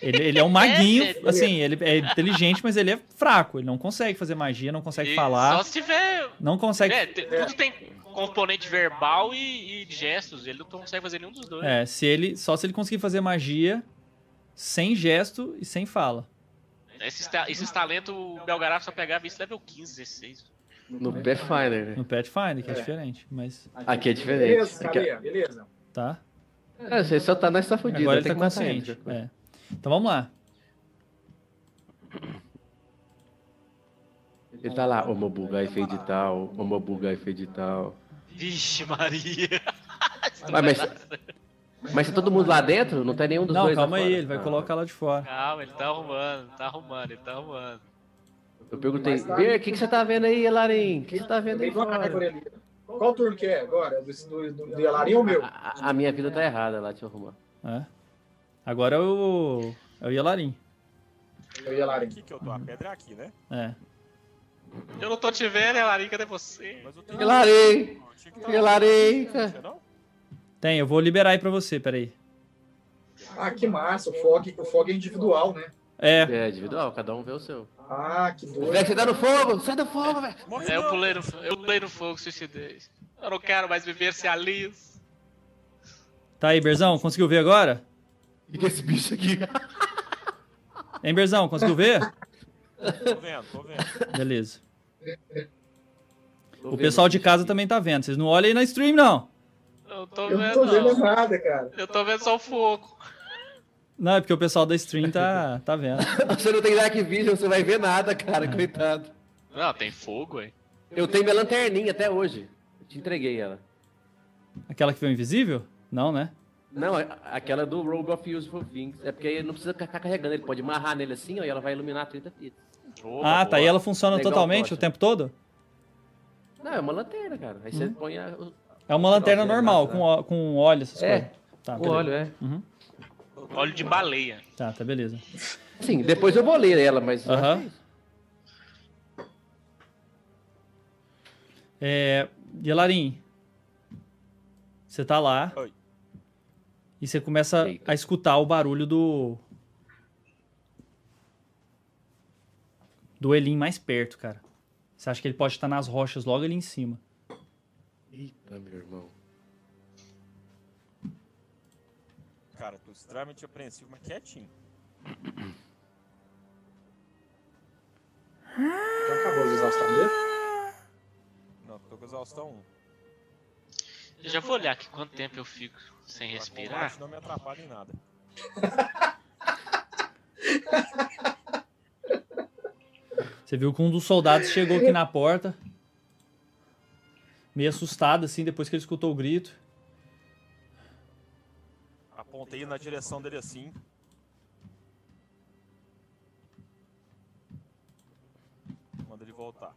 S1: Ele, ele é um maguinho,
S2: velho.
S1: assim, ele é inteligente, mas ele é fraco. Ele não consegue fazer magia, não consegue
S2: E Só
S1: falar,
S2: se tiver.
S1: não consegue.
S2: É, te- tudo tem componente verbal e, e de gestos. Ele não consegue fazer nenhum dos dois.
S1: É, se ele, só se ele conseguir fazer magia sem gesto e sem fala.
S2: Esses, ta- esses talentos o Belgaraf só pegava isso level 15, 16.
S3: No Pathfinder, né?
S1: No Pathfinder, que é,
S4: É.
S1: diferente, mas
S3: Aqui é diferente.
S4: beleza,
S3: Aqui é...
S4: Calia, beleza.
S1: tá.
S3: É, você só tá, nós tá fudido.
S1: Agora
S3: né?
S1: ele
S3: Tem
S1: tá
S3: que matar ele.
S1: consciente. É. Então vamos lá.
S3: Ele tá lá, homobugai fedital, homobugai fedital.
S2: Vixe, Maria.
S3: Ah, mas, mas se todo mundo lá dentro, não tem nenhum dos
S1: Não,
S3: dois lá
S1: calma aí,
S3: fora.
S1: ele vai
S3: Ah,
S1: colocar lá de fora.
S2: Calma, ele tá arrumando, tá arrumando, ele tá arrumando.
S3: Eu perguntei, Beer, o que, que você tá vendo aí, Elarim? O que, que você tá
S4: Eu
S3: vendo
S4: dei
S3: aí
S4: uma carga
S3: fora?
S4: orelhinha. Qual turno que é agora? Do, do, do, do Yelarin ou meu?
S3: A, a- a minha vida tá errada lá, deixa eu arrumar.
S1: É. Agora é o. É o Yelarin.
S4: Eu Yelarin.
S5: Aqui que eu tô, a pedra é aqui, né?
S1: É.
S2: Eu não tô te vendo, Elarim, cadê você?
S5: Mas eu tenho.
S3: Elarim!
S5: Eu tinha que tá-
S3: Elarim!
S5: Não é não?
S1: Tem, eu vou liberar aí pra você, peraí.
S4: Ah, que massa. O fog, o fog é individual, né?
S1: É,
S3: É, individual, cada um vê o seu.
S4: Ah, que doido.
S3: Velho, você tá no fogo! Sai do fogo, velho!
S5: Morre
S2: É, eu
S5: não.
S2: pulei no, eu pulei no fogo, suicidei. Eu não quero mais viver sem a Liz.
S1: Tá aí, Berzão, conseguiu ver agora?
S3: O que é esse bicho aqui?
S1: Hein, Berzão, conseguiu ver?
S5: Tô vendo, tô vendo.
S1: Beleza. O pessoal de casa também tá vendo. Vocês não olhem aí na stream, não.
S2: Eu tô
S4: Eu não
S3: é,
S2: vendo,
S4: tô vendo
S2: não.
S4: nada, cara.
S2: Eu tô vendo só o fogo.
S1: Não, é porque o pessoal da stream tá, tá vendo.
S3: Você não tem Dark Vision, você vai ver nada, cara, coitado.
S2: Não, tem fogo, hein?
S3: Eu tenho minha lanterninha até hoje. Eu te entreguei ela.
S1: Aquela que veio invisível? Não, né?
S3: Não, é- aquela do Robe of Useful Things. É porque ele não precisa ficar carregando, ele pode amarrar nele assim, ó, e ela vai iluminar 30 fitas.
S1: ah, tá. E ela funciona
S3: Legal,
S1: totalmente
S3: ótimo.
S1: o tempo todo?
S3: Não, é uma lanterna, cara. Aí
S1: Uhum.
S3: você põe a, o,
S1: É uma lanterna
S3: Legal,
S1: normal,
S3: legal.
S1: com, ó- com óleo, essas
S3: É,
S1: coisas. Tá,
S3: o
S1: beleza.
S3: óleo, é.
S2: Óleo de baleia.
S1: Tá, tá, beleza.
S3: Sim, depois eu vou ler ela, mas. eu acho
S1: Aham.
S3: que é isso.
S1: É, Yelarin, você tá lá.
S5: Oi.
S1: E você começa
S3: Eita.
S1: a escutar o barulho do. Do Elim mais perto, cara. Você acha que ele pode estar nas rochas logo ali em cima.
S3: Eita, Ah, meu irmão.
S5: Cara, tô extremamente apreensivo, mas quietinho.
S4: Então acabou de exaustar dele?
S5: Não, tô com exaustão 1.
S2: Eu já vou olhar aqui quanto tempo eu fico sem respirar.
S5: Não me atrapalha em nada.
S1: Você viu que um dos soldados chegou aqui na porta. Meio assustado, assim, depois que ele escutou o grito.
S5: Apontei na direção dele assim. Manda ele voltar.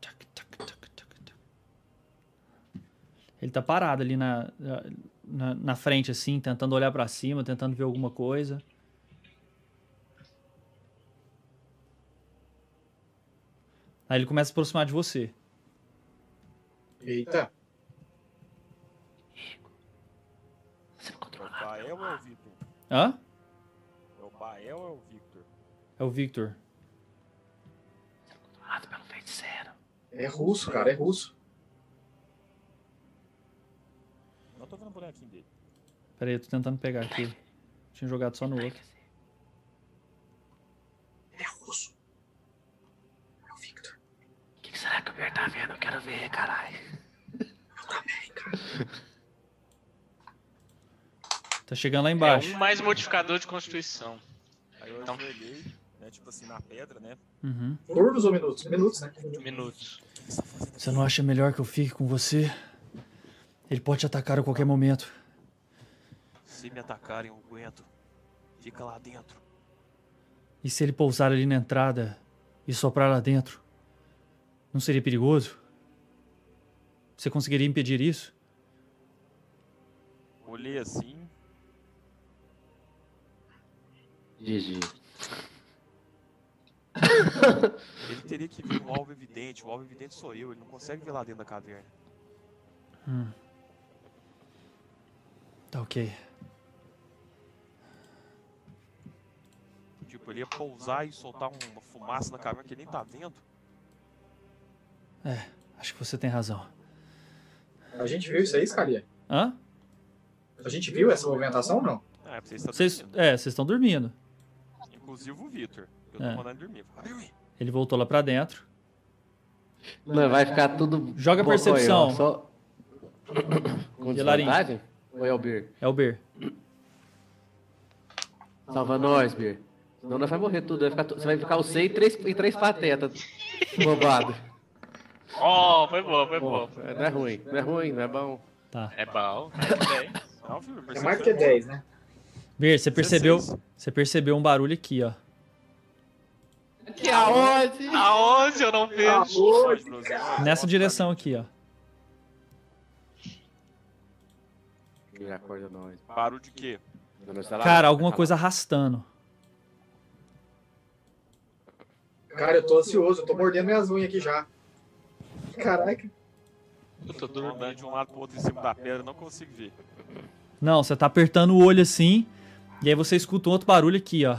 S1: Tac, tac, tac, tac, tac. Ele tá parado ali na, na, na frente, assim, tentando olhar pra cima, tentando ver alguma coisa. Aí ele começa a se aproximar de você.
S4: Eita.
S3: Você não
S5: É o
S3: controla.
S5: Bael ou é o Victor?
S1: Hã?
S5: É o Bael ou é o Victor?
S1: É o Victor.
S3: Controlado pelo feiticeiro.
S4: É russo, cara, é russo.
S5: Não tô vendo o bonequinho dele.
S1: Pera aí, eu tô tentando pegar aqui. Tinha jogado só no outro.
S4: É russo. É o Victor.
S3: O que, que será que o Pierre tá vendo? Eu quero ver, caralho.
S1: Tá chegando lá
S2: É
S1: embaixo.
S2: um mais modificador de constituição.
S5: Aí eu
S2: Então.
S5: ajoelhei, né? Tipo assim, na pedra, né? O
S1: Uhum.
S4: Turnos ou minutos? Minutos, né?
S2: Minutos.
S5: que que você tá fazendo
S1: Você não acha melhor que eu fique com você? Ele pode te atacar a qualquer momento.
S5: aqui? Se me atacarem, eu aguento. Fica lá dentro.
S1: E se ele pousar ali na entrada e soprar lá dentro? Não seria perigoso? Você conseguiria impedir isso?
S5: Olhei assim.
S3: GG.
S5: Ele teria que ver um alvo evidente. O alvo evidente sou eu. Ele não consegue ver lá dentro da caverna.
S1: Tá ok.
S5: Tipo, ele ia pousar e soltar uma fumaça na caverna que ele nem tá vendo.
S1: Acho que você tem razão.
S4: A gente viu isso aí, Scalia?
S1: Hã?
S4: A gente viu essa movimentação ou não?
S5: Ah, é pra você estar
S1: Vocês, é, vocês estão dormindo.
S5: Inclusive o Vitor. Eu tô
S1: É.
S5: mandando ele dormir. Vai dormir.
S1: Ele voltou lá pra dentro.
S3: Não, vai ficar tudo.
S1: Joga
S3: bocói,
S1: percepção.
S3: ó, Só... Com
S1: Vilarinho.
S3: desvantagem? Ou é o Bir?
S1: É o Ber.
S3: Salva nós, Bir. Senão nós vai morrer tudo. vai ficar tu- Você vai ficar o C e três, e três patetas. Bobado.
S2: Ó, foi bom, foi
S3: Bom,
S2: bom.
S3: não é ruim. Não é ruim, não é bom.
S1: Tá.
S2: É bom.
S5: Não, filho,
S4: É mais do que 10, né?
S1: Ber, você percebeu,
S5: 16.
S1: você percebeu um barulho aqui, ó.
S3: Que É aonde?
S2: Aonde eu não vejo?
S5: Pode, Bruno, vai,
S1: Nessa
S5: volta,
S1: direção aqui, ó.
S3: Bir, acorda nós.
S5: cara. Barulho de quê?
S3: Nós tá lá-
S1: Cara, alguma
S3: tá lá.
S1: coisa arrastando.
S4: Cara, eu tô ansioso, eu tô mordendo minhas unhas aqui já. Caraca.
S2: Eu tô
S5: Eu andei
S2: dormindo.
S5: de um lado pro outro em cima da pedra, não consigo ver.
S1: Não, você tá apertando o olho assim, e aí você escuta um outro barulho aqui, ó.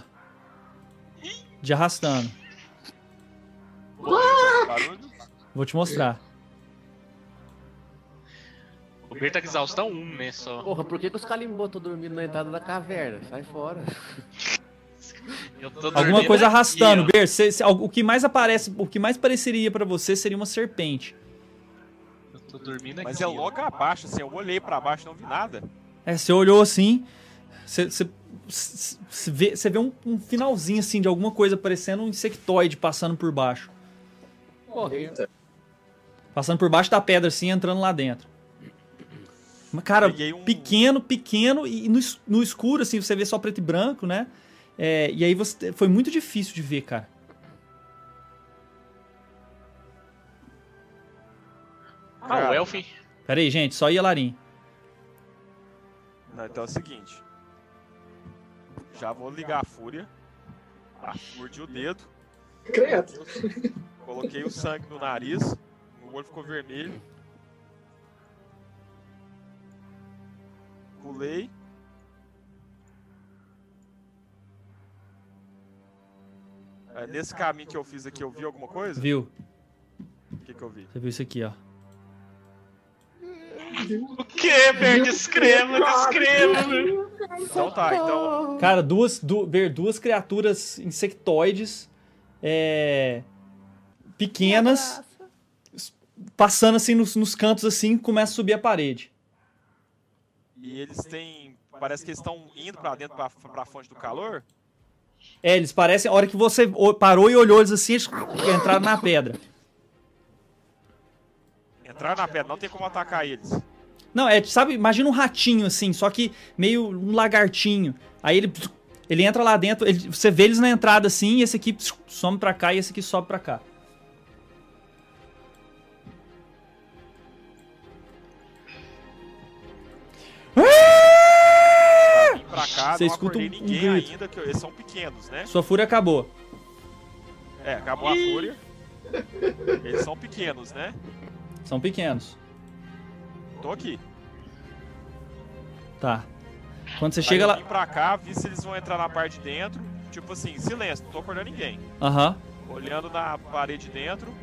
S1: De arrastando.
S5: Barulho?
S2: é
S1: Vou te mostrar.
S2: O Ber tá com exaustão 1, né, só.
S3: Porra, por que, que os calimbos estão dormindo na entrada da caverna? Sai fora.
S2: Eu né? tô
S1: Alguma
S2: dormindo
S1: coisa
S2: aqui,
S1: arrastando,
S2: ó.
S1: Ber. cê- cê- al- o que mais aparece, o que mais pareceria pra você seria uma serpente.
S2: Eu tô dormindo aqui.
S5: Mas é
S2: ó.
S5: logo abaixo, assim, eu olhei pra baixo e não vi nada.
S1: É, você olhou assim, você vê, cê vê um, um finalzinho assim de alguma coisa parecendo um insectoide passando por baixo.
S3: Morreu.
S1: Passando por baixo da pedra assim, entrando lá dentro. Mas, Cara,
S5: Peguei um-
S1: pequeno, pequeno e no, es- no escuro, assim, você vê só preto e branco, né? É, e aí você foi muito difícil de ver, cara.
S2: Ah, o Elfin.
S1: Pera aí, gente, só Yelarin.
S5: Não, então é o seguinte. Já vou ligar a fúria. Ah, Mordi o dedo.
S4: Credo.
S5: Coloquei o sangue no nariz. O olho ficou vermelho. Pulei. É, nesse caminho que eu fiz aqui, eu vi alguma coisa?
S1: Viu?
S5: O que, que eu vi?
S1: Você viu isso aqui, ó.
S2: O que, velho? Descreva, descreva.
S5: Então tá, então.
S1: Cara, duas, du- ver duas criaturas insectoides é, pequenas passando assim nos, nos cantos assim, começa a subir a parede.
S5: E eles têm. Parece que eles estão indo pra dentro pra, pra fonte do calor.
S1: É, eles parecem, a hora que você o- parou e olhou eles assim, eles entraram na pedra.
S5: Entrar na pedra, não tem como atacar eles.
S1: Não, é, sabe, imagina um ratinho assim, só que meio um lagartinho. Aí ele ele entra lá dentro, ele- você vê eles na entrada assim, e esse aqui some pra cá e esse aqui sobe pra cá.
S5: Pra vir pra cá,
S1: Você
S5: não
S1: escuta
S5: acordei
S1: um- um
S5: ninguém
S1: grito.
S5: ainda, que eles são pequenos, né?
S1: Sua fúria acabou.
S5: É, acabou a fúria. Eles são pequenos, né?
S1: São pequenos.
S5: Tô aqui.
S1: Tá. Quando você
S5: Aí
S1: chega
S5: eu
S1: lá,
S5: Vim pra cá, vi se eles vão entrar na parte de dentro. Tipo assim, silêncio, não tô acordando ninguém.
S1: aham.
S5: Olhando na parede de dentro.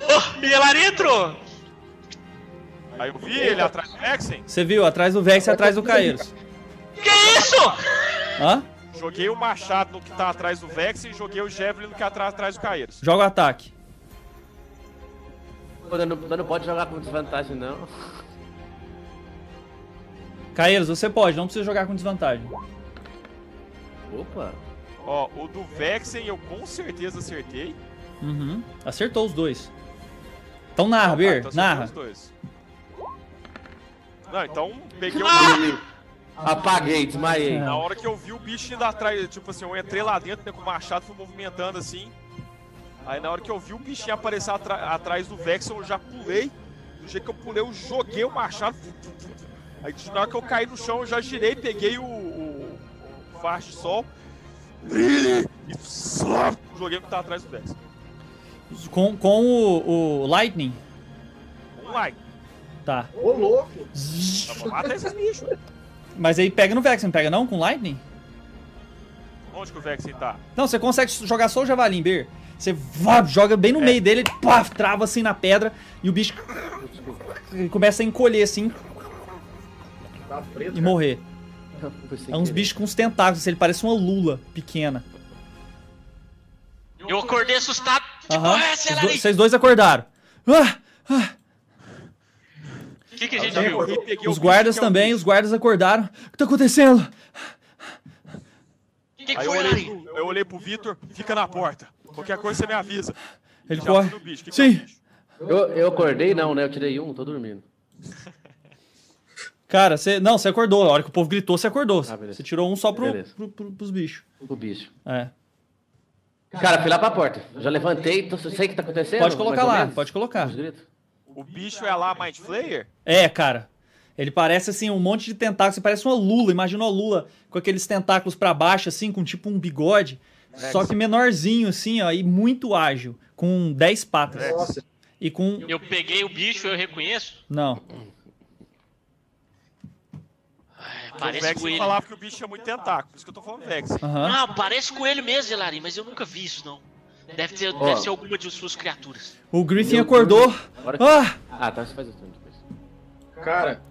S2: Oh, Mielari entrou.
S5: Aí eu vi ele atrás do Hexen,
S1: Você viu, atrás do Vex e atrás do Caeiros.
S2: Que isso?
S1: Hã?
S5: joguei o machado no que tá atrás do Vexen e joguei o Javelin no que tá atrás do Caeiros.
S1: Joga o ataque.
S3: Pô, não, não pode jogar com desvantagem, não.
S1: Caeiros, você pode, não precisa jogar com desvantagem.
S3: Opa.
S5: Ó, o do Vexen eu com certeza acertei.
S1: Uhum. Acertou os dois. Então narra,
S5: Ah,
S1: Bir,
S5: então acertei
S1: narra.
S5: os dois. Não, então peguei o.
S3: Ah!
S1: Ah!
S3: Apaguei, desmaiei.
S5: Na hora que eu vi o bicho indo atrás, tipo assim, eu entrei lá dentro né, com o machado, fui movimentando assim. Aí na hora que eu vi o bichinho aparecer atra- atrás do Vexel, eu já pulei. Do jeito que eu pulei, eu joguei o machado. Aí na hora que eu caí no chão, eu já girei, peguei o, o, o faixa de sol. Brilhe! E slap, joguei o que tá atrás do Vexel.
S1: Com, com o, o Lightning.
S5: Vamos lá, Tá
S1: Tá.
S4: Ô, louco.
S5: vamos matar esses bichos.
S1: Mas aí pega no Vex, não pega não com Lightning?
S5: Onde que o Vexen tá?
S1: Não, você consegue jogar só o Javalim, Bir. Você vá, joga bem no
S5: É.
S1: meio dele, ele pá, trava assim na pedra e o bicho começa a encolher assim
S4: Tá preto.
S1: e
S4: cara.
S1: morrer.
S3: Foi sem
S1: É uns
S3: querer.
S1: bichos com uns tentáculos, assim, ele parece uma lula pequena.
S2: Eu acordei assustado. Que
S5: Tipo,
S1: Aham.
S2: porra é essa,
S1: Os do-
S2: Lari?
S1: Vocês dois acordaram. Ah!
S2: O que, que a
S5: Eu
S2: gente
S5: já
S2: viu?
S5: corri, peguei o
S1: Os
S5: bicho,
S1: guardas
S5: que é o
S1: também,
S5: bicho.
S1: os guardas acordaram. O que tá acontecendo?
S2: O que, que
S5: Aí eu
S2: foi,
S5: olhei,
S2: Lari?
S5: pro- eu olhei pro Vitor, fica na porta. Qualquer coisa você me avisa.
S1: Ele
S5: Já
S1: corre.
S5: fui no bicho, que que é o
S1: Sim.
S5: bicho?
S3: Eu, eu acordei, não, né? Eu tirei um, tô dormindo.
S1: Cara, você. Não, você acordou. A hora que o povo gritou, você acordou.
S3: Ah, beleza.
S1: Você tirou um só pro,
S3: Beleza.
S1: pro- pro- pros bichos.
S3: O bicho.
S1: É.
S3: Cara, fui lá pra porta. Já levantei, tô, sei o que tá acontecendo.
S1: Pode colocar
S3: mais ou
S1: lá,
S3: menos.
S1: pode colocar.
S3: Os gritos.
S5: O bicho é lá Mind Flayer?
S1: É, cara. Ele parece assim, um monte de tentáculos. Ele parece uma Lula. Imagina uma Lula com aqueles tentáculos pra baixo, assim, com tipo um bigode. Só que menorzinho, assim, ó, e muito ágil. Com 10 patas.
S4: Nossa,
S1: E com.
S2: Eu peguei o bicho, eu reconheço.
S1: Não.
S2: É,
S5: O
S2: parece
S5: Vex
S2: coelho.
S5: falava que o bicho é muito tentáculo, por isso que eu tô falando Vex.
S1: Aham.
S2: Ah, parece coelho mesmo, Elari, mas eu nunca vi isso, não. Deve, ter,
S3: Ó.
S2: deve ser alguma de suas criaturas.
S1: O Griffin
S3: Meu
S1: acordou.
S3: Agora-
S1: Ah!
S3: Ah, tá, você faz o turno depois.
S4: cara.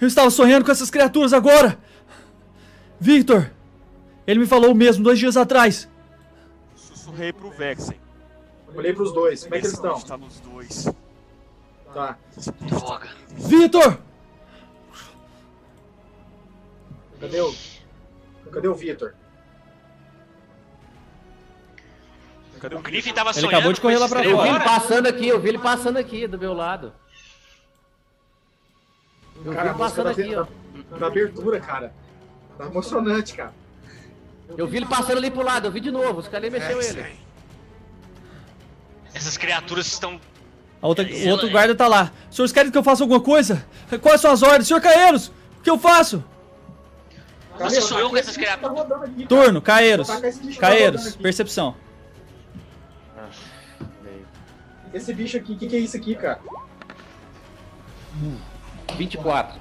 S1: Eu estava sonhando com essas criaturas agora! Victor! Ele me falou o mesmo dois dias atrás!
S5: Sussurrei pro Vexen.
S4: Olhei pros dois. Como é que eles
S5: Esse
S4: estão?
S5: bicho tá nos dois.
S4: Tá.
S5: Esse bicho tá-
S2: Droga.
S1: Victor!
S4: Cadê o. Cadê o Vitor?
S5: Cadê
S2: O
S5: o
S2: Griffin
S5: bicho?
S2: tava
S1: Ele
S2: sonhando.
S1: acabou de
S2: com
S1: correr lá
S2: esses
S1: pra
S3: Eu vi
S2: negócios.
S3: ele passando aqui, eu vi ele passando aqui do meu lado. Eu
S4: Cara, a
S3: vi
S4: música tá
S3: passando
S4: da,
S3: aqui, ó.
S4: da- da abertura, cara. Tá emocionante, cara.
S3: Eu vi ele passando ali pro lado, eu vi de novo. Os caras nem mexeu
S4: É,
S3: ele.
S2: Essas criaturas estão.
S1: A outra-
S2: Aí,
S1: o outro
S2: aí.
S1: guarda tá lá. Os senhores querem que eu faça alguma coisa? Quais são as ordens? Senhor Caeiros, o que eu faço?
S2: Você sou eu com essas
S4: Tá
S2: criaturas.
S4: rodando aqui, cara.
S1: Turno, Caeiros.
S4: Vou tacar esse bicho rodando
S1: Caeiros,
S4: aqui.
S1: percepção.
S4: Esse bicho aqui, o que, que é isso aqui, cara?
S3: 24.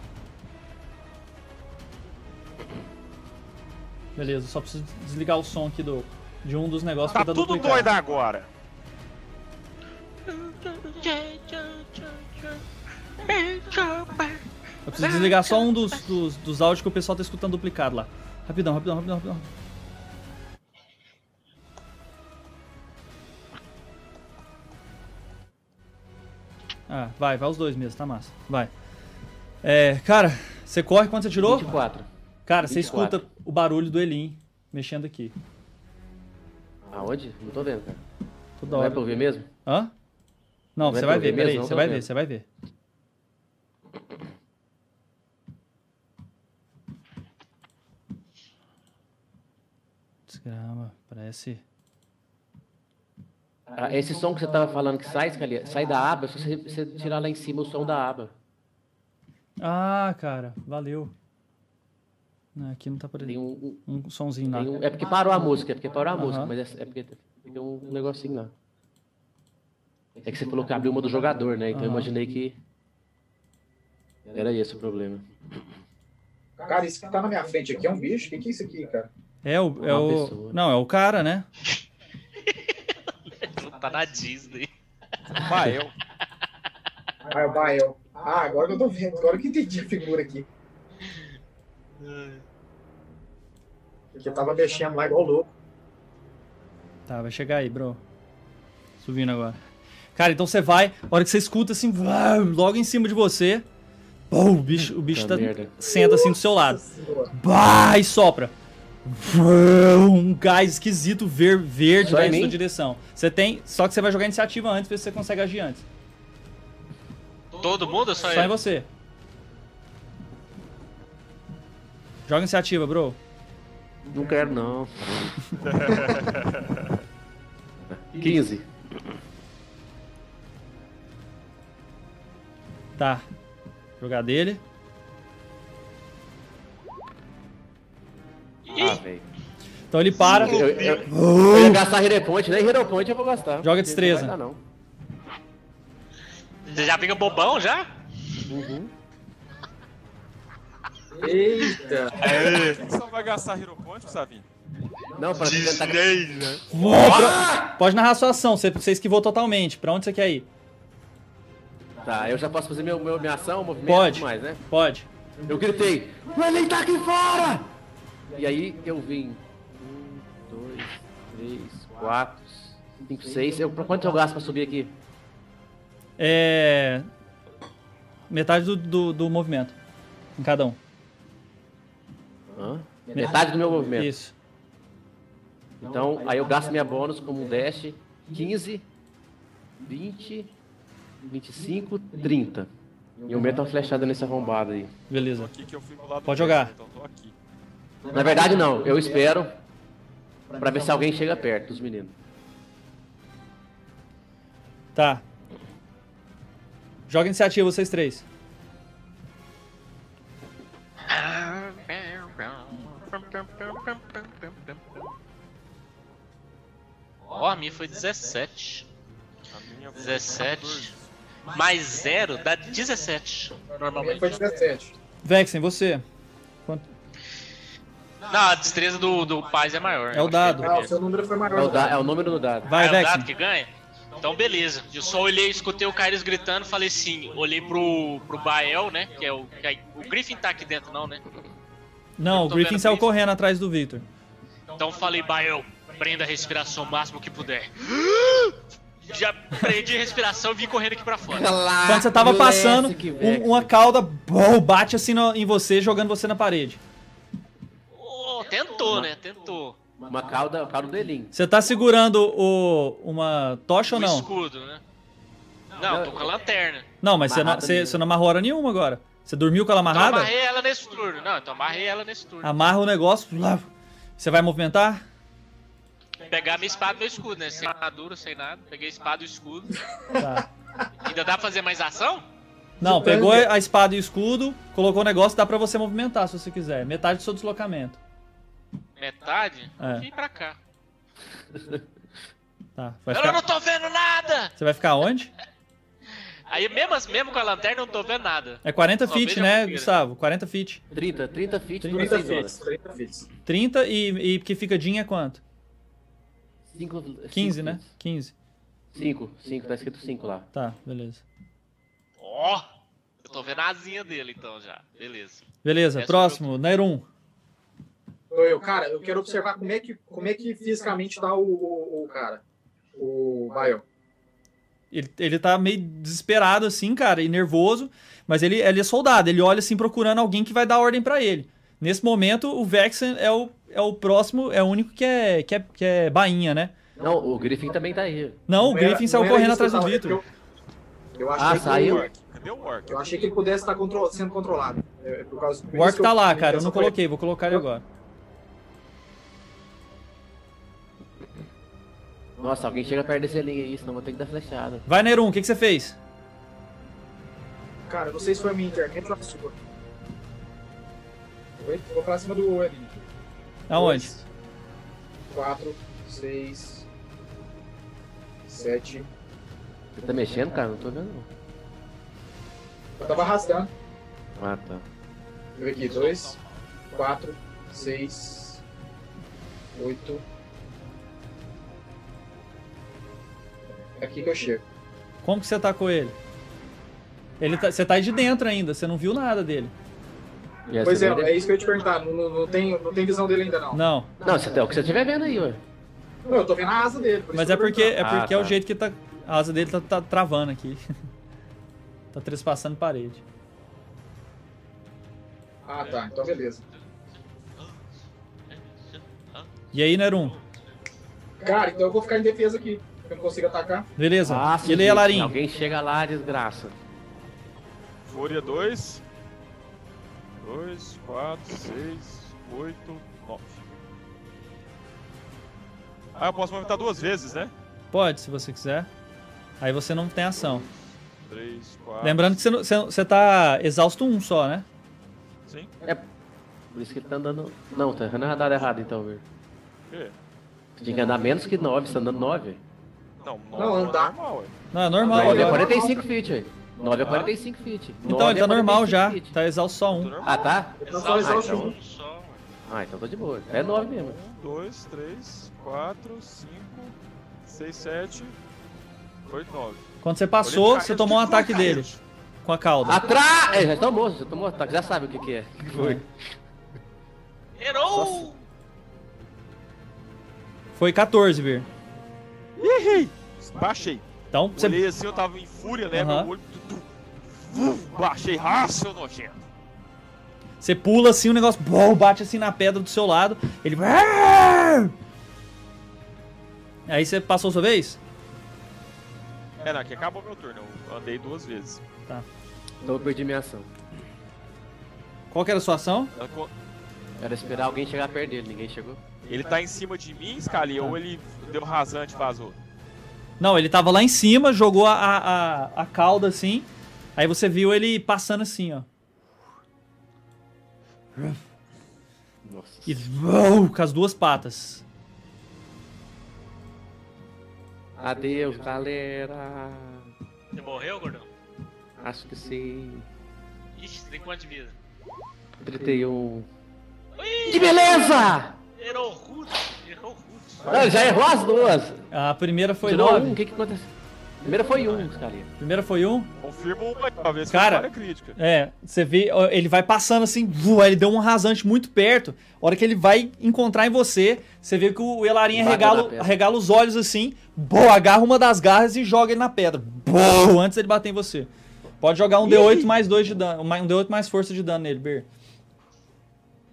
S1: Beleza, só preciso desligar o som aqui do, de um dos negócios
S5: Tá
S1: pra dar
S5: tudo
S1: duplicado.
S5: doido agora.
S1: Eu preciso desligar só um dos, dos, dos áudios que o pessoal tá escutando duplicado lá. Rapidão, rapidão, rapidão, rapidão. Ah, vai, vai os dois mesmo, tá massa. Vai. É, cara, você corre quanto você tirou?
S3: 24.
S1: Cara, você
S3: 24.
S1: escuta o barulho do Elim mexendo aqui.
S3: Aonde? Não tô vendo, cara.
S1: Toda
S3: Não é
S1: hora.
S3: pra ouvir mesmo?
S1: Hã? Não,
S3: Não é
S1: você
S3: pra
S1: vai
S3: ouvir
S1: ver,
S3: mesmo?
S1: peraí,
S3: Não
S1: você
S3: tô
S1: vai ver,
S3: vendo.
S1: você vai ver. Desgrama, parece.
S3: Ah, esse som que você tava falando que sai, Scalia, sai da aba, se você, você tirar lá em cima o som da aba.
S1: Ah, cara, valeu. Não, aqui não tá
S3: Tem
S1: aparecendo
S3: um, um-
S1: um sonzinho lá.
S3: tem um- é porque parou a música, é porque parou a
S1: Aham.
S3: música, mas é, é porque tem um negocinho lá. É que você falou que abriu uma do jogador, né? Então eu
S1: Aham.
S3: imaginei que era esse o problema.
S4: Cara, isso que tá na minha frente aqui é um bicho? O que, que é isso aqui, cara?
S1: É o. É
S3: Uma
S1: o...
S3: pessoa.
S1: Não, é o cara, né?
S2: Tá na Disney.
S5: Vai, eu.
S4: Ah, é o Bael. Ah, agora que eu tô vendo, agora que eu entendi a figura aqui. Que eu tava mexendo lá igual louco.
S1: Tá, vai chegar aí, bro. Subindo agora. Cara, então você vai, a hora que você escuta assim, vau, logo em cima de você. pô, o bicho, o bicho tá,
S3: Puta merda.
S1: senta assim do seu lado.
S4: Senhora.
S1: Bah, e sopra. Vrum, Um gás esquisito ver, verde
S3: Só
S1: vai
S3: em
S1: em sua
S3: mim?
S1: direção. Você tem. Só que você vai jogar iniciativa antes, ver se você consegue agir antes.
S2: Todo mundo ou só é-
S1: Só em
S2: eu?
S1: você. Joga iniciativa, bro.
S3: Não quero, não. 15.
S1: Tá. Jogar dele.
S3: Ah, velho.
S1: Então ele para.
S3: Eu, eu, eu ia gastar Hero Point, nem Hero Point eu vou gastar.
S1: Joga destreza.
S3: Não vai dar, não.
S2: Você já fica bobão já?
S4: Eita!
S5: Quem só vai gastar Hero Point, Savinho?
S3: Não, pra tentar...
S2: Ah!
S1: Pode narrar sua ação, você, você esquivou totalmente. Pra onde você quer ir?
S3: Tá, eu já posso fazer meu, meu, minha ação, movimento e
S1: Pode.
S3: tudo mais, né?
S1: Pode.
S3: Eu gritei, o Enem tá aqui fora! E aí eu vim. Um, dois, três, quatro, cinco, seis. Eu, pra quanto eu gasto pra subir aqui?
S1: É. Metade do, do, do movimento. Em cada um.
S3: Hã? Metade do meu movimento.
S1: Isso.
S3: Então, aí eu gasto minha bônus como um dash. 15, 20, 25, 30. E eu meto uma flechada nesse arrombado aí.
S5: Tô
S1: Beleza.
S5: aqui que eu fui pro lado
S1: Pode
S5: do
S1: jogar.
S5: Então tô aqui.
S3: Na verdade, não. Eu espero pra ver se alguém chega perto dos meninos.
S1: Tá. Joga iniciativa, vocês três.
S2: Ó, a minha foi 17.
S5: A minha foi
S2: 17.
S5: 14.
S2: Mais 0 dá 17. Normalmente.
S4: Foi 17.
S1: Vexen, você.
S2: Não, a destreza do, do Paz é maior.
S1: É o dado.
S4: Ah, o seu número foi
S3: É o,
S4: maior.
S3: da- é o número do dado.
S1: Vai,
S2: é o dado
S1: Vexen.
S2: que ganha? Então, beleza. Eu só olhei, escutei o Kairos gritando, falei sim. Olhei pro, pro Bael, né? Que é o. que é- o Griffin tá aqui dentro, não, né?
S1: Não, o
S2: Eu tô
S1: Griffin
S2: vendo
S1: saiu
S2: isso.
S1: correndo atrás do Victor.
S2: Então falei, Bael, prenda a respiração o máximo que puder. Já prendi a respiração e vim correndo aqui pra fora.
S3: Ah,
S1: Quando você tava passando, um- uma cauda bom, bate assim no- em você, jogando você na parede.
S2: Oh, tentou, né? Tentou.
S3: Uma cauda, cauda do Elin.
S1: Você tá segurando o, uma tocha
S2: O
S1: ou não?
S2: escudo, né? Não, tô com a lanterna.
S1: Não, mas você não,
S3: Amarrado
S1: você,
S3: nele.
S1: você não amarrou hora nenhuma agora. Você dormiu com ela
S2: Então
S1: amarrada?
S2: amarrei ela nesse turno. Não, então amarrei ela nesse turno.
S1: Amarra o negócio. lá. Você vai movimentar? Ah.
S2: Pegar minha espada e meu escudo, né? Sem armadura, sem nada. Peguei a espada e o escudo.
S1: Tá.
S2: Ainda dá pra fazer mais ação?
S1: Não,
S4: Você
S1: pegou
S4: pega.
S1: a espada e o escudo, colocou o negócio, dá pra você movimentar se você quiser. Metade do seu deslocamento.
S2: Metade?
S1: É.
S2: Vem pra cá.
S1: Tá. Vai
S2: eu não
S1: ficar...
S2: tô vendo nada!
S1: Você vai ficar onde?
S2: Aí mesmo, as- mesmo com a lanterna eu não tô vendo nada.
S1: É 40
S2: Só
S1: feet,
S2: vejo a
S1: né,
S2: fogueira.
S1: Gustavo? 40 feet.
S3: 30, 30 feet dura
S4: 30
S3: 6
S4: fits,
S3: horas.
S4: 30 fits.
S1: 30 e, e que fica din é quanto?
S3: 5,
S1: 15, né? 15.
S3: 5, 5, tá escrito 5 lá.
S1: Tá, beleza.
S2: Ó! eu tô vendo a asinha dele então já. Beleza.
S1: Beleza,
S2: Essa
S1: próximo, Nairum.
S4: Sou eu, cara, eu quero observar como é que, como é que fisicamente tá o, o, o cara. O Bael.
S1: Ele, ele tá meio desesperado assim, cara, e nervoso, mas ele, ele é soldado, ele olha assim procurando alguém que vai dar ordem pra ele. Nesse momento, o Vexen é o, é o próximo, é o único que é, que é, que é bainha, né?
S3: Não, o Griffin também tá aí.
S1: Não, o
S4: era-
S1: Griffin saiu
S4: não era
S1: correndo
S4: isso que eu
S1: atrás do
S4: tava- é
S1: Vitor.
S4: Eu, eu achei
S3: Ah,
S4: que
S3: saiu?
S4: o-
S5: Orc. Cadê o Orc?
S4: Eu achei que ele pudesse estar contro- sendo controlado. É, é por causa
S1: O Orc tá lá, cara, eu não
S4: Essa foi-
S1: coloquei, vou colocar ele agora.
S3: Nossa, alguém chega perto desse linha aí, senão eu vou ter que dar flechada.
S1: Vai, Nairum, o que, que você fez?
S4: Cara, eu não sei se foi a minha internet ou a sua. Foi? Vou pra cima do Elinho.
S1: Aonde?
S4: 4, 6, 7.
S3: Você tá mexendo, cara? Não tô vendo não.
S4: Eu tava arrastando.
S3: Ah, tá.
S4: Vem aqui, 2, 4, 6, 8. É aqui que eu chego.
S1: Como que você atacou ele? Ele tá, você tá aí de dentro ainda, você não viu nada dele.
S3: E essa
S4: pois é,
S3: verde-
S4: é isso que eu ia te perguntar. Não, não, não tem, não tem visão dele ainda, não.
S1: Não,
S3: Não, você, é o que você estiver vendo aí, ué.
S4: Não, eu tô vendo a asa dele. por isso
S1: mas
S4: que
S1: é
S4: eu tô
S1: porque é
S3: Ah,
S1: porque é o
S3: tá.
S1: jeito que tá a asa dele tá, tá travando aqui. tá trespassando parede.
S4: perguntando. Ah, tá. Então, beleza.
S1: E aí, Nerum?
S4: Cara, então eu vou ficar em defesa aqui. porque Eu não consigo atacar.
S1: Beleza.
S3: Nossa,
S1: e aí,
S3: gente,
S1: Larim?
S3: Ah, Alguém chega lá, desgraça.
S5: Fúria 2. 2, 4, 6, 8, 9. Ah, eu posso movimentar duas vezes, né?
S1: Pode, se você quiser. Aí você não tem ação.
S5: 3, 4.
S1: Lembrando que você, não- você, não- você tá exausto um só, né?
S5: Sim?
S3: Por isso que ele tá andando. Não, tá andando radar errado então, velho.
S5: É.
S3: Você tinha que andar menos que 9, você tá andando 9.
S5: Não,
S4: Não,
S5: não,
S4: andar.
S5: tá normal, ué.
S1: Não, é normal
S3: 9 é
S1: agora.
S3: 45 feet, velho. 9 é 45 feet.
S1: Então, ele tá normal já.
S3: Tá...
S1: Tá exausto só
S5: Tô
S1: um.
S5: normal.
S3: Ah, tá?
S4: Eu tô só assim.
S3: Ah,
S4: exausto.
S3: então,
S2: Um só, mano.
S3: ah, então tô de boa. É 9 mesmo.
S5: 1, 2, 3, 4, 5, 6, 7, 8, 9.
S1: Quando você passou, você tomou um ataque dele com a cauda.
S3: Atrás! É, já tomou, já tomou ataque, já sabe o que, que é. O que foi?
S2: Errou!
S1: Foi 14, Vir.
S5: Baixei.
S1: Então, você
S5: Olhei assim, eu tava em fúria, né?
S1: Aham.
S5: Meu olho. tu, tu, vu, baixei. Ah, seu nojento.
S1: Você pula assim, o negócio bom, bate assim na pedra do seu lado. Ele. "Ah!" Aí você passou sua vez?
S5: É, não, aqui acabou meu turno. Eu andei duas vezes.
S3: Então eu perdi minha ação.
S1: Qual que era a sua ação?
S5: Ela co-
S3: Era esperar alguém chegar perto dele, ninguém chegou.
S5: Ele tá em cima de mim, Scali, ou ele deu rasante e vazou?
S1: Não, ele tava lá em cima, jogou a, a, a- a cauda assim. Aí você viu ele passando assim, ó.
S3: Nossa.
S1: E vou, com as duas patas.
S3: Adeus, galera.
S2: Você morreu, gordão?
S3: Acho que sim.
S2: Ixi, você tem quanto de vida?
S3: 31. Que
S2: Ui,
S3: beleza!
S2: errou rude, errou rude.
S3: Não, ele já errou as duas.
S1: A primeira foi
S3: Tirou um, o
S1: nove.
S3: que que aconteceu? Primeiro foi um, Scalia.
S1: A primeira foi um.
S5: Confirma uma talvez
S1: Cara.
S5: que é crítica.
S1: É, você vê, ó, ele vai passando assim, vu, aí ele deu um rasante muito perto. A hora que ele vai encontrar em você, você vê que o Elarim
S3: Bata na
S1: arregala,
S3: pedra.
S1: arregala os olhos assim, boa, agarra uma das garras e joga ele na pedra. Boa, antes ele bater em você. Pode jogar um D8 mais 2 de dano, um D8 mais força de dano nele, Bir.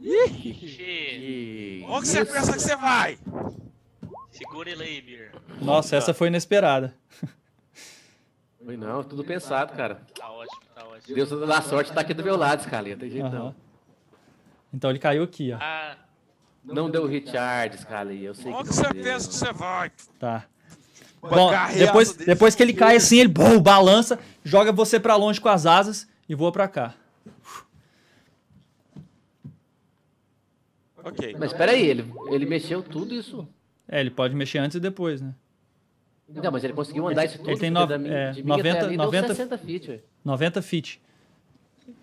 S2: Che,
S3: E...
S5: Onde você pensa que você vai?
S2: Segura ele aí, Bir.
S1: Nossa, essa foi inesperada.
S3: Foi não, tudo pensado, cara.
S2: Tá ótimo, tá ótimo.
S3: Deus da sorte tá aqui do meu lado, Scaleta. Tem jeito não.
S1: Aham. Então ele caiu aqui, ó.
S2: Ah,
S3: Não deu Richard, Scaleta. Eu sei que
S5: Onde
S3: não
S5: você
S3: deu.
S5: pensa que você vai?
S1: Tá.
S5: Uma
S1: Bom,
S5: carreada
S1: depois,
S5: desse
S1: depois que ele cai assim, ele bum, balança, joga você pra longe com as asas e voa pra cá.
S5: Ok.
S3: Mas peraí, ele, ele mexeu tudo isso?
S1: É, ele pode mexer antes e depois, né?
S3: Não, mas ele conseguiu andar isso tudo?
S1: ele tem
S3: porque
S1: nove-
S3: da mim-
S1: é,
S3: de mim até
S1: 90
S3: ali deu
S1: 90
S3: 60 feet, ué.
S1: 90 feet.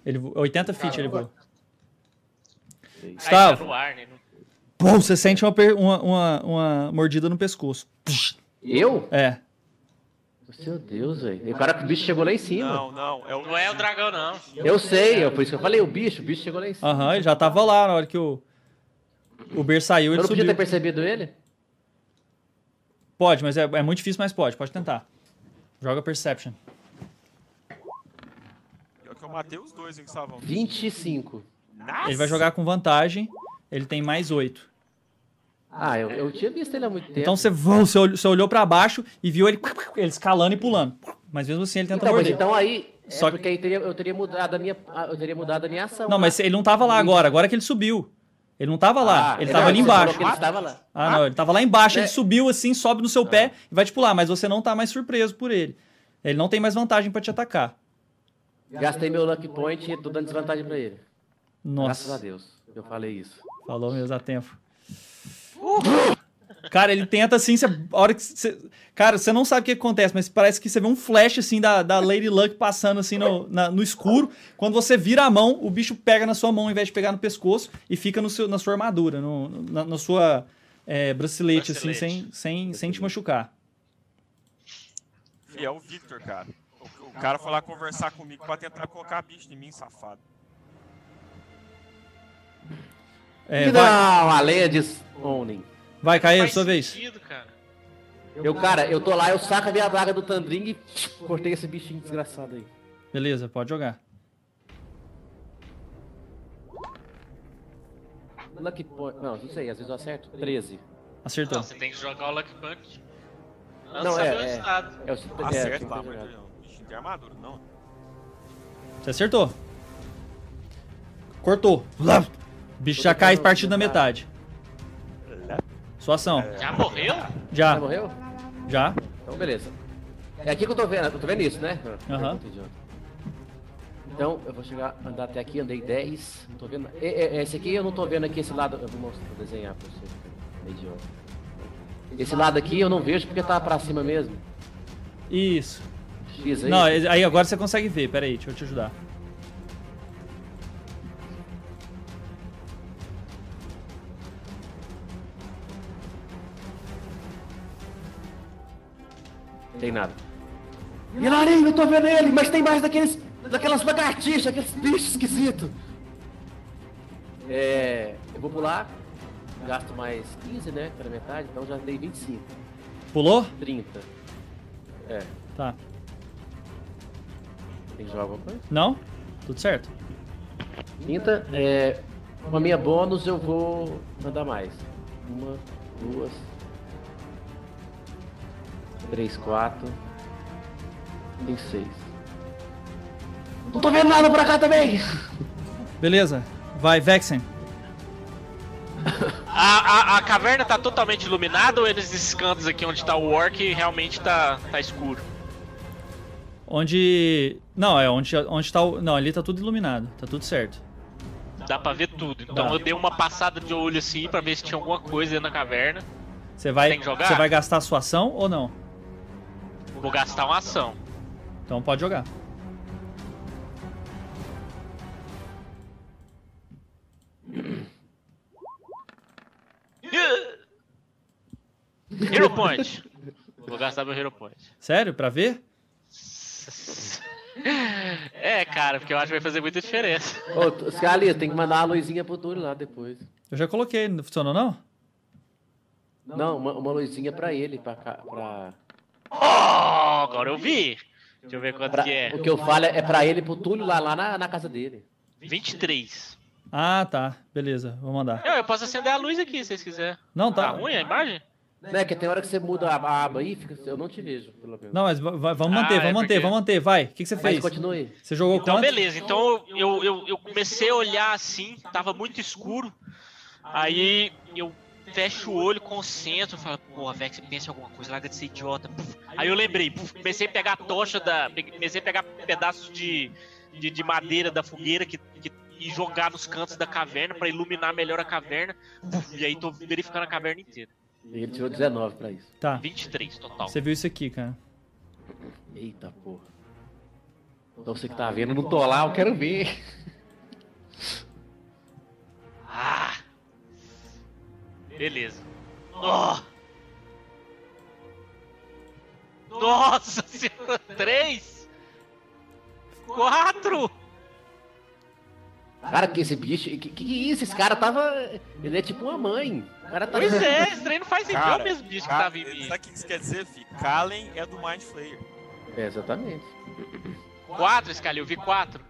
S1: Ele, vo- 80 feet ele voa.
S2: aí
S1: Gustavo.
S2: tá no ar, né? Não-
S1: Pum, você sente uma, per- uma, uma, uma mordida no pescoço.
S3: Eu?
S1: É.
S3: Meu Deus, velho. E O cara, o bicho chegou lá em cima.
S5: Não, não. É o...
S2: Não é o dragão, não.
S3: Eu sei, é por isso que eu falei, o bicho, o bicho chegou lá em cima.
S1: Aham, ele já tava lá na hora que o. O Ber saiu,
S3: eu
S1: ele
S3: não podia
S1: subiu.
S3: ter percebido ele?
S1: Pode, mas é, é muito difícil, mas pode. Pode tentar. Joga Perception.
S5: Pior que eu matei os dois, hein, Gustavão.
S3: 25.
S5: Nossa!
S1: Ele vai jogar com vantagem. Ele tem mais 8.
S3: Ah, eu, eu tinha visto ele há muito tempo.
S1: Então você, voou, você olhou, você olhou pra baixo e viu ele, ele escalando e pulando. Mas mesmo assim ele tenta
S3: Então, mas
S1: morder.
S3: então aí, é
S1: Só que-
S3: porque aí teria- eu, teria mudado a minha, ah, eu teria mudado a minha ação.
S1: Não, mas ele não tava lá agora, agora que ele subiu. Ele não tava lá,
S3: Ah,
S1: ele
S3: é,
S1: tava
S3: não,
S1: ali
S3: você falou
S1: embaixo.
S3: que Ele estava lá.
S1: Ah, não, ele tava lá embaixo, ele
S3: É.
S1: subiu assim, sobe no seu pé e vai te pular, mas você não tá mais surpreso por ele. Ele não tem mais vantagem pra te atacar.
S3: Gastei meu luck point e tô dando desvantagem pra ele. Graças a
S1: Nossa,
S3: Deus, eu falei isso.
S1: falou mesmo a tempo. Cara, ele tenta assim, você, a hora que você, cara, você não sabe o que acontece, mas parece que você vê um flash assim da, da Lady Luck passando assim no, na- no escuro. Quando você vira a mão, o bicho pega na sua mão ao invés de pegar no pescoço e fica no seu, na sua armadura, no, no- na, na sua é, bracelete, assim, sem,
S2: Bracelete.
S1: sem, sem te machucar.
S5: E é o Victor, cara. O, o cara foi lá conversar comigo pra tentar colocar bicho em mim, safado.
S1: É, vai,
S3: não, a lei é de Onin.
S1: vai Caio, é
S2: Faz
S1: sua vez.
S2: sentido, cara.
S3: Eu, cara, eu tô lá, eu saco a minha vaga do Tandring e cortei esse bichinho desgraçado aí.
S1: Beleza, pode jogar.
S3: Luck point. Não, não sei, às vezes eu acerto. 13.
S1: Acertou.
S2: Não, você tem que jogar o Lucky Punch. Antes
S3: Não,
S2: de
S3: é,
S2: saber o
S3: é.
S2: resultado.
S3: É o cinto- é,
S5: Acerta
S3: tinha que
S5: lá,
S3: ter
S5: mas
S3: jogado.
S5: não. Bicho, não tem armadura, não.
S1: Você acertou. Cortou. O bicho já cai partido na metade. Sua ação.
S2: Já morreu?
S3: Já
S1: Já,
S3: morreu?
S1: já.
S3: Então, beleza. É aqui que eu tô vendo, eu tô vendo isso, né?
S1: Aham.
S3: Então, eu vou chegar, andar até aqui, andei 10, não tô vendo... É, é, é, Esse aqui eu não tô vendo aqui, esse lado... Eu vou mostrar, vou desenhar pra você. é idiota. Esse lado aqui eu não vejo porque tá pra cima mesmo.
S1: Isso.
S3: X aí.
S1: Não, é- aí agora você consegue ver. Pera aí, deixa eu te ajudar.
S3: Tem nada. Ilarinho, eu tô vendo ele, mas tem mais daqueles. daquelas lagartixas, aqueles bichos esquisitos. É. Eu vou pular, gasto mais 15, né? Pela metade, então já dei 25,
S1: Pulou?
S3: 30. É,
S1: Tá.
S3: tem que jogar alguma coisa?
S1: Não? Tudo certo.
S3: 30, é. Com a minha bônus eu vou mandar mais. Uma, duas. Três, quatro. Cinco, seis. Não tô vendo nada pra cá também!
S1: Beleza. Vai, Vexen.
S2: A, a, a caverna tá totalmente iluminada ou é nesses cantos aqui onde tá o orc realmente tá, tá escuro?
S1: Onde. Não, é onde, onde tá o. Não, ali tá tudo iluminado. Tá tudo certo.
S2: Dá pra ver tudo. Então
S1: Dá.
S2: eu dei uma passada de olho assim pra ver se tinha alguma coisa dentro da caverna.
S1: Você vai.
S2: Tem que jogar?
S1: Você vai gastar a sua ação ou não?
S2: Vou gastar uma ação.
S1: Então pode jogar.
S2: Hero Point! Vou gastar meu Hero Point.
S1: Sério? Pra ver?
S2: É, cara, porque eu acho que vai fazer muita diferença.
S3: Ô, Scalia, tem que mandar a luzinha pro Túlio lá depois.
S1: Eu já coloquei, não funcionou não?
S3: Não, uma, uma luzinha pra ele, pra. cá- pra,
S2: Oh, agora eu vi! Deixa eu ver quanto
S3: pra-
S2: que é.
S3: O que eu falo é pra ele e pro Túlio lá, lá na, na casa dele.
S2: 23.
S1: Ah, tá. Beleza, vou mandar.
S2: Não, eu posso acender a luz aqui se vocês quiserem.
S1: Não,
S2: Tá
S1: tá.
S2: ruim a imagem?
S3: Né, que tem hora que você muda a aba aí, fica, assim, eu não te vejo, pelo menos.
S1: Não, mas va- va- vamos manter,
S2: Ah, é
S1: vamos manter,
S2: porque-
S1: vamos manter, vai. O que, que você
S3: Mas
S1: fez?
S3: continue.
S1: Você jogou
S2: Então,
S1: quanto?
S2: beleza. Então eu, eu, eu comecei a olhar assim, tava muito escuro. Aí eu fecho o olho, concentro, falo, pô, Vex, pensa em alguma coisa, larga de ser idiota. Puf. Aí eu lembrei, puf, comecei a pegar a tocha da. pe- Comecei a pegar pedaços de, de, de madeira da fogueira que, que, e jogar nos cantos da caverna pra iluminar melhor a caverna. Puf, e aí tô verificando a caverna inteira.
S3: E ele tirou 19 pra isso.
S1: Tá.
S2: 23 total.
S1: Você viu isso aqui, cara.
S3: Eita porra. Então você que tá vendo, eu não tô lá, eu quero ver.
S2: Ah! Beleza. Ó! Nossa senhora! Três! Quatro!
S3: Cara, que esse bicho. Que que é isso? Esse cara tava. Ele é tipo uma mãe. O cara tá.
S2: Pois é, esse trem não faz sentido é o
S5: Cara,
S2: mesmo bicho que
S5: Ca-
S2: tava em mim.
S5: Sabe o que isso quer dizer, fi? Kalen é do Mind Flayer.
S3: É, exatamente.
S5: né?
S2: Quatro, Scali, eu vi quatro.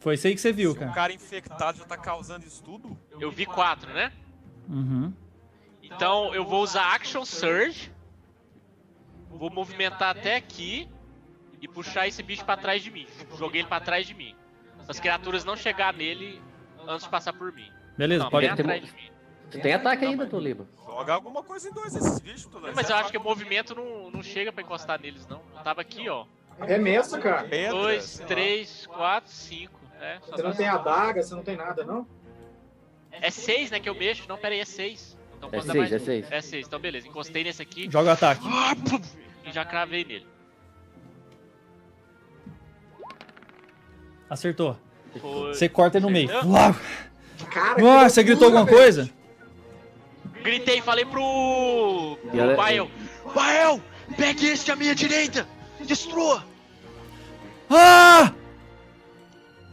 S1: Foi isso aí que você viu,
S5: Se um
S1: cara.
S5: cara infectado já tá causando isso tudo,
S2: Eu vi quatro, né?
S1: Uhum.
S2: Então eu vou usar Action Surge. Vou movimentar até aqui e puxar esse bicho pra trás de mim. Joguei ele pra trás de mim. As criaturas não chegar nele antes de passar por mim.
S1: Beleza,
S2: Não,
S1: pode.
S2: bem
S3: ter-
S2: atrás de mim.
S3: Você tem ataque ainda, Tolima?
S5: joga alguma coisa em dois desses bichos, Toledo.
S2: Mas eu acho que é o movimento não, não chega pra encostar neles, não. Eu tava aqui, ó.
S4: Remessa, É cara.
S5: Pedra,
S2: Dois,
S5: sei lá.
S2: três, quatro, cinco. É, só
S4: Você não
S2: dá-
S4: tem adaga, você não tem nada, não?
S2: É seis, né, que eu mexo. Não, peraí, é seis. Então,
S3: É
S2: pode dar
S3: seis,
S2: mais
S3: é
S2: um.
S3: seis.
S2: É seis, então beleza. Encostei nesse aqui
S1: Joga o ataque.
S2: e já cravei nele.
S1: Acertou.
S2: Foi-
S1: Você corta ele no meio.
S2: Acertou?
S1: Uau!
S4: Cara,
S1: Uau, você gritou alguma coisa?
S2: Gritei, falei pro.
S3: E ela-
S2: pro Bael. Bael, pegue este à minha direita! Destrua!
S1: Ah!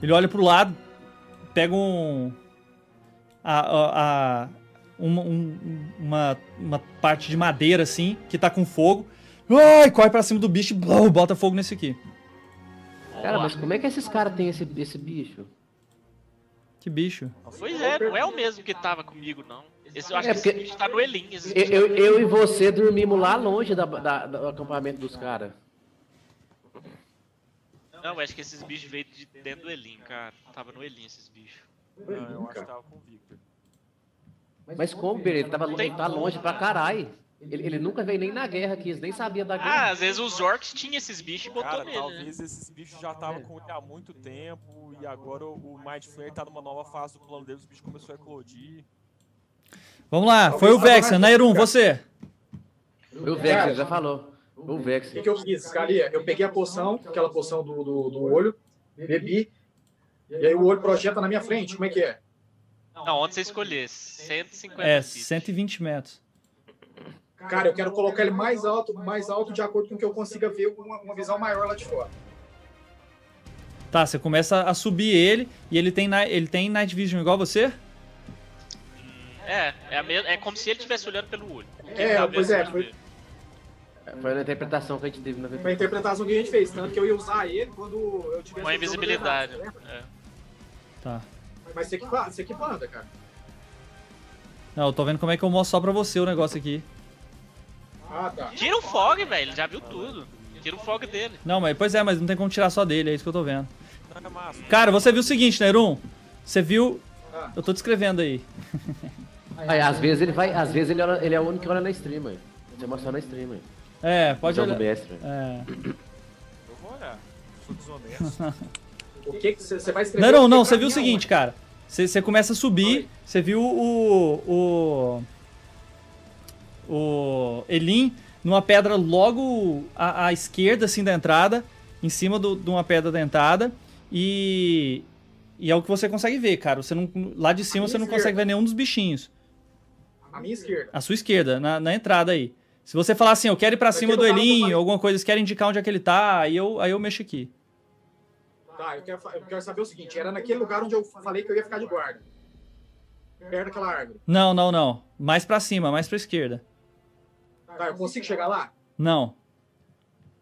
S1: Ele olha pro lado, pega um. A, a, a- uma, um- uma, uma parte de madeira assim, que tá com fogo. Ai, corre pra cima do bicho e blum, bota fogo nesse aqui.
S3: Cara, mas como é que esses caras têm esse, esse bicho?
S1: Que bicho.
S2: Pois é, não é o mesmo que tava comigo, não. Esse, eu acho
S3: É
S2: que
S3: porque-
S2: esse bicho tá no Elin. Esse bicho
S3: Eu, eu- eu e você dormimos lá longe da- da- do acampamento dos caras.
S2: Não, eu acho que esses bichos veio de dentro do Elin, cara. Tava no Elin esses bichos.
S5: Não, Ah, eu acho que
S4: Cara.
S5: tava com o Victor.
S3: Mas como, Pereira? Ele, tava, lo- ele tá longe pra caralho. Ele, ele nunca veio nem na guerra aqui, eles nem sabiam da
S2: Ah,
S3: guerra.
S2: às vezes os orcs tinham esses bichos e botou
S5: Cara,
S2: nele, né?
S5: talvez esses bichos já estavam com ele há muito tempo e agora o o Mind Flayer tá numa nova fase do plano deles, os bichos começou a eclodir.
S1: Vamos lá, foi o Vexen, Nairum, você.
S3: Foi o Vex, ele já falou. Foi o Vex.
S4: O que, que eu fiz, Scalia? Eu peguei a poção, aquela poção do, do, do olho, bebi, e aí o olho projeta na minha frente. Como é que é?
S2: Não, onde você escolher? 150
S1: É,
S2: feet.
S1: 120 metros.
S4: Cara, eu quero colocar ele mais alto, mais alto, de acordo com que eu consiga ver uma, uma visão maior lá de fora.
S1: Tá, você começa a subir ele e ele tem, ni- ele tem Night Vision igual você?
S2: É, é, a me- é como se ele estivesse olhando pelo olho. O que
S4: É,
S2: ele tá vendo,
S4: pois é,
S2: pode
S4: foi-
S2: ver.
S3: Foi a interpretação que a gente teve na
S4: Foi a interpretação que a gente fez, tanto que eu ia usar ele quando eu tivesse...
S2: Com a invisibilidade. É.
S1: Tá.
S4: Mas você que, fa- você que manda, cara.
S1: Não, eu tô vendo como é que eu mostro só pra você o negócio aqui.
S4: Ah, tá.
S2: Tira o fog, velho, ele já viu tudo. Tira o fog dele.
S1: Não, mas pois é, mas não tem como tirar só dele, é isso que eu tô vendo.
S5: Não é massa.
S1: Cara, você viu o seguinte, Nairum? Você viu.
S4: Ah.
S1: Eu tô descrevendo aí.
S3: Aí, às vezes ele vai, às vezes ele, olha- ele é o único que olha na stream, aí. Você mostra na stream, aí.
S1: É, pode
S3: Jogo
S1: olhar.
S3: mestre.
S1: É.
S5: Eu vou olhar. Sou desonesto.
S4: O que que você você vai escrever?
S1: Não, não,
S4: o que
S1: não,
S4: pra
S1: você viu o
S4: mim,
S1: seguinte, cara. Você você começa a subir,
S4: é Oi.
S1: você viu o. O. O. Elin numa pedra logo à, à esquerda, assim, da entrada, em cima do- de uma pedra dentada. E. E é o que você consegue ver, cara. Você não, lá de cima
S4: minha
S1: você não
S4: esquerda.
S1: consegue ver nenhum dos bichinhos.
S4: A minha esquerda.
S1: À sua esquerda, na, na entrada aí. Se você falar assim, eu quero ir pra cima do
S4: Daquele lado
S1: Elin,
S4: do-
S1: ou alguma coisa, você quer indicar onde é que ele tá, aí eu, aí eu mexo aqui.
S4: Tá, eu quero, fa- eu quero saber o seguinte, era naquele lugar onde eu falei que eu ia ficar de guarda. Perto daquela árvore.
S1: Não, não, não. Mais pra cima, mais pra esquerda.
S4: Tá, eu consigo chegar lá?
S1: Não,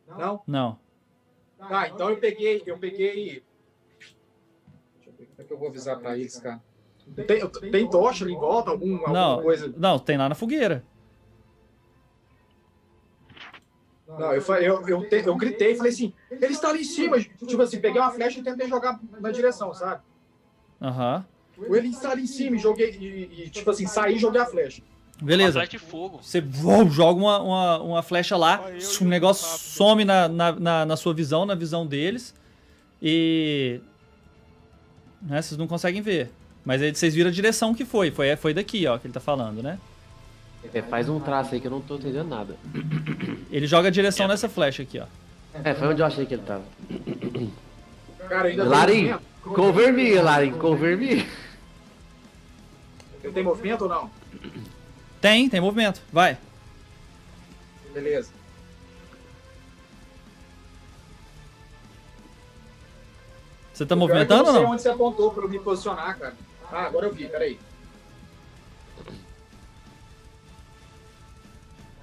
S4: Não?
S1: não.
S4: Tá, então eu peguei, eu peguei. Deixa eu ver como é que eu vou avisar pra eles, cara. Tem, tem tocha ali em volta, algum, alguma
S1: Não,
S4: coisa.
S1: não, tem lá na fogueira.
S4: Não, eu, fa- eu, eu, te- eu gritei e falei assim, ele está ali em cima. Tipo assim, peguei uma flecha e tentei jogar na direção, sabe?
S1: Aham.
S4: Ou ele está ali em cima e joguei, e, e, tipo assim, saí e joguei a flecha.
S1: Beleza.
S2: Atrás de fogo.
S1: Você vou, joga uma, uma, uma flecha lá,
S5: Só eu
S1: o
S5: e o
S1: negócio
S5: Gustavo.
S1: some na, na, na, na sua visão, na visão deles. E. Né, vocês não conseguem ver. Mas aí vocês viram a direção que foi. Foi, foi daqui, ó, que ele tá falando, né?
S3: É, faz um traço aí que eu não tô entendendo nada.
S1: Ele joga a direção
S2: É.
S1: nessa flecha aqui, ó.
S3: É, foi onde eu achei que ele tava.
S4: Cara, ainda tem
S3: Larim,
S4: movimento?
S3: cover me, Larim, cover me.
S4: Eu tenho movimento ou não?
S1: Tem, tem movimento. Vai.
S4: Beleza.
S1: Você tá
S4: O pior é que
S1: movimentando ou
S4: Eu não sei
S1: não?
S4: onde você apontou pra eu me posicionar, cara. Ah, agora eu vi, peraí.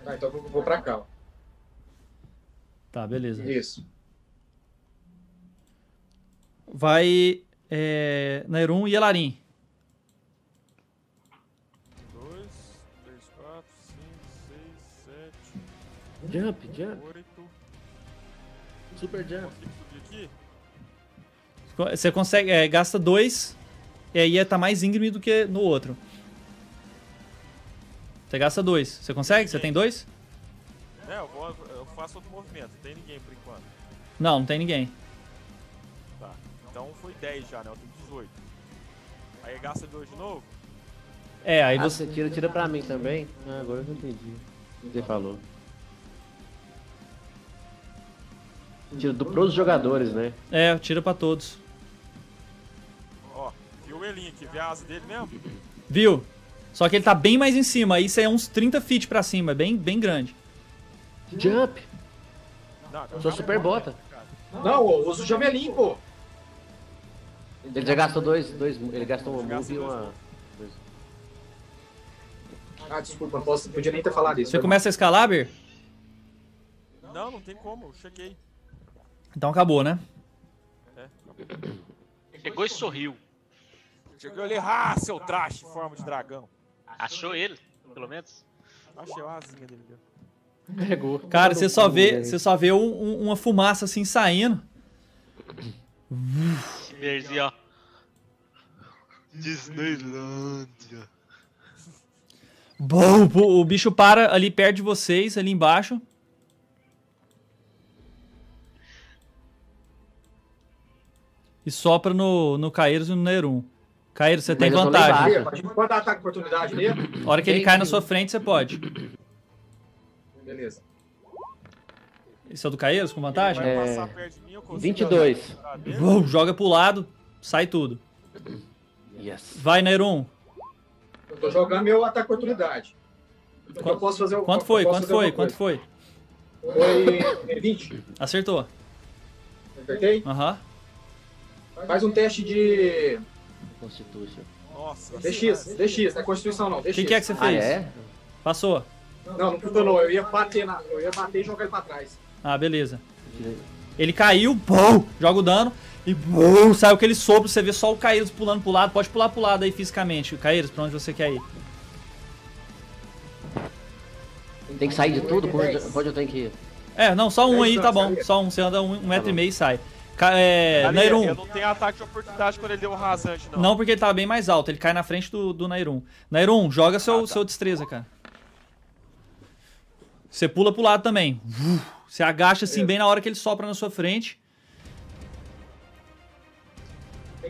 S4: Tá, então eu vou pra cá, ó.
S1: Tá, beleza.
S4: Isso.
S1: Vai. É, Nairun e Elarim.
S5: Dois, três, quatro, cinco, seis, sete,
S3: Jump, jump,
S5: oito.
S3: super jump.
S5: Consegui subir aqui?
S1: Você consegue. é, gasta dois. E aí tá mais íngreme do que no outro. Você gasta dois. Você consegue? Você tem dois?
S5: É, eu, vou, eu faço outro movimento. Não tem ninguém por enquanto.
S1: Não, não tem ninguém.
S5: Tá. Então foi 10 já, né? Eu tenho 18. Aí gasta 2 de novo?
S1: É, aí
S3: Aí
S1: você.
S3: você Ah, tira, tira pra mim também. Ah, agora eu não entendi. o que Você falou. Tira do pros jogadores, né?
S1: É, tira pra todos.
S5: Ó, viu o Elinho aqui? Vê a asa dele mesmo?
S1: Viu? Só que ele tá bem mais em cima. Aí você é uns 30 feet pra cima. É bem, bem grande.
S3: Jump,
S5: Não, então
S3: sou
S5: já
S3: super
S5: pegou,
S3: bota.
S4: Não, ô, usa o jamelim, pô.
S3: Ele já gastou dois, dois ele gastou uma move e
S5: Gastou
S3: uma...
S4: Ah, desculpa, não posso, podia nem ter falado isso.
S1: Você começa a escalar, Bir?
S5: né? Não, não tem como. Eu cheguei.
S1: Então acabou, né?
S5: É.
S2: Pegou e sorriu.
S5: Cheguei, eu olhei. Ah, seu traste em forma de dragão.
S2: Achou ele, pelo menos.
S5: Achei a asinha dele. ali.
S3: Pegou.
S1: Cara, você só vê, você só vê um- um- uma fumaça assim saindo.
S2: Esse Berzi, ó. Disneylândia.
S1: Bom, o bicho para ali perto de vocês, ali embaixo. E sopra no, no Caeiros e no Nerum. Caeiros, você tem
S3: Mas eu tô lá
S1: vantagem.
S3: embaixo.
S4: Aí, pode- Pode dar ataque de oportunidade nele?
S1: A hora que ele cai na sua frente, você pode.
S4: Beleza.
S1: Esse é o do Caeiros com
S5: Ele
S1: vantagem?
S5: vai
S3: É.
S5: passar perto de mim, eu consigo
S3: 22.
S5: ajudar dele?
S1: Bom, joga pro lado, sai tudo.
S3: Yes.
S1: Vai, Nerum.
S4: Eu tô jogando meu ataque de oportunidade. Então
S1: Quanto-
S4: eu posso fazer o-
S1: Quanto
S4: eu
S1: foi?
S4: posso
S1: Quanto
S4: fazer
S1: foi?
S4: alguma
S1: Quanto foi?
S4: coisa. Foi é, 20,
S1: Acertou.
S4: acertei?
S1: Aham.
S4: Faz um teste de
S3: Constitution.
S5: Nossa.
S4: DX, DX, não é Constituição não,
S1: O
S4: DX.
S1: que, que é que você
S3: Ah,
S1: fez?
S3: é?
S1: Passou.
S4: Não, não funcionou, eu ia bater na, eu ia bater e jogar ele pra trás.
S1: Ah, beleza. Ele caiu, bom, joga o dano e bom, sai aquele sopro, você vê só o Caíros pulando pro lado, pode pular pro lado aí fisicamente, Caíros, pra onde você quer ir.
S3: Tem que sair de tudo? Pra onde- pra onde eu tenho que ir?
S1: É, não, só um
S4: É
S1: aí,
S4: isso,
S1: tá bom,
S4: Caíros.
S1: só um, você anda um, um metro e meio e sai. Ca é,
S5: Ali, eu
S1: Nairum,
S5: não tenho ataque de oportunidade quando ele deu o rasante, não.
S1: não porque ele tá bem mais alto, ele cai na frente do, do Nairum. Nairum, joga seu, seu destreza, cara. Você pula pro lado também, você agacha assim bem na hora que ele sopra na sua frente.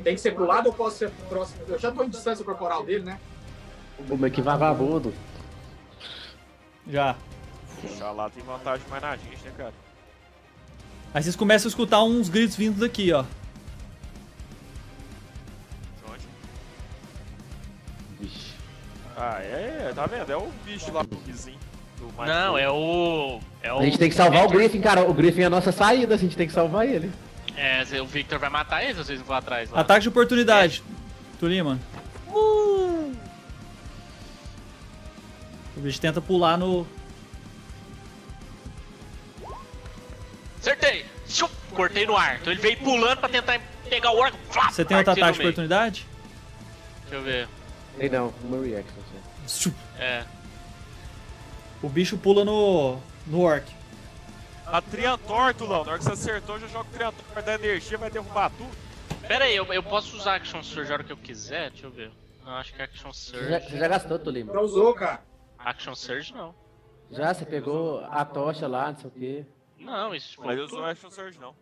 S4: Tem que ser pro lado ou posso ser próximo? Eu já tô em distância corporal dele, né?
S3: Pô, mas que vagabundo.
S1: Já.
S5: Puxa, lá tem vantagem mais na gente, né, cara?
S1: Aí vocês começam a escutar uns gritos vindo daqui, ó.
S5: De onde?
S3: Vixe.
S5: Ah, é, é, tá vendo? É o bicho lá do vizinho. Do mais
S2: Não,
S5: novo.
S2: é o. É o
S3: A gente tem que salvar o Griffin, cara. O Griffin é a nossa saída, a gente tem que salvar ele.
S2: É, o Victor vai matar ele se vocês não vão atrás lá.
S1: Ataque de oportunidade, Tulima. O bicho tenta pular no.
S2: Acertei! Chup, cortei no ar. Então ele veio pulando pra tentar pegar o orco. Flap,
S1: Você tem outra
S2: parti no
S1: ataque de
S2: meio.
S1: oportunidade?
S2: Deixa eu ver.
S3: Tem não, uma reaction. só.
S2: É.
S1: O bicho pula no. no orc.
S5: A Triantor, Tulão. Na hora que você acertou, já joga o Triantor da energia, vai derrubar tudo.
S2: Pera aí, eu, eu posso usar Action Surge a hora que eu quiser? Deixa eu ver. Não, acho que é Action
S3: Você já,
S2: Surge.
S3: você já gastou, Tolima.
S4: Não usou, cara.
S2: Action Surge não.
S3: Já, você pegou a tocha lá, não sei o quê.
S2: Não, isso tipo,
S5: Mas eu uso o Action Surge, não.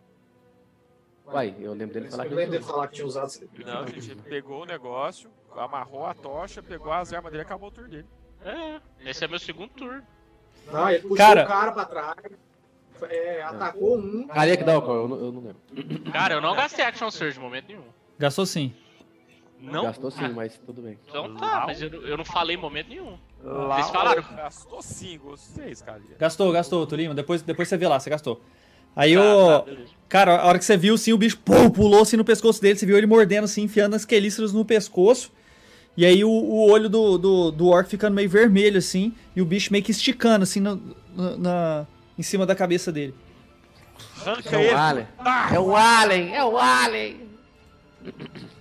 S3: Uai, eu lembro dele falar
S4: Eu
S3: que
S4: lembro
S3: ele
S4: dele falar que tinha usado.
S5: Não, a gente pegou o negócio, amarrou a tocha, pegou as armas dele e acabou o turno dele.
S2: É, esse é meu segundo turno.
S4: Não, ele puxou
S1: Cara.
S4: o cara pra trás. é, atacou um.
S3: Careca da Alcoa, eu, não- eu não lembro.
S2: Cara, eu não gastei Action Surge em momento nenhum.
S1: Gastou sim.
S2: Não?
S3: Gastou sim, mas tudo bem.
S2: Então tá, mas eu, não- eu não falei em momento nenhum.
S5: Lá,
S2: Vocês falaram? Então,
S5: Gastou 5, ou 6, cara.
S1: Gastou, gastou, Tulima. Depois, depois você vê lá, você gastou. Aí
S2: Tá,
S1: o.
S2: tá, beleza.
S1: cara, a hora que você viu, sim, o bicho pum, pulou assim no pescoço dele. Você viu ele mordendo, assim, enfiando as quelíceras no pescoço. E aí o, o olho do, do, do orc ficando meio vermelho, assim. E o bicho meio que esticando, assim, na, na- na- em cima da cabeça dele.
S5: Arranca
S3: É
S5: ele.
S3: o
S1: Ah.
S3: Alien. É o Alien, é o Alien.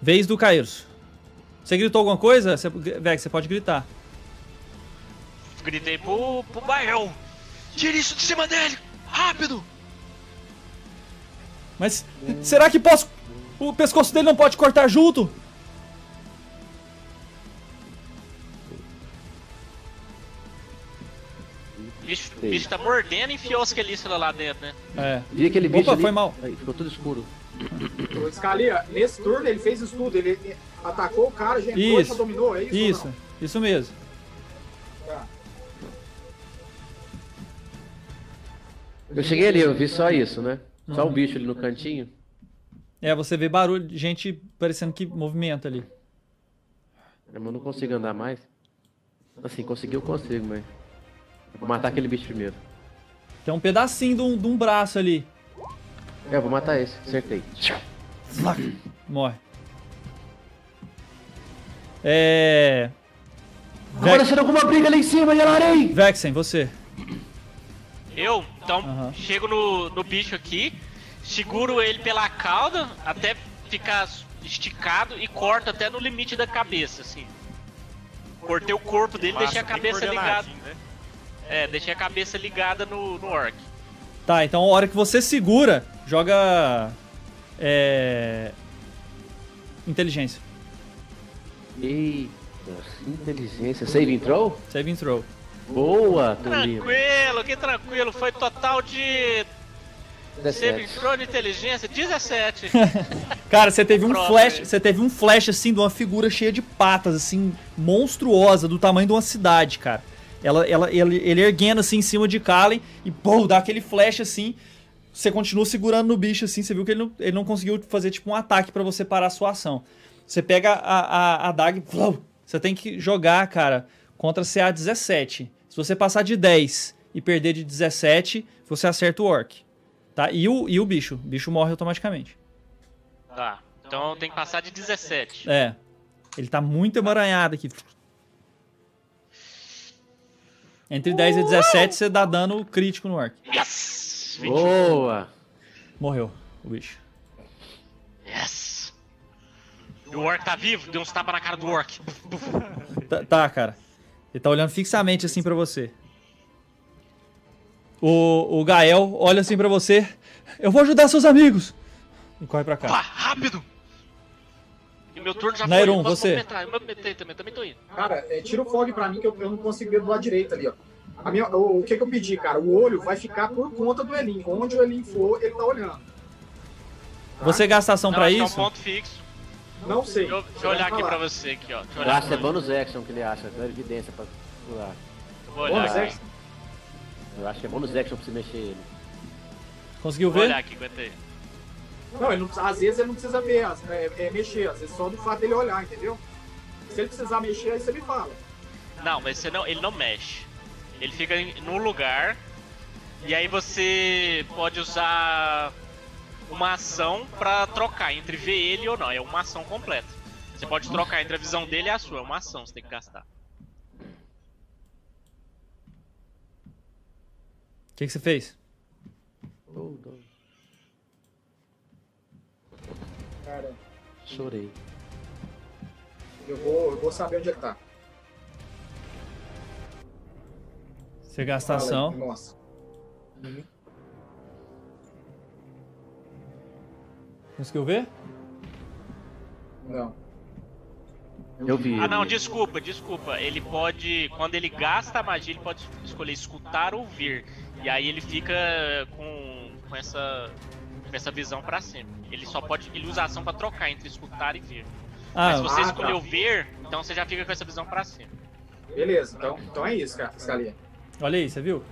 S1: Vez do Kairos. Você gritou alguma coisa? Você, Vex, você pode gritar.
S2: Gritei pro, pro Baião. Tira isso de cima dele! Rápido!
S1: Mas será que posso. O pescoço dele não pode cortar junto?
S2: O bicho, o bicho tá mordendo e enfiou as quelíceras lá dentro, né?
S1: É.
S3: Vi aquele
S1: Opa,
S3: bicho ali.
S1: foi mal.
S3: Aí, ficou tudo escuro.
S4: O Scalia, nesse turno, ele fez isso tudo. Ele atacou o cara, já entrou e
S1: Isso.
S4: só dominou. É isso? ou
S1: Isso,
S4: não?
S1: isso mesmo.
S4: Tá.
S3: Eu cheguei ali, eu vi só isso, né? Só o
S1: Uhum.
S3: bicho ali no cantinho.
S1: É, você vê barulho, de gente parecendo que movimenta ali.
S3: Mas eu não consigo andar mais. Assim, conseguir eu consigo, mas. Vou matar aquele bicho primeiro.
S1: Tem um pedacinho de um, de um braço ali.
S3: É, eu vou matar esse, acertei.
S1: Vlac, Morre. É.
S3: Tá aparecendo alguma briga ali em cima, Yalarei!
S1: Vexen, você.
S2: Eu, então,
S1: Aham.
S2: chego no, no bicho aqui, seguro ele pela cauda até ficar esticado e corto até no limite da cabeça, assim. Cortei o corpo dele, deixei a
S5: Massa, bem
S2: cabeça ligada.
S5: coordenadinho, né?
S2: É, deixei a cabeça ligada no, no orc.
S1: Tá, então a hora que você segura, joga. É. Inteligência.
S3: Eita, inteligência. Save entrou?
S1: Saving throw.
S3: Boa, Tolima.
S2: Tranquilo, que tranquilo. Foi total de. Save
S3: 17.
S2: throw de inteligência 17.
S1: Cara, você teve um
S2: Pronto,
S1: flash,
S2: aí.
S1: você teve um flash assim de uma figura cheia de patas, assim, monstruosa, do tamanho de uma cidade, cara. Ela, ela, ele, ele erguendo assim em cima de Kalen e pô, dá aquele flash assim. Você continua segurando no bicho assim, você viu que ele não, ele não conseguiu fazer tipo um ataque pra você parar a sua ação. Você pega a, a, a daga e plau, você tem que jogar, cara, contra CA 17. Se você passar de 10 e perder de 17, você acerta o orc. Tá? E o, e o bicho. O bicho morre automaticamente.
S2: tá, então tem que passar de 17.
S1: É. Ele tá muito emaranhado aqui. Entre 10 e 17, você dá dano crítico no orc.
S2: Yes! 21.
S3: Boa!
S1: Morreu o bicho.
S2: Yes! E o orc tá vivo, deu uns tapas na cara do orc.
S1: Tá, tá, cara. Ele tá olhando fixamente assim pra você. O, o Gael olha assim pra você. Eu vou ajudar seus amigos. E corre pra
S2: Pá,
S1: cá.
S2: rápido! E meu turno já
S1: Nairon,
S2: foi, eu posso
S1: você.
S2: movimentar, Eu me movimentei também, também tô indo.
S4: Cara, é, tira o fog pra mim que eu, eu não consigo ver do lado direito ali, ó. A minha, o, o que, que eu pedi, cara? O olho vai ficar por conta do Elin. Onde o Elin for, ele tá olhando.
S1: Você gasta ação
S2: Não,
S1: pra
S2: acho que é
S1: isso?
S2: um ponto fixo.
S4: Não sei.
S2: Deixa eu, deixa eu olhar aqui
S4: Vai
S2: pra
S4: falar.
S2: você, aqui, ó. Deixa eu
S3: Eu
S2: olhar,
S3: acho que é bonus action que ele acha, dá evidência pra pular.
S2: vou olhar
S4: Bônus
S2: aqui.
S4: action?
S3: Eu acho que é bonus action pra você mexer ele.
S1: Conseguiu
S2: Vou olhar
S1: ver?
S2: aqui, aguentei.
S4: Não, ele não precisa- às vezes ele não precisa ver, às- é, é mexer, às vezes só do fato dele olhar, entendeu? Se ele precisar mexer, aí você me fala.
S2: Não, mas você não, ele não mexe. Ele fica em- num lugar. E aí você pode usar uma ação pra trocar entre ver ele ou não. É uma ação completa. Você pode trocar entre a visão dele e a sua. É uma ação, você tem que gastar.
S1: O que, que você fez?
S3: Oh, não.
S4: Cara,
S3: Chorei.
S4: eu vou, eu vou saber onde ele tá.
S1: Você gasta
S4: Fala aí,
S1: ação.
S4: Nossa.
S1: Conseguiu ver?
S4: Não.
S3: Eu vi.
S2: Ah, não,
S3: ele.
S2: desculpa, desculpa. Ele pode, quando ele gasta a magia, ele pode escolher escutar ou ver. E aí ele fica com, com essa com essa visão pra sempre. Ele só pode, ele usa a ação pra trocar entre escutar e ver. Mas
S1: Ah,
S2: se você
S4: ah, tá.
S2: escolheu ver, então você já fica com essa visão pra sempre.
S4: Beleza, então, então é isso, cara, fiscalia.
S1: olha aí, você viu?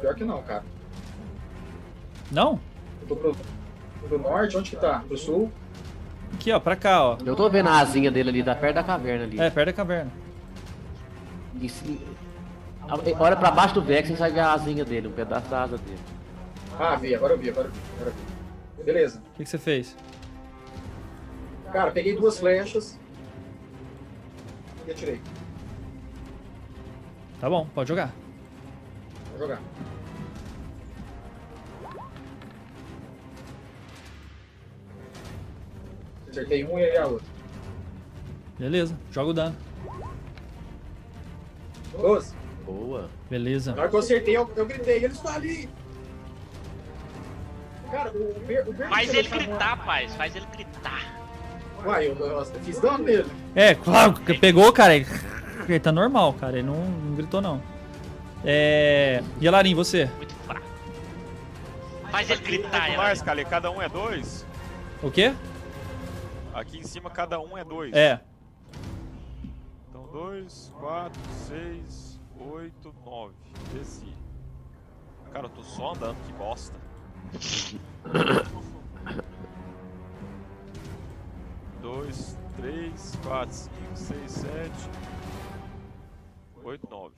S4: Pior que não, cara.
S1: Não?
S4: Eu tô pro, pro norte, onde que tá? Pro sul?
S1: Aqui, ó, pra cá, ó.
S3: Eu tô vendo a asinha dele ali, tá perto da caverna ali.
S1: É, perto da caverna.
S3: Em cima- a- Olha pra baixo do Vex e sai ver a asinha dele, um pedaço da asa dele.
S4: Ah, vi, agora eu vi, agora eu vi, agora eu vi. Beleza.
S1: O que, que você fez?
S4: Cara, peguei duas flechas e atirei.
S1: Tá bom, pode jogar.
S4: Vou jogar. Acertei um e aí a outra.
S1: Beleza, joga o dano.
S4: Doze.
S3: Boa.
S1: Beleza.
S4: Na hora que eu acertei, eu, eu gritei, eles estão ali! Cara, o Ber... O Ber
S2: Faz ele gritar, pai, faz ele gritar.
S4: Uai, eu, eu fiz dano nele.
S1: É, claro, que pegou, cara. Ele, ele tá normal, cara. Ele não, não gritou, não. É. Yelarin, você?
S2: Muito fraco. Faz ele gritar,
S5: Tá,
S2: ela.
S5: mais, Kali, cada um é dois.
S1: O quê?
S5: Aqui em cima cada um é dois.
S1: É.
S5: Então dois, quatro, seis, oito, nove. Desci. Cara, eu tô só andando, que bosta. dois, três, quatro, cinco, seis, sete, oito, nove.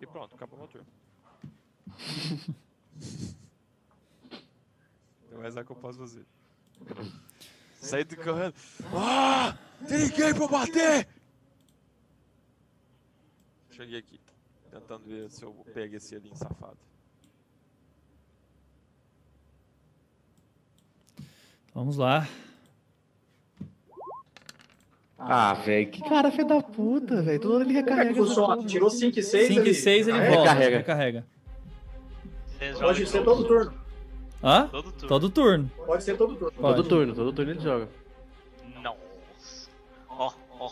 S5: E pronto, acabou meu turno. Tem mais nada que eu posso fazer. Saí do correndo. Ah! Tem ninguém pra bater! Cheguei aqui, tentando ver se eu pego esse ali safado.
S1: Vamos lá.
S3: Ah, velho, que cara filho da puta, velho. Toda hora ele
S4: Como é que
S3: recarrega. essa
S4: funciona?
S3: porra.
S4: Tirou 5 e 6
S1: 5
S4: ali.
S1: e 6 ele
S4: Ah, é?
S1: volta.
S3: Recarrega.
S1: Recarrega.
S2: Vocês
S4: Pode ser
S2: jogam
S4: todo turno.
S1: Hã?
S2: é todo turno.
S1: Todo turno.
S4: Pode ser todo turno.
S1: Pode.
S3: Todo turno, todo turno ele joga.
S2: Nossa. Ó, ó.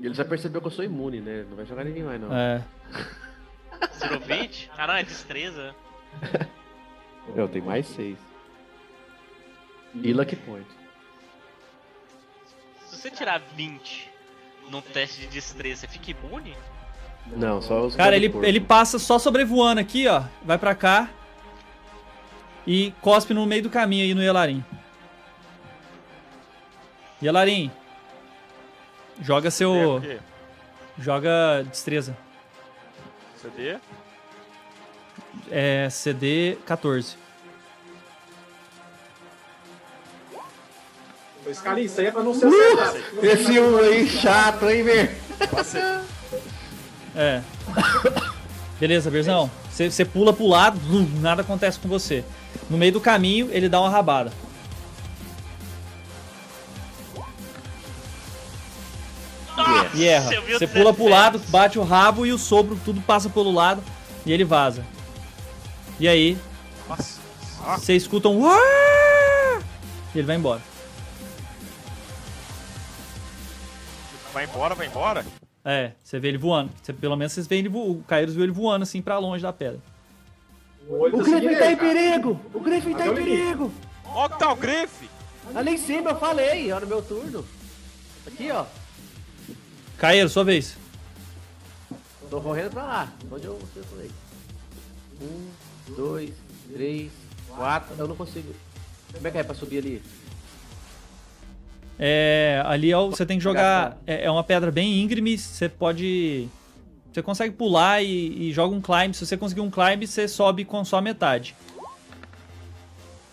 S3: Ele já percebeu que eu sou imune, né? Não vai jogar ninguém mais, não.
S1: É.
S2: Tirou 20? Ah, não, é destreza.
S3: Eu tenho mais seis. E lucky point.
S2: Se você tirar 20 num teste de destreza, você fica imune?
S3: Não, só os
S1: Cara, ele,
S3: corpo.
S1: ele passa só sobrevoando aqui, ó. Vai pra cá. E cospe no meio do caminho aí no Yelarin. Yelarin. Joga seu.
S5: CD,
S1: Joga destreza.
S5: CD,
S1: É CD 14.
S4: Escala isso aí é pra não
S3: Uh!
S4: ser acertado.
S3: Esse um aí chato, hein, velho?
S5: passei.
S1: É. Beleza, Berzão. Você você pula pro lado, blum, nada acontece com você. No meio do caminho, ele dá uma rabada.
S2: Nossa,
S1: E erra.
S2: eu vi o
S1: Você pula pro
S2: 17.
S1: lado, bate o rabo e o sopro, tudo passa pelo lado e ele vaza. E aí,
S5: Nossa,
S1: você escuta um. "Uá!" E ele vai embora.
S5: vai embora, vai embora?
S1: É, você vê ele voando. Você- pelo menos vocês veem ele voando. O Caíros viu ele voando assim pra longe da pedra.
S4: O olho
S3: O
S4: tá seguindo
S3: Griffin tá
S4: ele,
S3: em
S4: cara.
S3: perigo! O Griffin tá
S4: Até
S3: em
S4: o limite.
S3: perigo!
S5: Ó, que tá o grife!
S3: Ali em cima eu falei, ó, no meu turno. Aqui, ó.
S1: Caíros, sua vez.
S3: Tô correndo pra lá, onde eu, onde eu falei. Um, dois, três, quatro. Eu não consigo. Como é que é pra subir ali?
S1: É, ali é o- você tem que jogar.
S3: Jogar
S1: É, é uma pedra bem íngreme. Você pode. Você consegue pular e, e joga um climb. Se você conseguir um climb, você sobe com só a metade.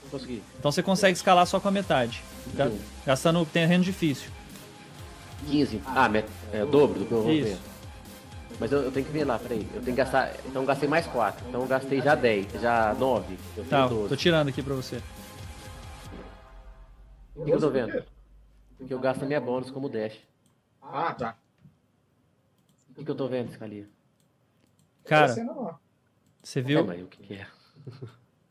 S3: Não consegui.
S1: Então você consegue escalar só com a metade. Ga-
S3: Sim.
S1: Gastando terreno difícil.
S3: 15. Ah, me- é o dobro do que eu vou
S1: Isso.
S3: ver. Mas eu, eu tenho que ver lá, peraí. Eu tenho que gastar. Então eu gastei mais 4. Então eu gastei já 10, já 9. Eu
S1: Tá,
S3: tenho
S1: tô
S3: 12.
S1: tirando aqui pra você.
S4: Ah,
S3: O que eu tô vendo? Porque eu gasto a minha bônus como dash.
S4: Ah, tá.
S3: O que, que eu tô vendo, Scalia?
S1: Cara,
S4: Essa cena lá.
S1: você
S3: É,
S1: viu?
S3: mas o que que é?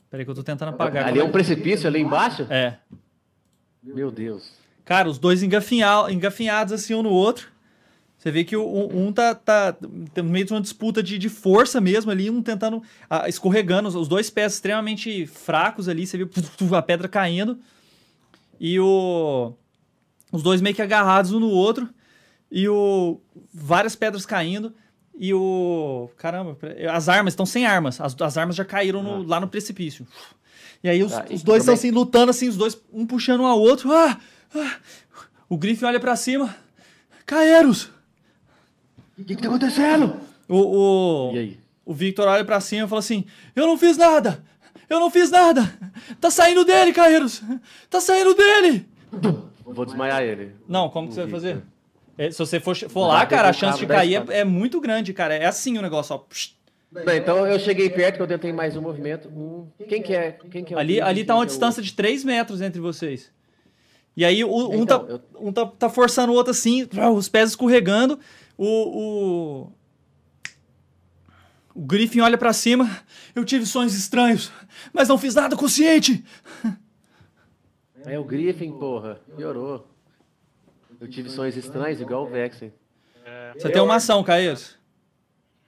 S1: Peraí que eu tô tentando apagar.
S3: ali um é um
S1: Como
S3: precipício, ali embaixo?
S1: é? É.
S3: Meu Deus.
S1: Cara, os dois engafinha- engafinhados assim um no outro. Você vê que o- um, um tá, tá tem meio de uma disputa de, de força mesmo ali, um tentando ah, escorregando, os, os dois pés extremamente fracos ali, você vê puf, puf, a pedra caindo. E o os dois meio que agarrados um no outro e o várias pedras caindo e o caramba, as armas estão sem armas, as, as armas já caíram no- lá no precipício. E aí os,
S3: Tá, e
S1: os dois estão
S3: como é-
S1: assim lutando assim, os dois um puxando um ao outro. Ah! Ah! O Griffin olha pra cima. Caeros!
S3: O que, que tá acontecendo?
S1: O, o,
S3: E aí?
S1: o Victor olha pra cima e fala assim: Eu não fiz nada! Eu não fiz nada! Tá saindo dele, Caeros! Tá saindo dele!
S3: Vou desmaiar ele.
S1: Não, como que
S3: O
S1: você vai
S3: Victor.
S1: fazer? É, se você for, for
S3: Vai
S1: lá,
S3: bater
S1: cara, a
S3: com o
S1: chance de
S3: cabo da
S1: cair
S3: espada.
S1: é, é muito grande, cara. É assim o negócio, ó. Psh.
S3: Não, então eu cheguei perto, que eu tentei mais um movimento. Um... Quem que é? Quem que é o
S1: Ali,
S3: Griffin?
S1: ali tá
S3: Quem
S1: uma
S3: que é o
S1: distância de 3 metros entre vocês. E aí o- um,
S3: Então,
S1: tá, um tá, tá forçando o outro assim, os pés escorregando. O, o, o Griffin olha pra cima. Eu tive sonhos estranhos, mas não fiz nada consciente.
S3: outro? É o Griffin, porra. Piorou. Eu tive sonhos estranhos, igual o Vexen.
S1: Você tem uma ação, Caeiros.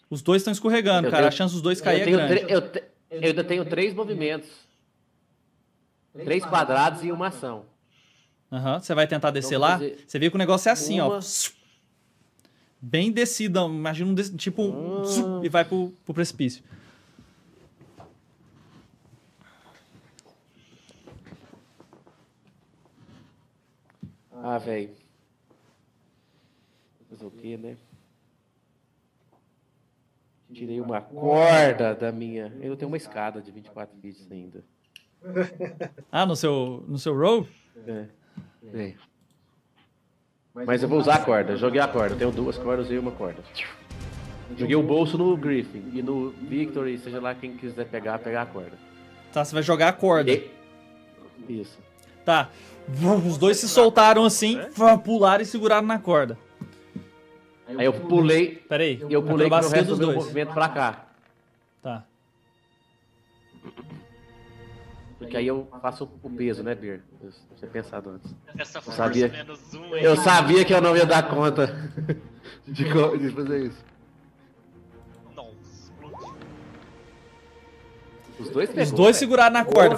S1: Os dois estão escorregando,
S3: Eu
S1: cara. A
S3: tenho-
S1: chance dos dois
S3: Eu,
S1: cair é
S3: tenho
S1: grande.
S3: tre- eu, te- eu ainda tenho três movimentos. Três quadrados e uma ação.
S1: Aham, Você vai tentar descer
S3: vou
S1: lá?
S3: fazer
S1: Você vê que o negócio é assim, ó.
S3: Então, uma-
S1: Bem descida, imagina um des- tipo um
S3: Ah.
S1: zup, e vai pro, pro precipício.
S3: Ah, velho. Fazer o quê, né? Tirei uma corda da minha. Eu tenho uma escada de 24 bits ainda.
S1: Ah, no seu no seu roll?
S3: É. É. Mas eu vou usar a corda. Joguei a corda. Tenho duas cordas e uma corda. Joguei o bolso no Griffin e no Victor e seja lá quem quiser pegar, pegar a corda.
S1: Tá, você vai jogar a corda.
S3: E- Isso.
S1: Tá. Vum, Os dois se soltaram assim, vá, pularam e seguraram na corda.
S3: Aí eu pulei,
S1: Pera aí.
S3: eu pulei com o
S1: acrobacia
S3: resto do meu movimento pra cá.
S1: Tá.
S3: Porque aí eu faço o peso, né, Beer? Eu tinha pensado antes.
S2: Essa força
S3: sabia.
S2: menos um aí.
S3: Eu sabia que eu não ia dar conta de, co- de fazer isso.
S2: Não, explodiu.
S3: Os dois
S1: Os
S3: pegou,
S1: dois
S3: né? velho.
S1: seguraram na corda.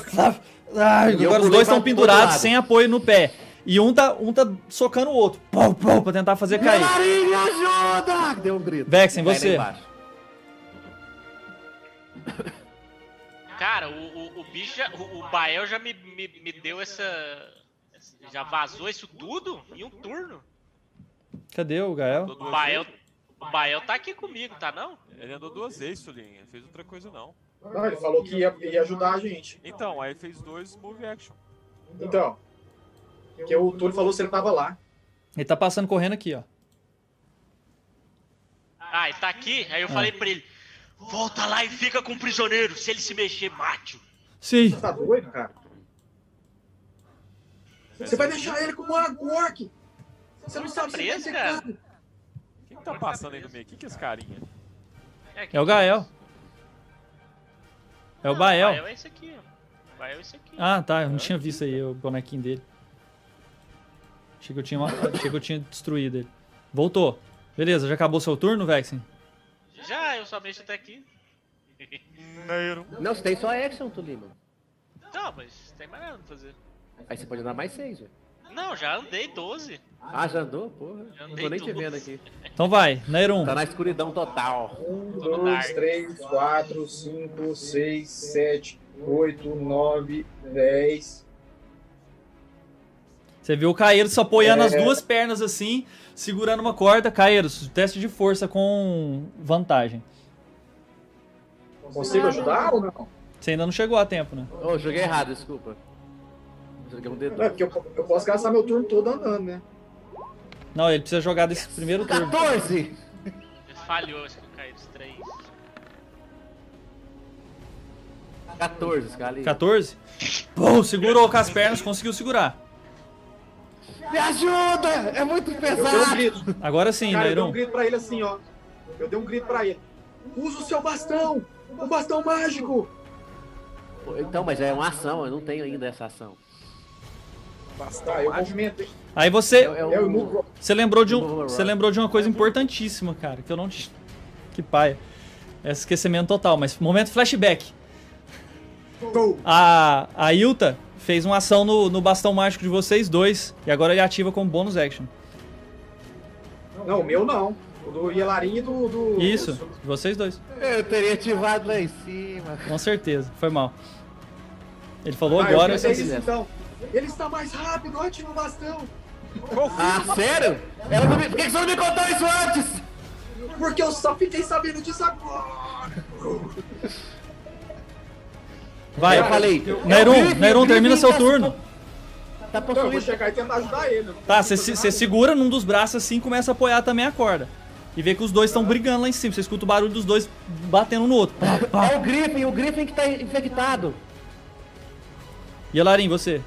S1: Ah,
S3: E eu
S1: agora os dois
S3: pulei pra-
S1: estão
S3: pro outro
S1: pendurados
S3: lado.
S1: sem apoio no pé. E um tá, um tá socando o outro. Pau, pau, pra tentar fazer cair.
S3: Marinho, me ajuda! Deu um grito.
S1: Vexen,
S3: Cai lá
S1: você.
S3: embaixo.
S2: Cara, o, o, o bicho, já- o, o Bael já me, me, me deu essa. essa- Já vazou isso tudo em um turno.
S1: Cadê o Gael?
S5: Andou
S2: O
S5: duas
S2: Bael,
S5: vezes.
S2: o Bael tá aqui comigo, tá não?
S5: Ele andou duas vezes, Sulinha. Ele fez outra coisa não.
S4: Não, ele falou que ia, ia ajudar a gente.
S5: Então, aí fez dois move action.
S4: Então, que o Túlio falou se ele tava lá.
S1: Ele tá passando correndo aqui, ó.
S2: Ah, ele tá aqui? Aí eu falei pra ele: volta lá e fica com o prisioneiro. Se ele se mexer, mate.
S1: Sim.
S4: Você tá doido, cara?
S2: É
S4: Você vai deixar ele como uma gork? Você não sabe se ele vai
S2: tá Preso,
S4: ser
S2: cara?
S4: cara.
S5: Quem que tá passando aí no meio? Quem que é esse carinha?
S1: É o Gael. É o Bael.
S2: Bael é esse aqui, ó. Bael é esse aqui.
S1: Ah, tá. Eu não tinha visto aí o bonequinho dele. Achei que eu tinha, achei que eu tinha destruído ele. Voltou. Beleza, já acabou seu turno, Vexen?
S2: Já, eu só mexo até aqui.
S3: Não, você tem só action, Tulima.
S2: Não, Tá, mas tem mais nada pra fazer.
S3: Aí você pode andar mais seis, velho.
S2: Não, já andei 12.
S3: Ah, já andou? Porra.
S2: Já
S3: Não
S2: andei
S3: tô nem te
S2: duas.
S3: vendo aqui.
S1: Então vai, Nairum.
S3: Tá na escuridão total.
S4: Um,
S2: Tô no
S4: dois,
S2: dark.
S4: três, quatro, cinco, seis, sete, oito, nove, dez.
S1: Você viu o Caeiros se apoiando
S4: É.
S1: as duas pernas assim, segurando uma corda. Caeiros, teste de força com vantagem.
S4: Consigo ajudar ou não?
S1: Você ainda não chegou a tempo, né?
S3: Ô, joguei errado, desculpa. Joguei um dedo.
S4: Não, é porque eu, eu posso gastar meu turno todo andando, né?
S1: Não, ele precisa jogar desse primeiro turno.
S3: 14!
S2: Falhou, acho que eu caí dos três.
S3: 14, Scali.
S1: 14? Pô, segurou com as pernas, conseguiu segurar.
S3: Me ajuda! É muito
S4: Eu dei um
S3: pesado!
S4: grito.
S1: Agora sim,
S4: Cara, eu um dei
S1: Nairum.
S4: um grito pra ele assim, ó. Eu dei um grito pra ele. Usa o seu bastão! O bastão mágico!
S3: Pô, Então, mas é uma ação, eu não tenho ainda essa ação.
S4: Tá, eu movimento, hein?
S1: Aí você,
S3: É- é
S4: Eu
S3: um-
S4: mudo.
S1: você lembrou de
S3: Vamos
S1: um,
S3: lá.
S1: você lembrou de uma coisa importantíssima, cara, que eu não te, que paia. É esquecimento total, mas momento flashback.
S4: Go!
S1: A a Yuta fez uma ação no, no bastão mágico de vocês dois e agora ele ativa como bônus action.
S4: Não, o meu não. O do Yelarim e do. do-
S1: Isso,
S4: do-
S1: de vocês dois.
S3: Eu teria ativado lá em cima.
S1: Com certeza, foi mal. Ele falou
S4: Ah, eu
S1: agora.
S4: pensei nisso,
S3: Silêncio.
S4: então. Ele está mais rápido, ativa o bastão!
S3: Ah, sério? Ela não me- Por que que você não me contou isso antes?
S4: Porque eu só fiquei sabendo disso agora!
S1: Vai.
S3: eu falei.
S1: Nairon,
S3: eu vi-
S1: Nairon,
S3: vi-
S1: termina
S3: vi-
S1: seu
S3: tá-
S1: turno.
S3: Tá
S4: Então eu vou
S3: possuído.
S4: chegar e tentar ajudar ele.
S1: Tá, você segura num dos braços assim e começa a apoiar também a corda. E vê que os dois estão brigando lá em cima. Você escuta o barulho dos dois batendo um no outro. Pá, pá.
S3: É o Griffin, o Griffin que tá infectado.
S1: E Elarim, você?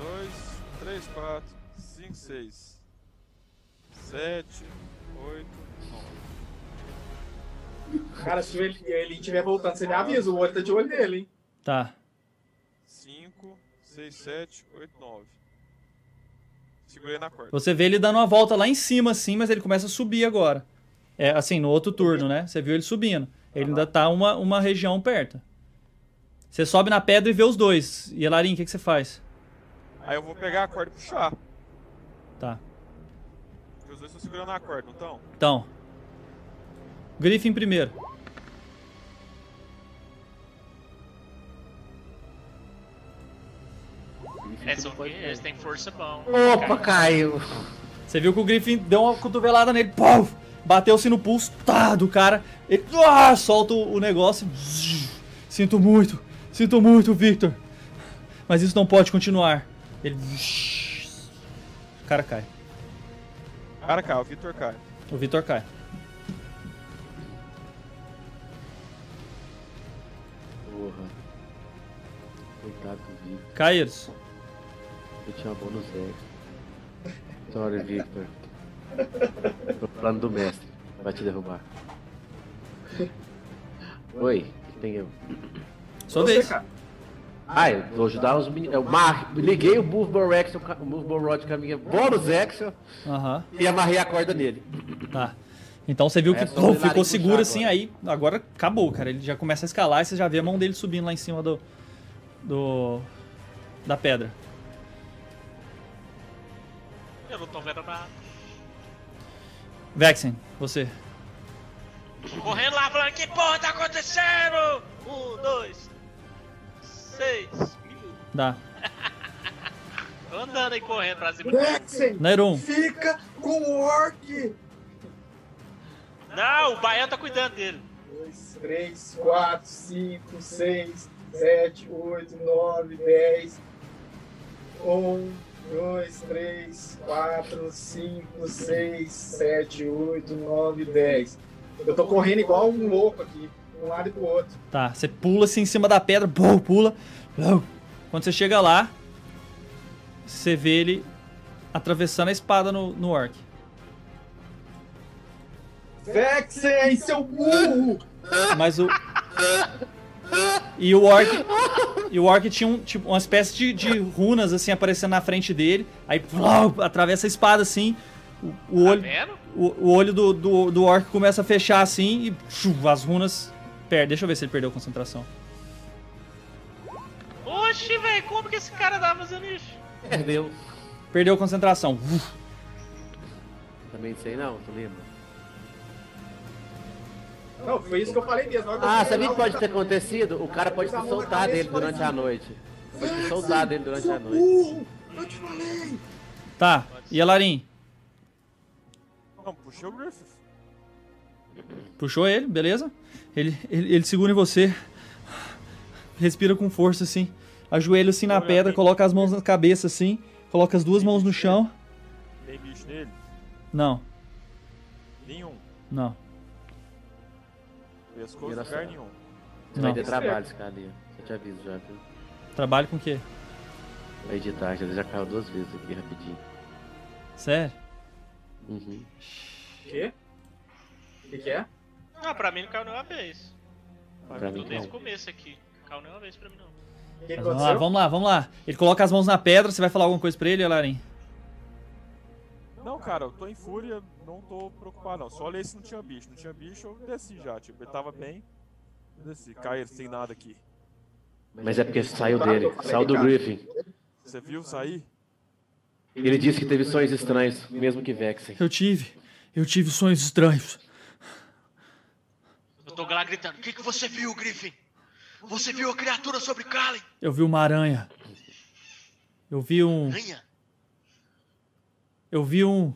S5: 2, 3, 4, 5, 6, 7, 8, 9.
S4: Cara, se ele, ele estiver voltando, você me avisa. O olho tá de olho nele, hein?
S1: Tá.
S5: 5, 6, 7, 8, 9. Segurei na corda.
S1: Você vê ele dando uma volta lá em cima assim, mas ele começa a subir agora. É, assim, no outro turno, né? Você viu ele subindo. Ele ainda tá uma, uma região perto. Você sobe na pedra e vê os dois. E Elarim, o que que você faz?
S5: Aí eu vou pegar a corda e puxar.
S1: Tá.
S5: Porque os dois estão segurando a corda, não estão?
S1: Então. Griffin primeiro.
S2: É, são, eles têm força bom.
S3: Opa, caiu.
S1: Você viu que o Griffin deu uma cotovelada nele, pum, bateu-se no pulso tá, do cara, ele ah, solta o o negócio. zzz, Sinto muito, sinto muito, Victor. Mas isso não pode continuar. Ele. zzz, O cara cai.
S5: Cara, cai, o Vitor cai.
S1: O Victor cai.
S3: Porra. Coitado do Victor.
S1: Cai eles.
S3: Eu tinha bônus extra. Sorry, Victor. Tô plano do mestre. Vai te derrubar. Oi, que tem eu?
S1: Sua vez.
S4: cara.
S3: Ah, eu vou ajudar os meninos. Eu mar... liguei o Movable Action, o Movable Rod com a minha bônus action
S1: Aham.
S3: e amarrei a corda nele.
S1: Tá. Então você viu que
S3: É, só o
S1: pum,
S3: Elarim
S1: ficou
S3: puxar
S1: seguro assim,
S3: agora.
S1: aí agora acabou, cara. Ele já começa a escalar e você já vê a mão dele subindo lá em cima do. do. da pedra.
S2: Eu não tô vendo nada.
S1: Vexen, você.
S2: Correndo lá falando que porra tá acontecendo? Um, dois, seis minutos.
S1: Dá.
S2: Tô Andando e correndo pra cima.
S3: É.
S4: Vexen,
S1: Nairon.
S4: fica com o orc!
S2: Não, o Baiano tá cuidando dele.
S4: 2, 3, 4, 5, 6, 7, 8, 9, 10. 1, 2, 3, 4, 5, 6, 7, 8, 9, 10. Eu tô correndo igual um louco aqui, de um lado e pro outro.
S1: Tá, você pula assim em cima da pedra, bum, pula. bum. Quando você chega lá, você vê ele atravessando a espada no, no orc.
S4: Vexen, seu burro!
S1: Mas o. E o orc. E o orc tinha um, tipo, uma espécie de, de runas assim aparecendo na frente dele. Aí plau, atravessa a espada assim. o- O,
S2: Tá
S1: olho,
S2: vendo?
S1: o, o olho do, do, do orc começa a fechar assim e chu, as runas. Pera, deixa eu ver se ele perdeu a concentração.
S2: Oxi, velho, como que esse cara tá fazendo isso?
S3: Perdeu.
S1: Perdeu a concentração. Uf.
S3: Também sei não, tu lembra?
S4: Não, foi isso que eu falei mesmo.
S3: Ah, sabe o que pode ter acontecido? O cara pode ter soltado ele durante a noite. Pode ter soltado ele durante a noite.
S4: Burro! Eu te falei!
S1: Tá, e Elarim?
S5: Não, puxei o Griffith.
S1: Puxou ele, beleza? Ele, ele, ele segura em você, respira com força assim, ajoelha assim na
S5: Olha
S1: pedra,
S5: bem.
S1: coloca as mãos na cabeça assim, coloca as duas mãos no chão.
S5: Tem bicho nele?
S1: Não,
S5: Nenhum.
S1: não,
S5: Pescoço,
S3: Engraçado.
S5: lugar nenhum.
S3: Você vai
S1: Não.
S3: ter trabalho, esse cara ali. Eu te aviso já, viu?
S1: trabalho com o quê?
S3: Vai editar, já, já caiu duas vezes aqui rapidinho.
S1: Sério?
S3: Uhum.
S4: O quê? O que, que é?
S2: Ah, pra mim não caiu nenhuma vez.
S3: Pra
S2: Tô
S3: mim,
S2: desde o
S3: não.
S2: começo aqui. Não caiu nenhuma vez pra mim, não.
S4: O que
S1: Mas vamos lá,
S4: aconteceu?
S1: vamos lá, vamos lá. Ele coloca as mãos na pedra, você vai falar alguma coisa pra ele, Larim?
S5: Não, cara, eu tô em fúria, não tô preocupado não. Só olhei se não tinha bicho. Não tinha bicho, eu desci já. Tipo, ele tava bem. eu Desci, caí sem nada aqui.
S3: Mas é porque saiu dele, saiu do Griffin.
S5: Você viu sair?
S3: Ele disse que teve sonhos estranhos, mesmo que vexem.
S1: Eu tive, eu tive sonhos estranhos.
S2: Eu tô lá gritando: O que, que você viu, Griffin? Você viu a criatura sobre Kallen?
S1: Eu vi uma aranha. Eu vi um,
S2: Ganha?
S1: eu vi um.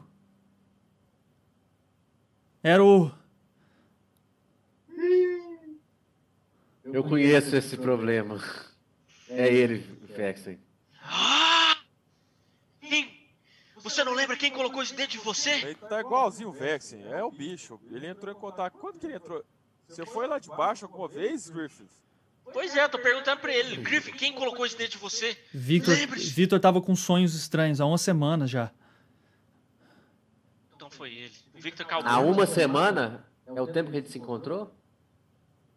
S1: Era o,
S3: Eu conheço esse problema. É ele, vexem.
S2: Ah! Quem? Você não lembra quem colocou isso dentro de você?
S5: Ele tá igualzinho o Vexen, é o bicho. Ele entrou em contato. Quando que ele entrou? Você foi lá de baixo alguma vez, Griffith?
S2: Pois é, eu tô perguntando pra ele. Griffin, quem colocou isso dentro de você?
S1: Victor.
S2: Lembre-se.
S1: Victor tava com sonhos estranhos há uma semana já.
S2: Então foi ele. O Victor calmou.
S3: Há uma semana é o tempo que a gente se encontrou?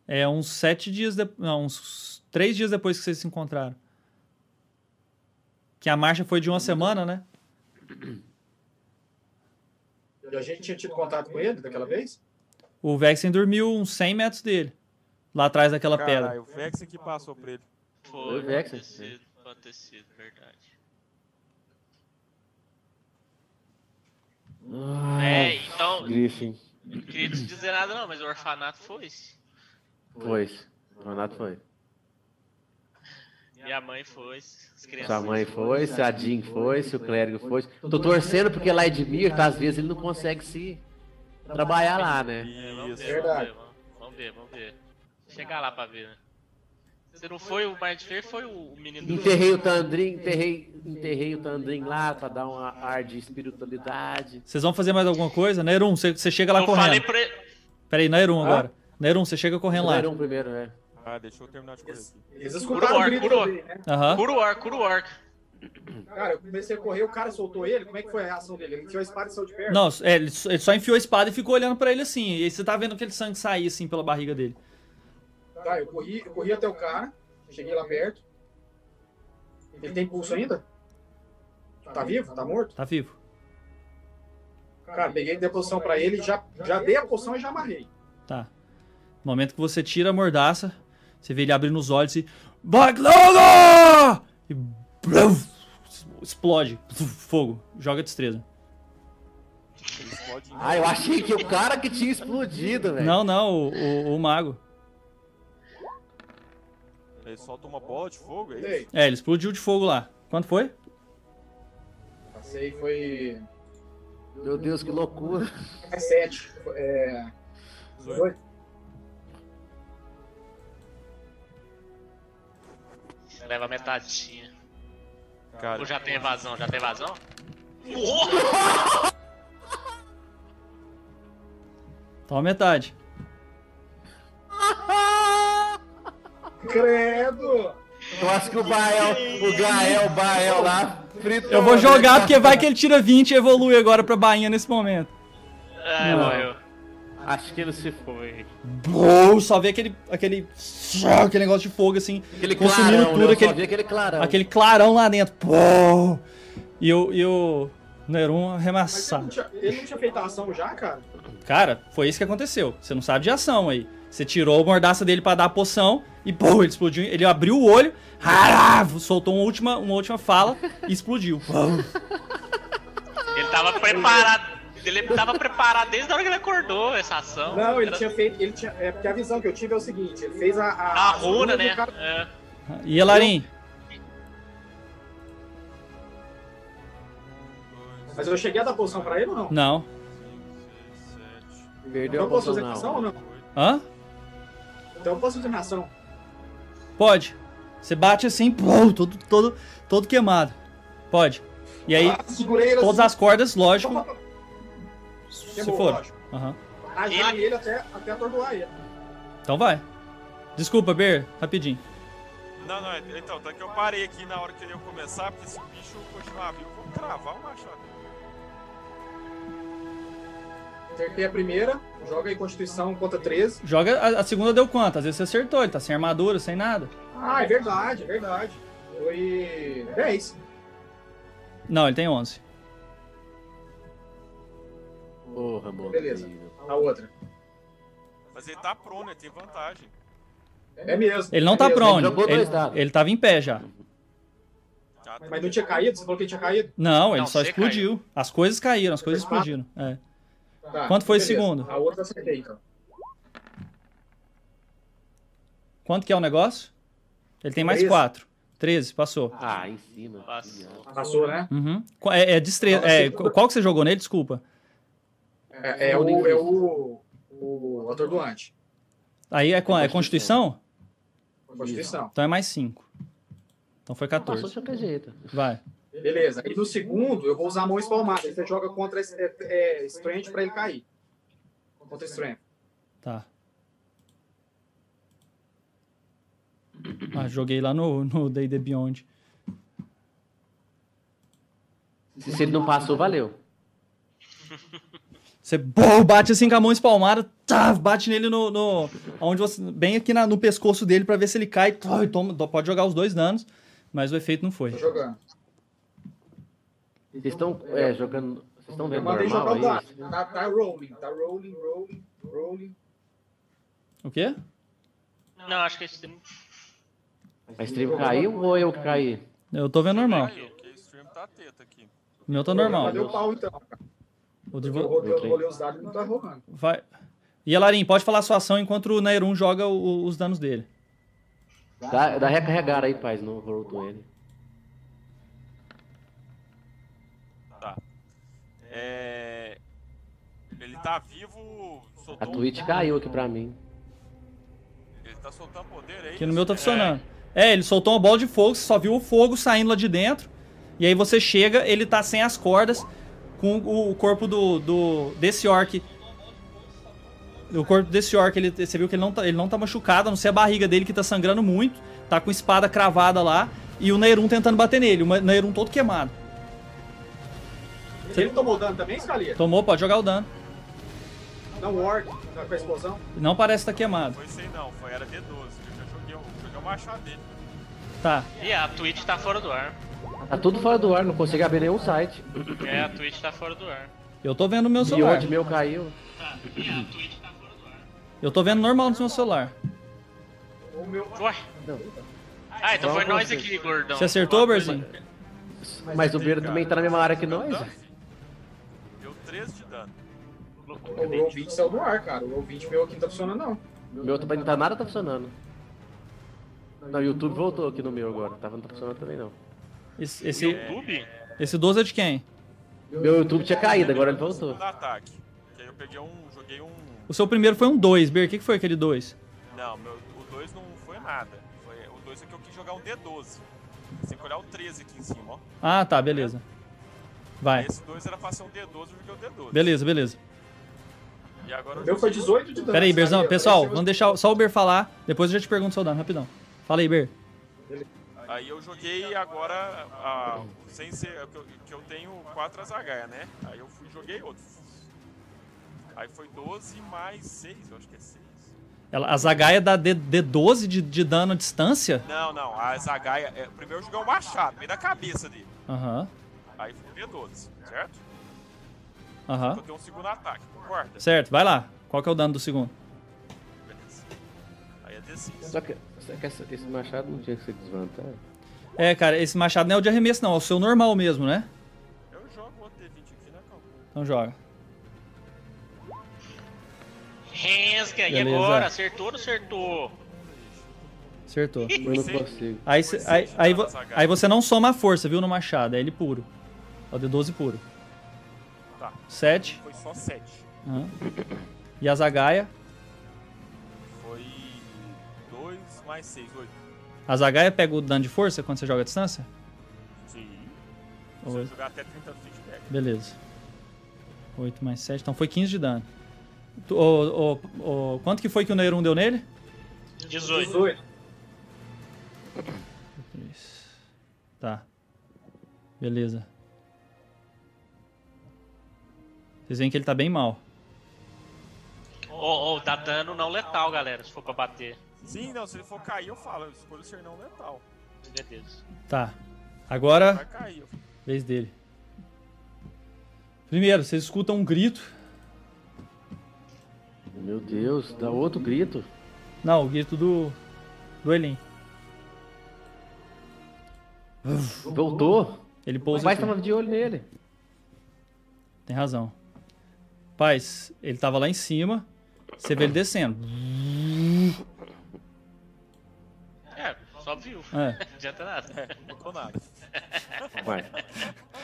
S1: É uns sete dias, de... não, uns três dias depois que vocês se encontraram. Que a marcha foi de uma semana, né?
S4: E a gente tinha tido contato com ele daquela vez?
S1: O Vexen dormiu uns 100 metros dele, lá atrás daquela pedra.
S5: Caralho, o Vexen que passou pra ele.
S2: Foi,
S3: Ah, Foi o Vexen,
S2: pode ter sido, pode ter sido, verdade. É, então,
S3: Griffin.
S2: não queria te dizer nada não, mas o orfanato foi esse.
S3: Pois. Renato foi.
S2: Minha mãe foi esse. As crianças.
S3: Sua mãe foi, se a Jean foi, se o clérigo foi. Tô torcendo porque lá Edmir, tá, às vezes, ele não consegue se trabalhar lá, né?
S2: É, vamos
S5: Isso.
S2: ver, vamos
S4: Verdade.
S2: ver, vamos- vamos ver, vamos ver. Chegar lá pra ver, né? Se não foi o Mind Fair, foi o o menino do...
S3: Enterrei o Tandrin, enterrei, enterrei o Tandrin lá pra dar um ar de espiritualidade.
S1: Vocês vão fazer mais alguma coisa? Nerum, você você chega lá
S2: Eu falei
S1: correndo.
S2: pra ele...
S1: Peraí, Nerum agora. Nerum, você chega correndo lá.
S3: Era um primeiro, né?
S5: Ah, deixa eu terminar de correr aqui.
S4: Eles escutaram
S2: Coroa,
S4: o grito
S2: coroa.
S4: dele, né?
S1: Aham.
S2: Cura o orc, cura o orc.
S4: Cara, eu comecei a correr, o cara soltou ele. Como é que foi a reação dele? Ele tinha a espada e saiu de perto.
S1: Não, é, ele só ele só enfiou a espada e ficou olhando pra ele assim. E aí você tá vendo aquele sangue sair assim pela barriga dele.
S4: Tá, eu corri, eu corri até o cara, cheguei lá perto. Ele tem pulso ainda? Tá vivo? Tá morto?
S1: Tá vivo.
S4: Cara, peguei dei a poção pra ele, já, já dei a poção e já amarrei.
S1: Tá. No momento que você tira a mordaça, você vê ele abrindo os olhos e. Baglogo! E. brum, explode. Fogo. Joga destreza.
S5: Ele explode em
S3: Ah, eu achei que o cara que tinha explodido, velho.
S1: Não, não, o, o- o mago.
S5: Ah, Ele solta uma bola de fogo, é isso?
S4: Dei.
S1: É, ele explodiu de fogo lá. Quanto foi?
S4: Passei, foi.
S3: Meu Deus, que loucura.
S4: É 7. É. 18.
S2: Leva metadinha.
S5: Cara,
S2: Ou já tem evasão, já tem evasão?
S1: Toma metade.
S4: Credo!
S3: Eu acho que o Bael, o Gael, o Bael lá, fritou.
S1: Eu vou jogar porque vai que ele tira 20 e evolui agora pra Bainha nesse momento.
S2: É,
S1: Não.
S2: morreu.
S3: Acho que ele se foi.
S1: Bro, só vê aquele. aquele. aquele negócio de fogo assim.
S3: Aquele
S1: Consumindo
S3: clarão,
S1: tudo,
S3: né? Eu só
S1: aquele-
S3: vi aquele clarão.
S1: Aquele clarão lá dentro. Bro. E o. E o. Nerum
S4: Mas ele não,
S1: arremessado.
S4: tinha, ele não tinha feito a ação já, cara?
S1: Cara, foi isso que aconteceu. Você não sabe de ação aí. Você tirou a mordaça dele pra dar a poção e, pô, ele explodiu. Ele abriu o olho, rará, soltou uma última, uma última fala e explodiu.
S2: Ele tava preparado. Ele tava preparado desde a hora que ele acordou essa ação.
S4: Não, ele
S2: Era
S4: tinha feito. Ele tinha, é porque a visão que eu tive é o seguinte: ele fez a.
S2: A
S4: a
S2: runa,
S4: do
S2: né?
S4: cara-
S2: É.
S1: E Elarim,
S4: Mas eu cheguei a dar poção pra ele ou não?
S1: não.
S3: Perdeu
S4: Então
S3: a
S4: eu posso
S3: poção,
S4: fazer ação ou
S3: não.
S4: não?
S1: Hã?
S4: Então eu posso fazer minha ação.
S1: Pode. Você bate assim, pô, todo, todo, todo queimado. Pode. E aí,
S4: Ah, segurei ele
S1: todas
S4: assim.
S1: as cordas, lógico, se
S4: Queimou,
S1: foram.
S4: lógico.
S1: Aham.
S4: Ajar ele, até, até atordoar ele.
S1: Então vai. Desculpa, Ber, rapidinho.
S5: Não, não, então, tanto que eu parei aqui na hora que ele ia começar, porque se o bicho continuar vivo, eu vou cravar o machado.
S4: Acertei a primeira, joga aí Constituição conta 13.
S1: Joga. A, a segunda deu quanto? Às vezes você acertou, ele tá sem armadura, sem nada.
S4: Ah, é verdade, é verdade. Foi 10.
S1: Não, ele tem 11.
S3: Porra, mano.
S4: Beleza. A outra.
S5: Mas ele tá prone, ele tem vantagem.
S4: É mesmo.
S1: Ele não
S4: é
S1: tá
S4: mesmo.
S1: prone.
S3: jogou dois
S1: Ele,
S3: dados.
S1: ele tava em pé já.
S5: Já tá-
S4: Mas não tinha caído? Você falou que ele tinha caído?
S1: Não, ele
S2: Não,
S1: só
S2: você
S1: explodiu. As coisas caíram, as coisas
S4: Ah.
S1: explodiram. É.
S4: Tá,
S1: Quanto foi o
S4: beleza.
S1: segundo?
S4: A outra eu acertei, então.
S1: Quanto que é o negócio? Ele tem mais
S4: Treze.
S1: 4. 13, passou.
S3: Ah, em cima.
S2: Passou.
S4: Passou, né?
S1: Uhum. Qu- É, é destreza. é, qu- qual que você jogou nele? Desculpa.
S4: É, é o, é o, o atordoante.
S1: Aí é, co- é Constituição?
S4: Constituição.
S1: Então é mais 5. Então foi
S3: Passou
S1: 14.
S3: de qualquer jeito.
S1: Vai.
S4: Beleza. E no segundo, eu vou usar a mão espalmada. Aí Você joga contra esse- é, é, Strength pra ele cair. Contra Strength.
S1: Tá. Ah, joguei lá no no Day The Beyond.
S3: Se, se ele não passou, valeu.
S1: Você bom, bate assim com a mão espalmada, tá, bate nele no. no onde você, bem aqui na- no pescoço dele pra ver se ele cai. tó, e toma- tó, pode jogar os dois danos, mas o efeito não foi.
S4: Tô jogando.
S3: Vocês estão é, jogando. Vocês estão
S4: Eu
S3: vendo
S4: mandei
S3: normal
S4: jogar
S1: é
S4: o
S3: aí?
S4: dado. Tá, tá rolling. Tá rolling, rolling, rolling.
S1: O quê?
S2: Não, acho que esse tem
S3: A stream caiu ou eu que caí?
S1: Eu tô vendo normal.
S5: Caiu, porque o stream tá teta aqui.
S1: O meu tá
S4: Mas
S1: normal.
S4: Deu pau, então.
S1: O de
S4: Eu
S1: vo-
S4: rolei- eu
S3: Ok.
S4: rolei os dados e não tá rolando.
S1: vai. E Alarim, pode falar a sua ação enquanto o Nairun joga o- os danos dele.
S3: Dá, dá recarregar aí, paz, no Roll to N.
S5: Tá. É... Ele tá vivo,
S3: A
S5: soltou um-
S3: Twitch caiu aqui pra mim.
S5: Ele tá soltando poder aí.
S1: Que no meu tá funcionando. É, ele soltou uma bola de fogo, você só viu o fogo saindo lá de dentro. E aí você chega, ele tá sem as cordas, com o, o corpo do, do desse orc. O corpo desse orc, ele, você viu que ele não, tá, ele não tá machucado, a não ser a barriga dele que tá sangrando muito. Tá com espada cravada lá. E o Neirun tentando bater nele, o Neirun todo queimado.
S4: Ele tomou dano também, Scalia?
S1: Tomou, pode jogar o dano.
S4: Não, Orc, tá com a explosão.
S1: Não parece estar tá queimado.
S5: É, Foi isso aí não, foi era D12. Eu já joguei, o- joguei o machado dele.
S1: Tá.
S2: E a Twitch tá fora do ar.
S3: Tá tudo fora do ar, não consegui abrir nenhum site.
S2: É, a Twitch tá fora do ar.
S1: Eu tô vendo no meu
S3: E
S1: celular.
S3: onde meu caiu.
S2: E a Twitch tá fora do ar.
S1: Eu tô vendo normal no meu celular.
S4: O meu.
S2: Ué?
S3: Não.
S2: Ah, então foi nós aqui, gordão.
S1: Você acertou, Berzinho?
S3: Mas o Beiro também tá na mesma área que nós.
S5: Deu dano, filho. Deu 13 de dano.
S4: O Roll 20 saiu do ar, cara. O Roll 20 meu aqui não tá funcionando, não.
S3: Meu também não tá nada, tá funcionando. Não, o YouTube voltou aqui no meu agora. Tava não tá funcionando também não.
S1: Esse,
S2: Seu
S1: esse,
S2: clube?
S1: esse 12 é de quem?
S3: Meu YouTube tinha caído, agora ele voltou.
S5: Segundo ataque. Que aí eu peguei um, joguei um...
S1: O seu primeiro foi um 2, Ber. O que, que foi aquele 2?
S5: Não, meu, o 2 não foi nada. Foi, o 2 é que eu quis jogar um D12. Sem olhar o 13 aqui em cima, ó.
S1: Ah, tá, beleza. Vai.
S5: Esse 2 era pra ser um D12, eu joguei o D12.
S1: É. Beleza, beleza.
S5: E agora
S4: O
S5: eu
S4: meu foi 18 de dano.
S1: Pera aí, Berzão.
S4: Scalia.
S1: Pessoal,
S4: Esse é o-
S1: vamos deixar só o Ber falar. Depois eu já te pergunto seu dano, rapidão. Fala aí, Ber.
S5: Aí eu joguei agora, ah, sem ser, que eu, que eu tenho 4 azagaia, né? Aí eu fui joguei outro. Aí foi 12 mais 6, eu acho que é 6.
S1: Ela, a Zagaia dá D, D12 de, de dano à distância?
S5: Não, não, a azagaia, é, primeiro eu joguei o machado, meio da cabeça dele.
S1: Aham,
S5: Aí foi D12, certo?
S1: aham.
S5: Eu tenho um segundo ataque, concorda?
S1: Certo, vai lá. Qual que é o dano do segundo?
S5: Beleza. Aí é D6.
S3: Só que, só que essa- esse machado não tinha que ser desvantagem.
S1: É, cara, esse machado não é o de arremesso, não. É o seu normal mesmo, né?
S5: Eu É jogo outro D20 aqui, né, Calma?
S1: Então joga.
S2: Rensga, e
S1: Beleza.
S2: agora? Acertou ou não acertou?
S1: Acertou.
S3: Eu não consigo.
S1: Aí, cê- aí, aí, vo- aí você não soma a força, viu, no machado. É ele puro. É o D12 puro.
S5: Tá.
S1: 7.
S5: Foi só 7.
S1: Aham. E a Zagaia?
S5: Foi 2 mais 6, 8.
S1: A Zagaia pega o dano de força quando você joga a distância?
S5: Sim. Se eu
S1: Ou-
S5: jogar até 30 feet back.
S1: Beleza. 8 mais 7, então foi 15 de dano. Tu- ô, ô, ô, quanto que foi que o Neirun deu nele?
S2: 18.
S4: 18.
S1: Três. Tá. Beleza. Vocês veem que ele tá bem mal.
S2: Ou, ou dá dano tá não letal, galera, se for pra bater.
S5: Sim, não, se ele for cair, eu falo, eu escolho ser não letal.
S2: Meu Deus.
S1: Tá. Agora,
S5: Vai cair. eu-
S1: vez dele. Primeiro, vocês escutam um grito.
S3: Meu Deus, dá outro grito.
S1: Não, o grito do. do Elin.
S3: Voltou.
S1: Ele
S3: O
S1: pousa.
S3: pai
S1: aqui.
S3: estava de olho nele.
S1: Tem razão. Paz, ele tava lá em cima. Você vê ele descendo.
S2: É, só viu.
S1: É.
S2: Não adianta nada.
S5: Não tô nada.
S3: Uai,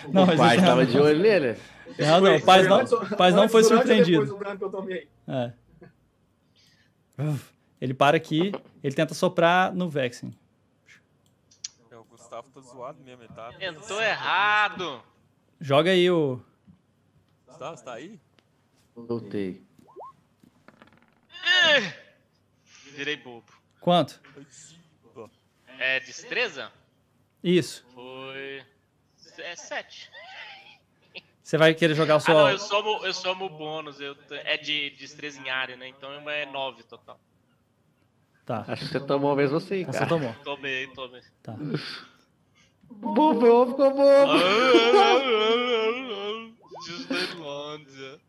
S1: Não,
S3: o pai estava de olho nele.
S1: Tem razão. O Paz não,
S4: Antes-
S1: Paz não
S4: antes,
S1: foi
S4: durante ou
S1: surpreendido.
S4: Depois do dano que eu tomei.
S1: É. Uf, Ele para aqui, ele tenta soprar no Vexen.
S5: É, O Gustavo tá zoado mesmo, ele tá.
S2: Tentou errado.
S1: Joga aí o.
S5: Gustavo, você tá aí?
S3: Voltei.
S2: Virei bobo.
S1: Quanto?
S2: É destreza?
S1: Isso.
S2: Foi. É 7.
S1: Você vai querer jogar o
S2: Ah,
S1: seu.
S2: não, eu somo, eu somo o bônus. Eu, t- é de destreza em área, né? Então é 9 total.
S1: Tá. Então
S3: Acho que você tomou mesmo assim,
S1: Você
S3: cara.
S1: tomou.
S2: Tomei, tomei.
S1: Tá.
S3: Bom, bom, ficou bom.
S2: Disneylândia.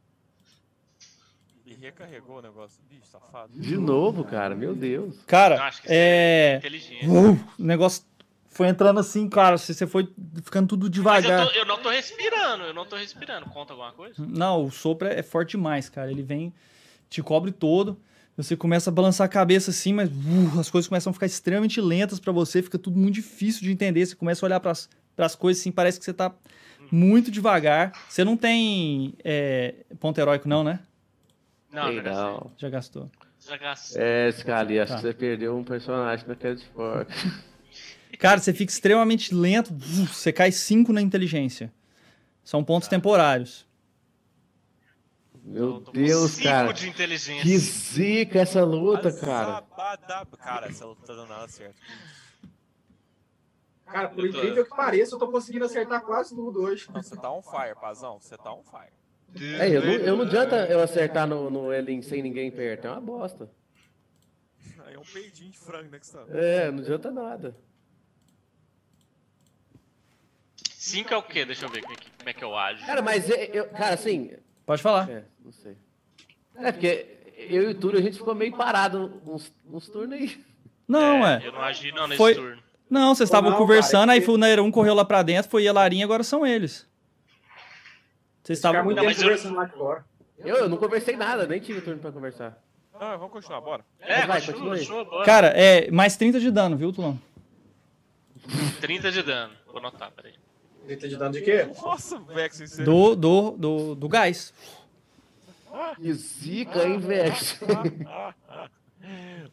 S5: E recarregou o negócio. Bicho, tá safado.
S3: De novo, cara, meu Deus.
S2: Eu
S1: Cara,
S2: acho que isso é
S1: é.
S2: inteligente.
S1: Uf, o negócio foi entrando assim, cara. Você você foi ficando tudo
S2: Mas eu,
S1: devagar.
S2: tô- eu não tô respirando, eu não tô respirando. Conta alguma coisa?
S1: Não, o sopro é é forte demais, cara. Ele vem, te cobre todo. Você começa a balançar a cabeça assim, mas uh, as coisas começam a ficar extremamente lentas pra você, fica tudo muito difícil de entender. Você começa a olhar pras as coisas assim, parece que você tá muito devagar. Você não tem é, ponto heróico, não, né?
S2: Não, já gastei.
S3: Legal.
S1: Já gastou.
S2: Já gastei.
S3: É, Scali, acho
S1: Tá.
S3: que você perdeu um personagem na Candy Fork.
S1: Cara, você fica extremamente lento, uh, você cai 5 na inteligência. São pontos temporários.
S3: Meu
S2: Eu tô com
S3: Deus,
S2: cinco
S3: cara.
S2: de inteligência.
S3: Que zica essa luta, cara.
S5: Azabadab- Cara, essa luta tá dando nada certo.
S4: Cara, por
S2: Eu tô-
S4: incrível que pareça, eu tô conseguindo acertar quase tudo hoje.
S5: Não, você tá on fire, Pazão. Você tá on fire.
S3: É, eu não, eu não adianta eu acertar no, no Elin sem ninguém perto. É uma bosta.
S5: Aí é um peidinho de frango, né, Gustavo?
S3: É, não adianta nada.
S2: 5 é o quê? Deixa eu ver como é que, como é que eu ajo.
S3: Cara, mas eu, eu- cara, assim.
S1: Pode falar.
S3: É, não sei. É, porque eu e o Túlio a gente ficou meio parado uns, uns turnos aí.
S1: Não,
S2: É,
S1: é.
S2: Eu não agi não nesse
S1: Foi-
S2: turno.
S1: Não, vocês estavam
S4: Não,
S1: conversando,
S4: cara,
S1: aí
S4: que-
S1: foi o Nairon correu lá pra dentro, foi Yelarin, agora são eles. Vocês
S4: Ficar
S1: estavam.
S4: é muito
S2: Não,
S4: tempo
S2: mas eu-
S4: conversando lá agora.
S3: Eu, eu não conversei nada, nem tive turno pra conversar.
S5: Não, vamos continuar, bora.
S2: É,
S3: vai,
S2: continua,
S3: continua aí.
S2: continua,
S4: né?
S2: bora.
S1: Cara, é mais 30 de dano, viu, Tulão?
S2: 30 de dano. Vou anotar, peraí.
S4: Grita de dano de quê?
S5: Nossa, Vex, você...
S1: Do, do, do, do gás.
S3: Que zica, hein, velho?
S5: Ah,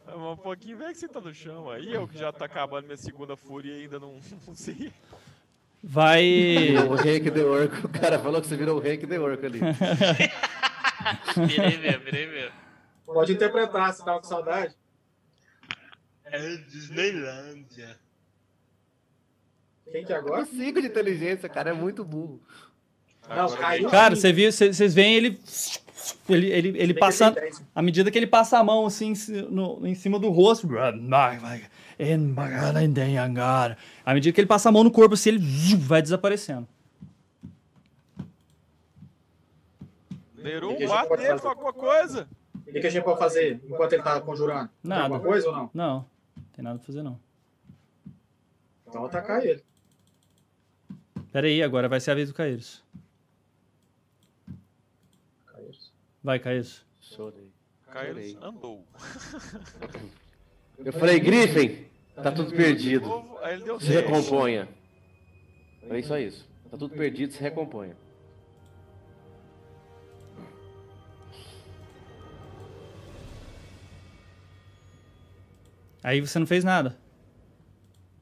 S5: mas um pouquinho, Vex, você tá no chão. Aí eu que já tá acabando minha segunda fúria e ainda não, não sei.
S1: Vai.
S3: o rei que deu orco. O cara falou que você virou um o rei que deu orco ali.
S2: Virei mesmo, virei mesmo.
S4: Pode interpretar, se tava com saudade.
S2: É Disneylândia.
S4: Quem que é agora?
S3: 5 de inteligência, cara, é muito burro.
S4: Não, caiu.
S1: Cara, você viu, cê- vocês veem ele. Ele, ele, ele passando. À medida que ele passa a mão assim em ci- no- em cima do rosto. À medida que ele passa a mão no corpo, assim, ele vai desaparecendo.
S5: Nerum, bate nele um com alguma coisa.
S4: O que que a gente pode fazer enquanto ele tá conjurando? Tem
S1: Nada.
S4: Alguma coisa ou não?
S1: Não, não tem nada pra fazer, não.
S4: Então atacar ele.
S1: Pera aí, agora vai ser a vez do Caíros. Vai, Caíros.
S3: Chorei. Chorei.
S5: Caio andou.
S3: Eu falei, Griffin, tá tudo perdido.
S5: Novo, Aí ele deu
S3: Se
S5: 10.
S3: recomponha. Falei só isso. Tá tudo perdido, se recomponha.
S1: Aí você não fez nada.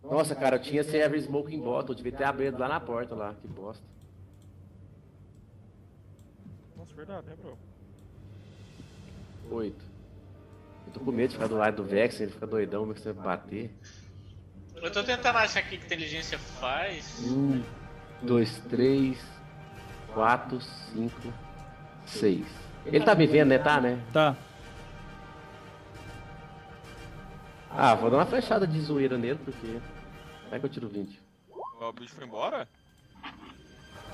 S3: Nossa, cara, eu tinha esse Every Smoking Bottle, eu devia ter abrido lá na porta lá, que bosta.
S5: Nossa, verdade, né, bro?
S3: Oito. Eu tô com medo de ficar do lado do Vex, ele fica doidão, mas você bater.
S2: Eu tô tentando achar o que que inteligência faz.
S3: Um, dois, três, quatro, cinco, seis. Ele tá me vendo, né? Tá, né?
S1: Tá.
S3: Ah, vou dar uma flechada de zoeira nele, porque. Como é que eu tiro 20?
S5: Ó, O bicho foi embora?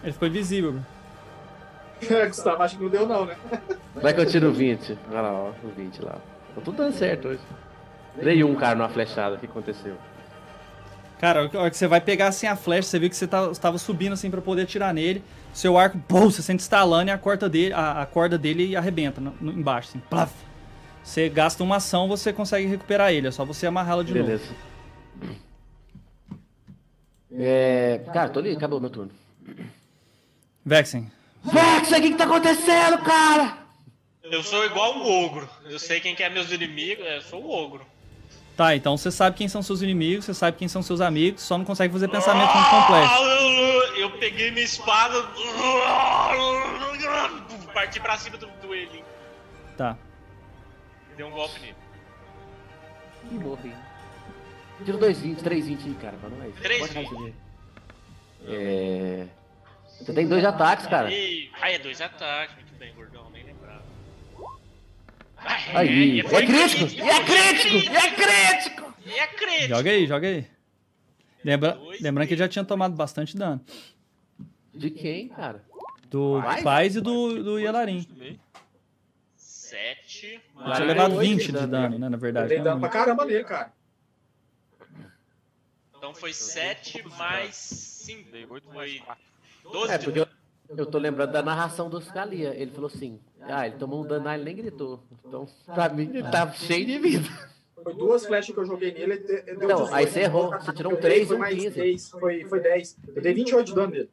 S1: Ele ficou invisível, Bruno.
S4: É, Gustavo, acho que não deu, não, né?
S3: Como é que eu tiro 20? Olha lá, ó, o 20 lá. Tô tudo dando certo hoje. Dei um cara numa flechada, o que aconteceu?
S1: Cara, a hora que você vai pegar assim a flecha, você viu que você estava subindo assim para poder atirar nele. Seu arco, pum, você sente estalando e a corda dele, a, a corda dele arrebenta no- no- embaixo, assim, plaf. Você gasta uma ação, você consegue recuperar ele, é só você amarrá-lo de novo.
S3: Beleza. É. Cara, tô ali, acabou meu turno.
S1: Vexen,
S3: Vexa, o que que tá acontecendo, cara?
S2: Eu sou igual um ogro. Eu sei quem que é meus inimigos. Eu sou o ogro.
S1: tá, então você sabe quem são seus inimigos, você sabe quem são seus amigos, só não consegue fazer pensamento muito complexo.
S2: Ah, eu, eu peguei minha espada. Parti pra cima do, do Elin.
S1: Tá.
S2: Deu um golpe nele.
S3: Ih, morri. Tiro 2, 20, 3, 20 aí, cara, pra nós.
S2: Três
S3: Pode
S2: vinte.
S3: fazer. É. Você tem dois ataques, cara.
S2: E... Ah, é dois ataques. Muito bem, gordão. Nem lembrava. Ah,
S3: Aí,
S2: e foi
S3: é crítico! E é crítico! E é crítico!
S2: E é crítico!
S1: Joga aí, joga aí. Lembra,
S2: Dois,
S1: lembrando que ele já tinha tomado bastante dano.
S3: De quem, cara?
S1: Do
S3: Vai?
S1: Paz e do, do Yelarin.
S2: Sete.
S1: Ele tinha
S3: Vai,
S1: levado
S3: oito de
S1: 20 de
S3: dano,
S1: dano, né, na
S4: Eu
S1: verdade.
S4: dei
S1: não é
S4: dano pra
S1: muito.
S4: caramba nele, cara.
S2: Então foi sete mais cinco.
S5: Dei 8 mais
S2: Foi
S5: 4.
S2: doze.
S3: É, porque eu, eu tô lembrando da narração do Scalia. Ele falou assim: Ah, ele tomou um dano, ah, ele nem gritou. Então, pra mim, ele tá cheio de vida.
S4: Foi duas flechas que eu joguei nele, ele de- ele deu
S3: Não,
S4: 18.
S3: aí você errou. Você tirou um
S4: Eu dei,
S3: três e
S4: foi
S3: um
S4: mais
S3: 15.
S4: três, Foi, foi 10. Eu dei 28 de dano nele.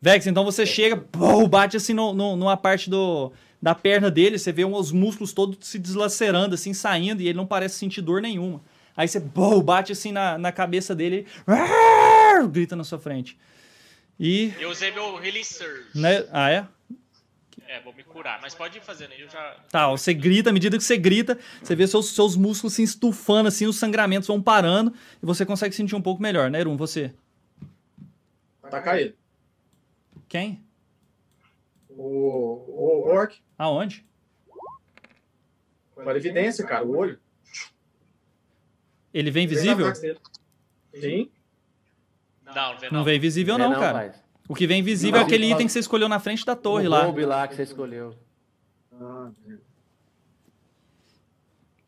S1: Vex, então você chega, pô, bate assim no, no- numa parte do, da perna dele, você vê os músculos todos se deslacerando, assim, saindo, e ele não parece sentir dor nenhuma. Aí você pô, bate assim na, na cabeça dele, ele grita na sua frente. E.
S2: Eu usei meu Healing Surge.
S1: Né, ah, é?
S2: É, vou me curar. Mas pode ir fazendo aí, eu já...
S1: Tá, você grita, à medida que você grita, você vê seus, seus músculos se estufando, assim, os sangramentos vão parando, e você consegue sentir um pouco melhor, né, Erun? Você.
S4: Atacar ele.
S1: Quem?
S4: O, o Orc,
S1: Aonde?
S4: com a evidência, cara, o olho.
S1: Ele vem invisível?
S4: Três ataques nele. Sim.
S2: Não, não vê não.
S1: Não vem invisível,
S3: Não é
S1: não, cara.
S3: Paz?
S1: O que vem invisível é
S3: Não,
S1: aquele
S3: não.
S1: item que você escolheu na frente da torre
S3: o
S1: lá.
S3: bombe lá que você escolheu.
S4: Ah,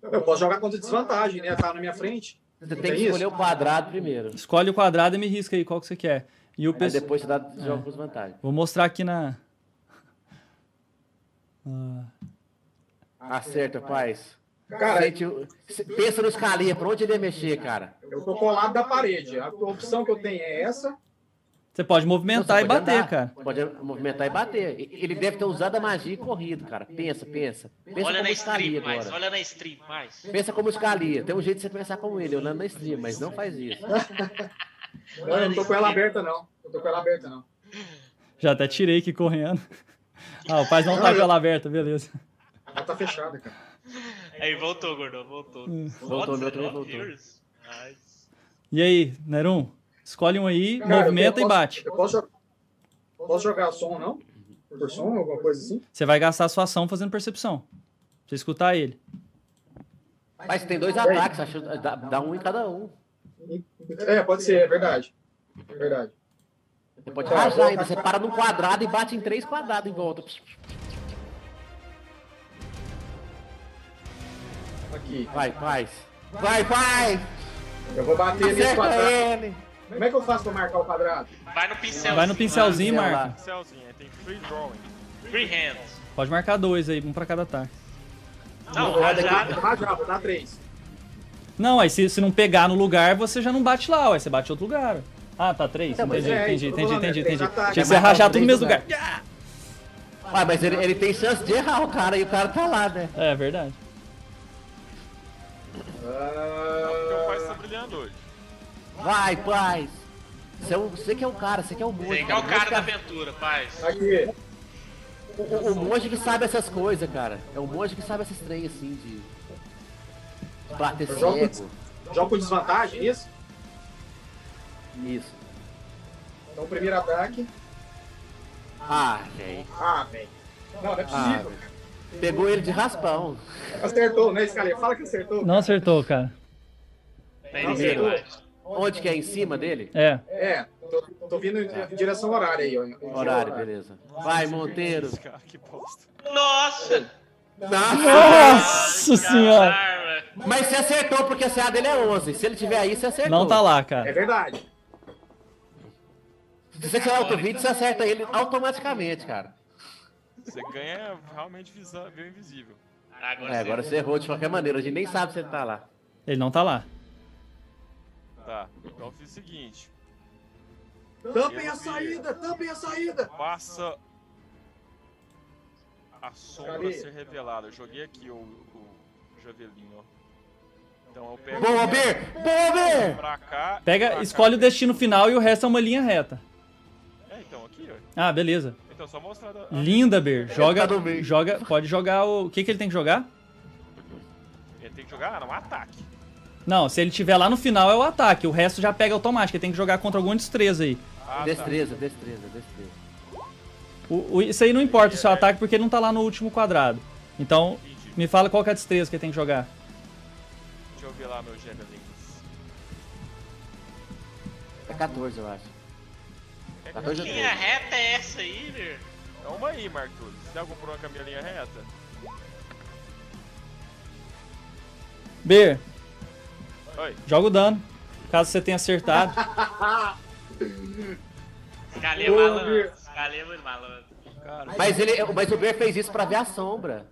S4: eu posso jogar contra desvantagem, né? Tá na minha frente.
S3: Você
S4: Não
S3: tem que
S4: tem
S3: escolher o quadrado primeiro.
S1: Escolhe o quadrado e me risca aí qual que você quer. E o
S3: Aí
S1: pessoal.
S3: depois você dá, joga com vantagem.
S1: Vou mostrar aqui na. Ah,
S3: Acerta, Paz.
S4: Cara,
S3: Sente o- se- pensa no Scalia, pra onde ele ia mexer, cara?
S4: eu tô colado da parede. A opção que eu tenho é essa.
S1: Você pode movimentar
S3: Não, você
S1: e
S3: pode
S1: bater,
S3: andar,
S1: cara.
S3: Pode movimentar e bater. E- Ele deve ter usado a magia e corrido, cara. Pensa, pensa. Pensa
S2: Olha
S3: como
S2: na
S3: o Scalia
S2: stream mais,
S3: agora.
S2: olha na stream mais.
S3: Pensa como o Scalia. Tem um jeito de você pensar como ele, olhando na stream, mas não faz isso.
S4: Não, eu não tô com ela aberta, não. Eu tô com ela aberta, não.
S1: Já até tirei aqui correndo. Ah, o Paz não tá com ela aberta, beleza.
S4: Ela tá fechada, cara.
S2: Aí voltou, gordão, voltou.
S1: Hum.
S3: Voltou, meu também
S2: Nossa,
S3: voltou.
S2: Deus. Nice.
S1: E aí, Nerum? Escolhe um aí,
S4: Cara, eu
S1: movimenta e
S4: posso-
S1: bate.
S4: Eu posso, jo- posso jogar som, não? Por som, alguma coisa assim?
S1: Você vai gastar a sua ação fazendo percepção. Pra você escutar ele.
S3: Mas tem dois ataques, acho, dá, dá um em cada um.
S4: É, pode ser, é verdade. É verdade.
S3: Você pode rasgar ainda. Você para num quadrado e bate em três quadrados em volta.
S4: Aqui.
S3: Vai, Paz. Vai, Paz!
S4: Eu vou bater nesse
S3: Acerta
S4: quadrado.
S3: ele!
S4: Como é que eu faço pra marcar o quadrado?
S2: Vai no pincelzinho. né?
S1: Vai no pincelzinho e
S3: Sei lá.
S1: marca.
S5: Celzinho, aí tem free drawing.
S2: Freehand.
S1: Pode marcar dois aí, um pra cada ataque.
S2: Não,
S4: Roda aqui.
S2: rajada.
S4: Rajada, vou dar três.
S1: Não, aí se, se não pegar no lugar, você já não bate lá, ué. Você bate em outro lugar. ué. Ah, tá, três.
S3: Não, mas
S1: Entendi,
S4: é,
S1: entendi,
S4: isso que eu
S1: entendi,
S4: tô falando,
S1: entendi,
S4: é três
S1: entendi.
S4: ataques.
S1: Tinha que
S4: Vai
S1: você rachar tudo no
S3: três
S1: mesmo lugar.
S3: Ah, mas ele, ele tem chance de errar o cara e o cara tá lá, né?
S1: É verdade.
S5: Não, porque o Paz tá
S4: Ah,
S5: brilhando hoje.
S3: Vai, Paz! Você, é o- você que é o cara, você que é o monge.
S2: Pegar o
S3: monge
S2: cara da
S3: que-
S2: tá aventura, paz.
S4: aqui.
S3: O, o- o monge que sabe essas coisas, cara. É o monge que sabe esses trem assim de. Bater
S4: Eu jogo-
S3: cego.
S4: Jogo com desvantagem, é isso?
S3: Isso.
S4: Então, primeiro ataque.
S3: Ah, velho.
S4: Ah, velho. Não, não é
S3: Ah,
S4: possível.
S3: velho. Pegou ele de raspão.
S4: Acertou, né, Scalia? Fala que acertou.
S1: Não acertou, cara.
S2: Pra ele
S4: Não,
S2: ver
S4: eu-
S2: lá.
S3: Onde que é? Em cima dele?
S1: É.
S4: É, tô, tô vindo em direção horária aí. ó. Em direção
S3: Horário,
S4: horária.
S3: beleza. Vai, Monteiro.
S5: Esse cara, que bosta.
S2: Nossa!
S3: Nossa!
S1: Nossa senhora.
S2: Caramba.
S3: Mas você acertou, porque a CA dele é 11. Se ele tiver aí, você acertou.
S1: Não tá lá,
S4: É
S1: cara.
S4: verdade.
S3: Se você tirar outro vídeo, você acerta ele automaticamente, cara.
S5: Você ganha realmente visão, viu invisível.
S2: Agora,
S3: É, agora você errou de qualquer maneira. A gente nem sabe se ele tá lá.
S1: Ele não tá lá.
S5: Tá, então eu fiz o seguinte.
S4: Tampem a saída, tampem a saída.
S5: Passa a sombra a
S4: Cadê?
S5: ser revelada. Eu joguei aqui o, o javelinho, ó. Então eu pego
S3: Boa, Ber! Boa, Ber!
S5: pra cá. pra
S1: Pega,
S5: cá.
S1: escolhe o destino final e o resto é uma linha reta.
S5: É, então aqui, ó.
S1: Ah, beleza.
S5: Então só mostrar a-
S1: Linda, Ber. Joga,
S3: Tá no meio.
S1: joga, pode jogar o... O que que ele tem que jogar?
S5: Ele tem que jogar um ataque.
S1: Não, se ele tiver lá no final é o ataque, o resto já pega automático, ele tem que jogar contra algum destreza aí.
S5: Ah,
S3: Destreza, destreza, destreza.
S1: O, o- isso aí não importa o seu ataque porque ele não tá lá no último quadrado. Então,
S5: tá. Entendi.
S1: me fala qual que é a destreza que ele tem que jogar.
S5: Deixa eu ver lá meus javelins.
S3: É 14, eu acho. 14 ou
S2: linha
S3: 13.
S2: reta é essa aí, velho?
S5: Calma Então, aí, Marcos. Você já comprou uma minha linha reta?
S1: Ber,
S5: Oi.
S1: joga o dano, caso você tenha acertado.
S2: Escalei
S4: Boa,
S2: malandro.
S4: Ber.
S2: Escalei muito malandro.
S5: Cara,
S3: Mas, ele, mas o Ber fez isso pra ver a sombra.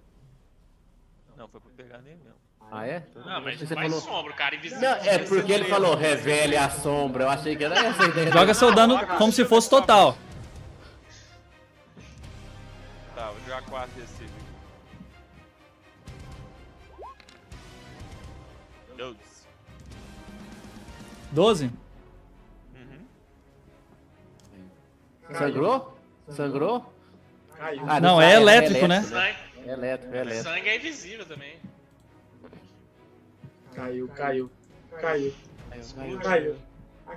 S5: não, foi pra pegar nem mesmo.
S3: Ah, é?
S2: Não, mas
S3: Você
S2: mais
S3: falou-
S2: sombra, cara. Invisível.
S3: Não, é porque ele falou, revele a sombra. Eu achei que era essa a ideia.
S1: Ah, Joga seu dano como se fosse total.
S5: Tá, vou jogar 4 desse. Meu Deus.
S1: 12?
S5: Uhum.
S3: Sangrou? Sangrou?
S4: Caiu.
S3: Ah,
S1: Não,
S3: sai,
S1: é elétrico, né?
S2: Sangue,
S3: É elétrico, é elétrico.
S2: sangue é invisível também.
S4: Caiu, caiu, caiu,
S3: Caiu.
S4: caiu.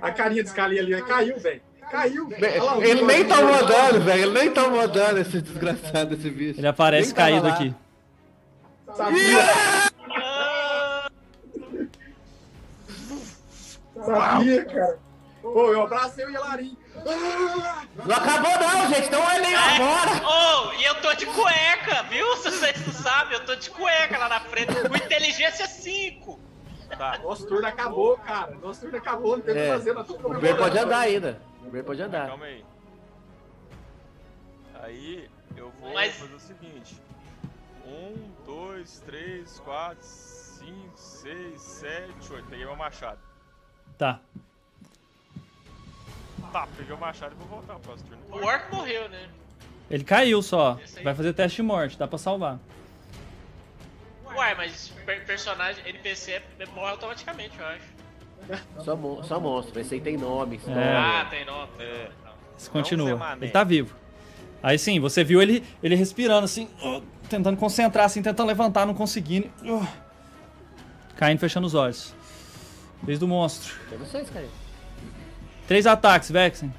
S4: A carinha de escalinha ali, né? caiu, velho. Caiu. Olha lá,
S3: Ele
S4: o-
S3: nem tomou dano, velho. Ele nem tomou dano, esse desgraçado, esse bicho.
S1: Ele é- aparece
S3: Nem tava
S1: caído
S3: lá.
S1: aqui.
S4: Sabia, sabia, cara. Pô, eu abracei o Yelarim. Ah!
S3: Não acabou não, gente. Não é nem agora.
S2: Oh, e eu tô de cueca, viu? Se vocês não sabem, eu tô de cueca lá na frente. Com inteligência 5.
S5: Tá,
S4: Nosso turno acabou, cara. Nosso turno acabou, não tem o que
S3: É.
S4: fazer. nós estamos
S3: O Ber pode
S4: comemorando.
S3: andar ainda. O Ber pode andar.
S5: calma aí. Aí eu vou
S2: Mas-
S5: fazer o seguinte: 1, 2, 3, 4, 5, 6, 7, 8. Peguei meu machado.
S1: Tá.
S5: Tá, peguei o machado e vou voltar pro próximo turno.
S2: O Orc morreu, né?
S1: Ele caiu só. Vai fazer teste de morte, dá pra salvar.
S2: Uai, mas per- personagem, NPC é- morre automaticamente, eu acho.
S3: Só, mon só monstro. Esse aí tem nome. esse
S1: É.
S3: nome.
S2: Ah, tem nome. tem
S5: É.
S2: nome, então.
S1: Isso
S5: Não, Zé
S1: continua.
S5: Mané.
S1: Ele tá vivo. Aí sim, você viu ele, ele respirando assim, ó, tentando concentrar, assim, tentando levantar, não conseguindo. ó. Caindo, fechando os olhos. Vez do monstro.
S3: É vocês, cara.
S1: Três ataques, Vexen.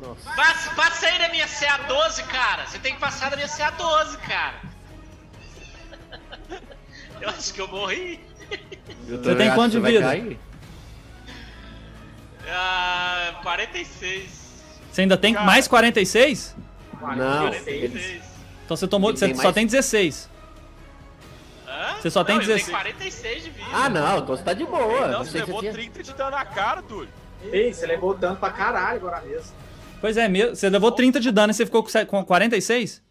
S3: Nossa.
S2: Passa, passa aí da minha CA12, cara. Você tem que passar da minha CA12, cara. Eu acho que eu morri.
S1: Você tem quanto de vida?
S2: Ah, 46.
S1: Você ainda tem mais 46?
S3: Não. Eles...
S2: 46.
S1: Então você tomou.
S3: Ele
S1: Você
S3: tem
S1: só
S3: mais-
S1: tem 16.
S2: Hã?
S1: Você só
S2: Não,
S1: tem
S2: eu tenho
S1: 16.
S2: 46 de vida.
S3: Ah, não. Então você tá de boa.
S5: Não, você
S3: Achei que
S5: levou
S3: você tinha-
S5: 30 de dano na cara, Dulho.
S4: Ei, você levou dano pra caralho agora mesmo.
S1: Pois é, mesmo. Você levou 30 de dano e você ficou com se- com 46?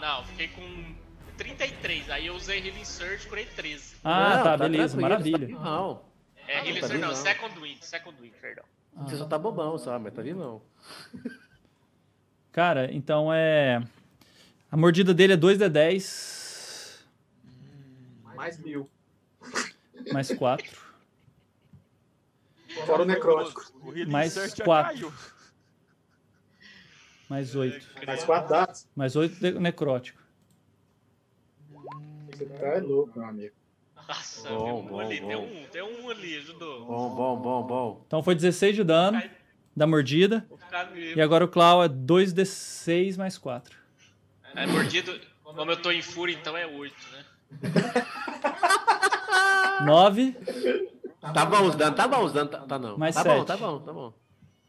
S2: Não, fiquei com 33. Aí eu usei Healing Surge, curei 13.
S1: Ah,
S3: Não,
S1: tá, beleza,
S3: tranquilo, você tá
S1: maravilha.
S3: vivão.
S2: É,
S3: Ah,
S2: Healing
S3: tá
S2: Surge não,
S3: vivão.
S2: Second Wind, Second Wind, perdão.
S3: Você só tá bobão só, mas tá vivão.
S1: Cara, então é. A mordida dele é 2d10
S4: Mais mil.
S1: mais 4.
S4: Fora o necrótico.
S5: O Healing
S1: Mais
S5: Surge já
S1: quatro.
S5: caiu.
S1: Mais 8.
S4: Mais quatro dados.
S1: Mais 8 necrótico.
S4: Você tá louco, meu amigo.
S2: Nossa,
S3: Bom,
S2: viu um
S3: bom,
S2: ali,
S3: bom.
S2: tem um, tem um ali, ajudou.
S3: Bom, bom, bom, bom.
S1: Então foi 16 de dano da mordida.
S2: Vou ficar vivo.
S1: E agora o Clau é 2d6 mais 4.
S2: É mordido, como eu tô em fúria, então é 8, né?
S1: 9
S3: Tá bom os danos, tá bom os danos, tá, tá não.
S1: Mais
S3: tá
S1: sete.
S3: bom, tá bom, tá bom.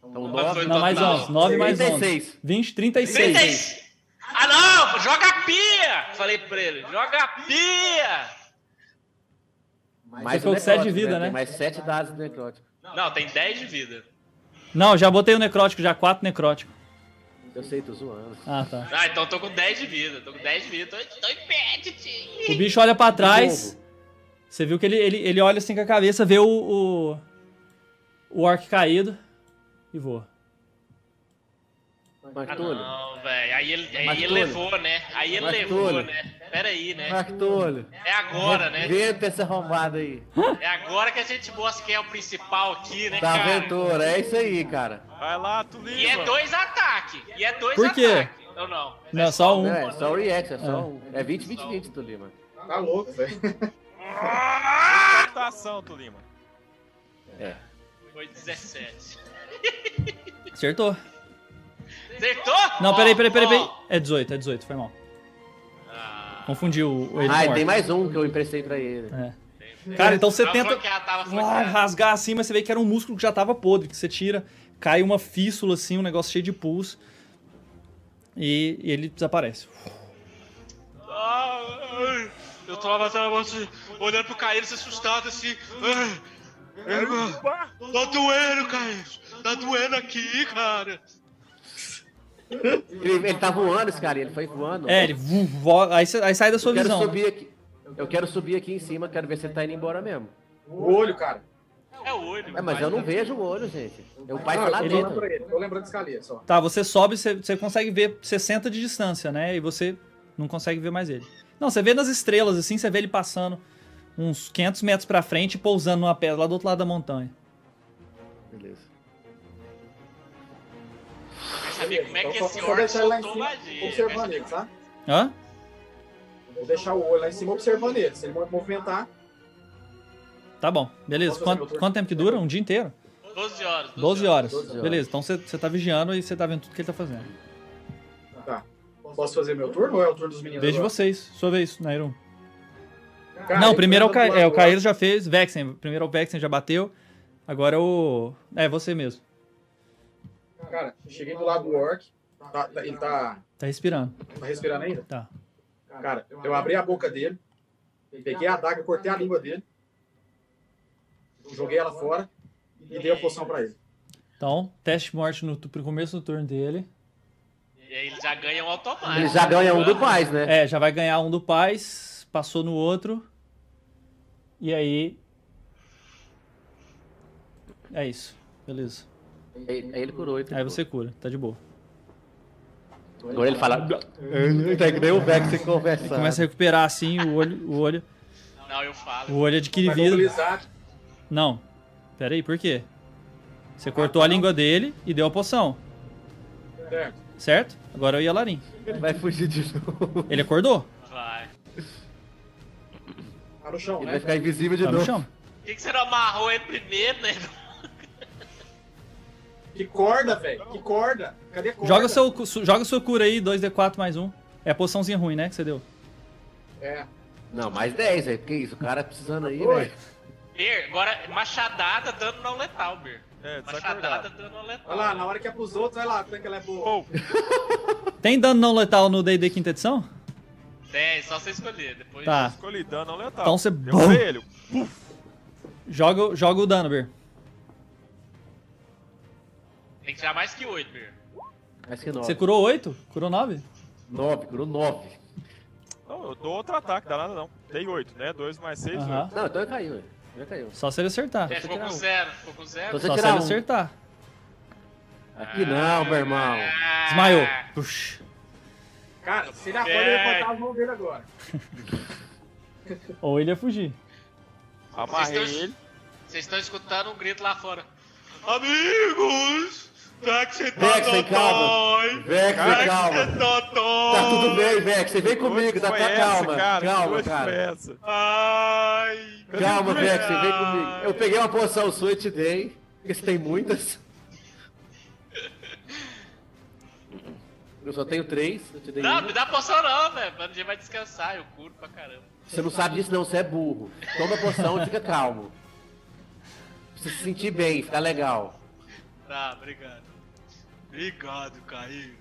S3: Então
S2: Mas foi
S3: 9,
S1: Não, mais
S2: Total.
S1: 11. 9 mais 11.
S3: 36.
S1: 20, 36.
S2: 36. Ah não, joga a pia! Falei pra ele, joga a pia!
S3: Mais um
S1: ficou
S3: o
S1: com sete de
S3: necrótico,
S1: vida, né?
S3: Tem mais 7 dados de necrótico.
S2: Não, tem 10 de vida.
S1: Não, já botei o necrótico, já 4 necrótico.
S3: Eu sei, tô zoando.
S1: Ah, tá.
S2: Ah, então tô com 10 de vida, tô com 10 de vida, tô, tô em pé, titi.
S1: O bicho olha pra trás.
S3: De novo.
S1: Você viu que ele, ele, ele olha assim com a cabeça, vê o, o. O orc caído e voa.
S2: Ah
S3: Martolho.
S2: não, velho, aí ele, aí
S3: Mas
S2: ele
S3: tolho.
S2: levou, né? Aí ele
S3: Mas
S2: levou,
S3: tolho.
S2: né? Pera aí, né?
S3: Martolho.
S2: É agora, né?
S3: Venta essa arrombada aí.
S2: É agora que a gente mostra quem é o principal aqui, né,
S1: Tá
S3: Da
S2: cara?
S3: aventura, é isso aí, cara.
S5: Vai lá, Tá tu
S2: E é
S5: liga.
S2: dois ataques. E é dois
S1: Por quê?
S2: ataques. Não, não.
S1: Não, só um.
S3: Não, é só o react, é só
S1: É.
S3: um. É 20, 20, 20, Tolima.
S4: Tá louco, velho.
S5: Computação, Tulima.
S3: É.
S2: Foi 17.
S1: Acertou.
S2: Acertou?
S1: Não, peraí, peraí, peraí, peraí.
S2: Ó, ó.
S1: É 18, é 18, foi mal.
S2: Ah,
S1: Confundiu o- ele
S3: Ah,
S1: com o
S3: e tem
S1: orc.
S3: mais um que eu emprestei pra ele.
S2: tem-
S1: Cara, então você
S2: tava
S1: tenta-
S2: flanqueado, tava
S1: Ah,
S2: flanqueado.
S1: rasgar assim, mas você vê que era um músculo que já tava podre, que você tira, cai uma fístula assim, um negócio cheio de pulso. E, e ele desaparece.
S2: Ah, ai. eu tava tava, assim, olhando pro Caíros assustado assim. Ai, ai, mano, Tá doendo, Caíros. Tá doendo aqui, cara.
S3: Ele, ele tá voando, esse cara, ele foi voando.
S1: É, ele vu- vo- aí, cê- aí sai da sua
S3: Eu quero
S1: visão. né?
S3: subir aqui. Eu quero subir aqui em cima, quero ver se ele tá indo embora mesmo.
S4: O olho, cara.
S2: É o olho.
S3: É, mas eu não vejo o olho, gente. É O pai
S4: Não,
S3: tá lá
S4: eu tô
S3: dentro.
S4: lembrando pra Ah, ele. Tô lembrando de escalia só.
S1: Tá, você sobe, você você consegue ver 60 de distância, né? E você não consegue ver mais ele. Não, você vê nas estrelas assim, você vê ele passando uns 500 metros pra frente e pousando numa pedra lá do outro lado da montanha.
S3: Beleza.
S2: Quer saber como é que
S4: Então,
S2: esse né?
S4: só- só
S2: orc
S4: deixar ele lá em
S2: soltou
S4: cima
S2: magia.
S4: observando ele, tá?
S1: Hã?
S4: Vou deixar o olho lá em cima observando ele. Se ele movimentar,
S1: Tá bom, beleza.
S4: Posso fazer meu
S1: Quanto,
S4: turno?
S1: quanto tempo que dura? Um dia inteiro?
S2: 12 horas.
S1: 12 horas.
S3: 12 horas.
S1: Beleza, então você você tá vigiando e você tá vendo tudo que ele tá fazendo.
S4: tá. Posso fazer meu turno ou é o turno dos meninos?
S1: Desde
S4: agora?
S1: vocês, sua vez, Nairon.
S4: Cara,
S1: Não,
S4: ele
S1: primeiro é o,
S4: tá
S1: Ca...
S4: voando
S1: é, o
S4: lá.
S1: Caíros já fez, Vexen. Primeiro é o Vexen já bateu. Agora é o. É, você mesmo.
S4: Cara, cheguei do lado do orc. Tá- tá- ele tá,
S1: Tá respirando.
S4: tá respirando ainda?
S1: Tá.
S4: Cara, eu abri a boca dele, peguei a adaga, cortei a língua dele, joguei ela fora e dei a poção pra ele.
S1: Então, teste de morte no tu- pro começo do turno dele.
S2: E aí ele já ganha um automático.
S3: Ele já ganha um do Paz, né?
S1: É, já vai ganhar um do Paz. Passou no outro. E aí. É isso. Beleza.
S3: Aí aí ele curou. ele
S1: Aí
S3: curou.
S1: você cura, tá de boa.
S3: Agora ele fala. Tá que nem o Vexen conversando.
S1: Começa a recuperar assim o olho. O olho,
S2: Não, eu
S1: o
S2: falo.
S1: olho adquire
S4: Vai
S1: vida.
S4: mobilizar.
S1: Não. Pera aí, por quê? Você cortou a língua dele e deu a poção,
S4: Certo.
S1: certo? Agora eu ia Larim.
S3: Ele vai fugir de novo.
S1: Ele acordou?
S2: Vai.
S4: Tá no chão,
S3: Ele
S4: né?
S3: vai ficar invisível de
S1: Tá no
S3: novo.
S1: chão.
S2: Por que, que você não amarrou ele primeiro, né?
S4: Que corda, velho. Que corda. Cadê a corda?
S1: Joga, seu, su- joga sua cura aí, 2d4 mais um. É a poçãozinha ruim, né? Que você deu.
S4: É.
S3: Não, mais 10, velho. Que isso? O cara precisando aí,
S4: Oi.
S3: velho.
S2: Bir, agora machadada dando não letal, Bir.
S5: É,
S2: Machadada
S5: desacordado.
S2: dando não letal.
S4: Olha lá, na hora que é pros outros, vai lá, como é que ela é boa.
S5: Pô,
S1: Tem dano não letal no DD quinta edição?
S2: É, só você escolher. Depois
S1: Tá.
S5: escolhi dano não letal.
S1: Então você-
S5: Deu um ele.
S1: Joga, o- joga o dano, Bir.
S2: tem que tirar mais que 8, Bir.
S3: Mais
S1: Você
S3: que 9.
S1: curou 8? Curou 9?
S3: 9, curou 9.
S5: Não, eu dou outro ataque, dá nada não. Tem 8, né? 2 mais 6,
S1: Aham.
S3: Não, então ele caiu, velho. Já caiu.
S1: Só se ele acertar.
S2: É, ficou
S3: tirar
S2: com
S3: um.
S2: zero, ficou com zero.
S3: Você
S1: Só se
S3: tirar
S1: ele
S3: um.
S1: acertar.
S3: Aqui não, meu irmão.
S2: Ah,
S1: Desmaiou. Puxa.
S4: Cara, se ele acorda, ele vai botar as mãos dele agora.
S1: Ou ele ia fugir.
S5: Amarrei
S2: Vocês
S5: ele.
S2: Vocês estão escutando um grito lá fora. Amigos! Vexen tá
S3: Vexen, calma.
S2: dodói!
S3: Vexen,
S2: Vexen
S3: calma.
S2: dodói!
S3: Tá tudo bem, Vex. Você vem comigo,
S5: Onde
S3: tá,
S5: foi
S3: tá
S5: essa,
S3: calma.
S5: cara?
S3: Calma,
S5: Onde foi
S3: cara.
S5: essa?
S2: Ai!
S3: Calma, Vex, você vem comigo. Eu peguei uma poção sua e te dei. Porque você tem muitas. Eu só tenho três, eu te dei
S2: Não,
S3: uma.
S2: me dá poção não, velho. Mas dia vai descansar, eu curo pra caramba.
S3: Você não sabe disso não, você é burro. Toma a poção e fica calmo. se sentir bem, ficar legal.
S2: Tá, obrigado. Obrigado, Caíros.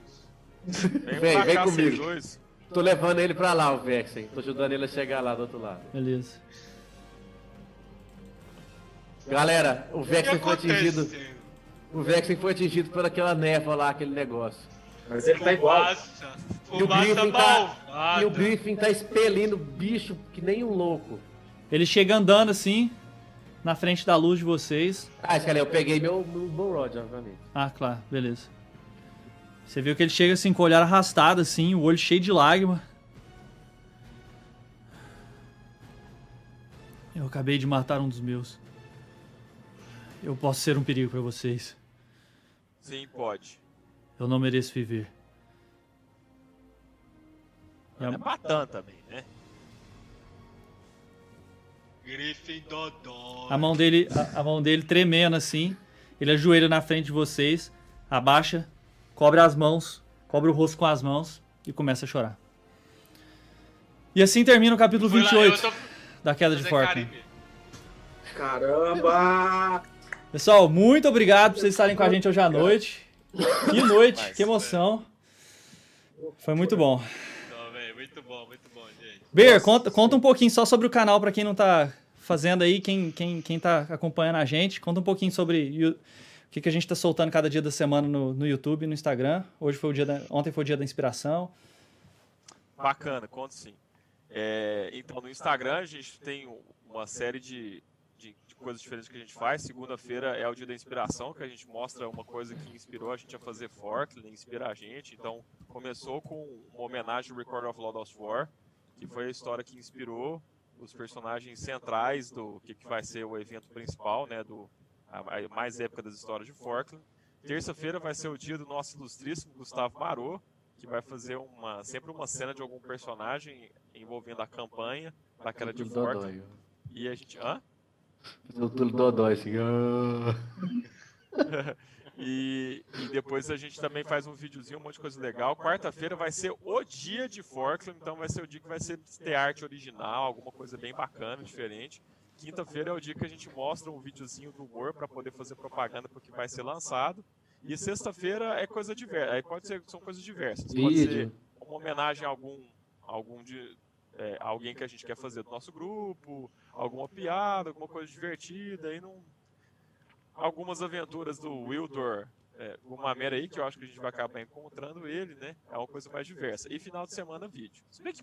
S5: Vem,
S3: Vem,
S5: pra
S3: vem
S5: cá, vocês
S3: comigo.
S5: dois.
S3: Tô levando ele pra lá, o Vexen. Tô ajudando ele a chegar lá do outro lado.
S1: Beleza.
S3: Galera, o
S2: O que
S3: Vexen foi É atingido.
S2: acontece?
S3: O Vexen foi atingido por aquela névoa lá, aquele negócio.
S4: Mas ele tá igual.
S2: Fumaça,
S3: E o
S2: fumaça
S3: Griffin tá-
S2: malvada.
S3: E o Griffin tá expelindo bicho que nem um louco.
S1: Ele chega andando assim, na frente da luz de vocês.
S3: Ah, esse cara, eu peguei meu, meu Bullrod, obviamente.
S1: Ah, claro, beleza. Você viu que ele chega assim com o olhar arrastado, assim, o olho cheio de lágrima. Eu acabei de matar um dos meus. Eu posso ser um perigo pra vocês.
S5: Sim, pode.
S1: Eu não mereço viver. E
S5: É
S1: a-
S5: Batan também, né?
S2: Griffin Dodó.
S1: A mão dele, a, a mão dele tremendo assim. Ele ajoelha na frente de vocês, abaixa, cobre as mãos, cobre o rosto com as mãos e começa a chorar. E assim termina o capítulo
S2: Foi lá, eu
S1: 28
S2: tô-
S3: tá
S1: da queda de
S2: Mas é
S1: Forca.
S2: Caribe.
S4: Caramba!
S1: Pessoal, muito obrigado por vocês estarem com a gente hoje à noite. Que noite,
S5: Mas,
S1: que emoção. Foi muito bom.
S2: Não, Então, velho, muito bom, muito bom, gente.
S1: Ber, conta, conta um pouquinho só sobre o canal pra quem não tá fazendo aí, quem, quem, quem tá acompanhando a gente. Conta um pouquinho sobre you- o que, que a gente tá soltando cada dia da semana no, no YouTube, no Instagram. Hoje foi o dia da, ontem foi o dia da inspiração.
S5: Bacana, conto sim. É, então, no Instagram a gente tem um- uma série de, de, de coisas diferentes que a gente faz. Segunda-feira é o dia da inspiração, que a gente mostra uma coisa que inspirou a gente a fazer Forkland, inspira a gente. Então, começou com uma homenagem ao Record of Lord of War, que foi a história que inspirou os personagens centrais do que, que vai ser o evento principal, né, do a, a mais épica das histórias de Forkland. Terça-feira vai ser o dia do nosso ilustríssimo Gustavo Marot, que vai fazer uma sempre uma cena de algum personagem envolvendo a campanha daquela Tá de
S3: Tudo
S5: Forkland.
S3: dodói.
S5: E a gente. Hã?
S3: Tudo tudo dodói, assim. ah.
S5: E, e depois a gente também faz um videozinho, um monte de coisa legal. Quarta-feira vai ser o dia de Forkland, então vai ser o dia que vai ser ter arte original, alguma coisa bem bacana, diferente. Quinta-feira é o dia que a gente mostra um videozinho do humor para poder fazer propaganda porque vai ser lançado. E sexta-feira é coisa diversa. Aí pode ser são coisas diversas. Pode ser
S3: Vídeo.
S5: uma homenagem a algum, algum de, é, alguém que a gente quer fazer do nosso grupo, alguma piada, alguma coisa divertida, e não algumas aventuras do Wildor é, Gumamer aí, que eu acho que a gente vai acabar encontrando ele, né? É uma coisa mais diversa. E final de semana, vídeo. Se bem que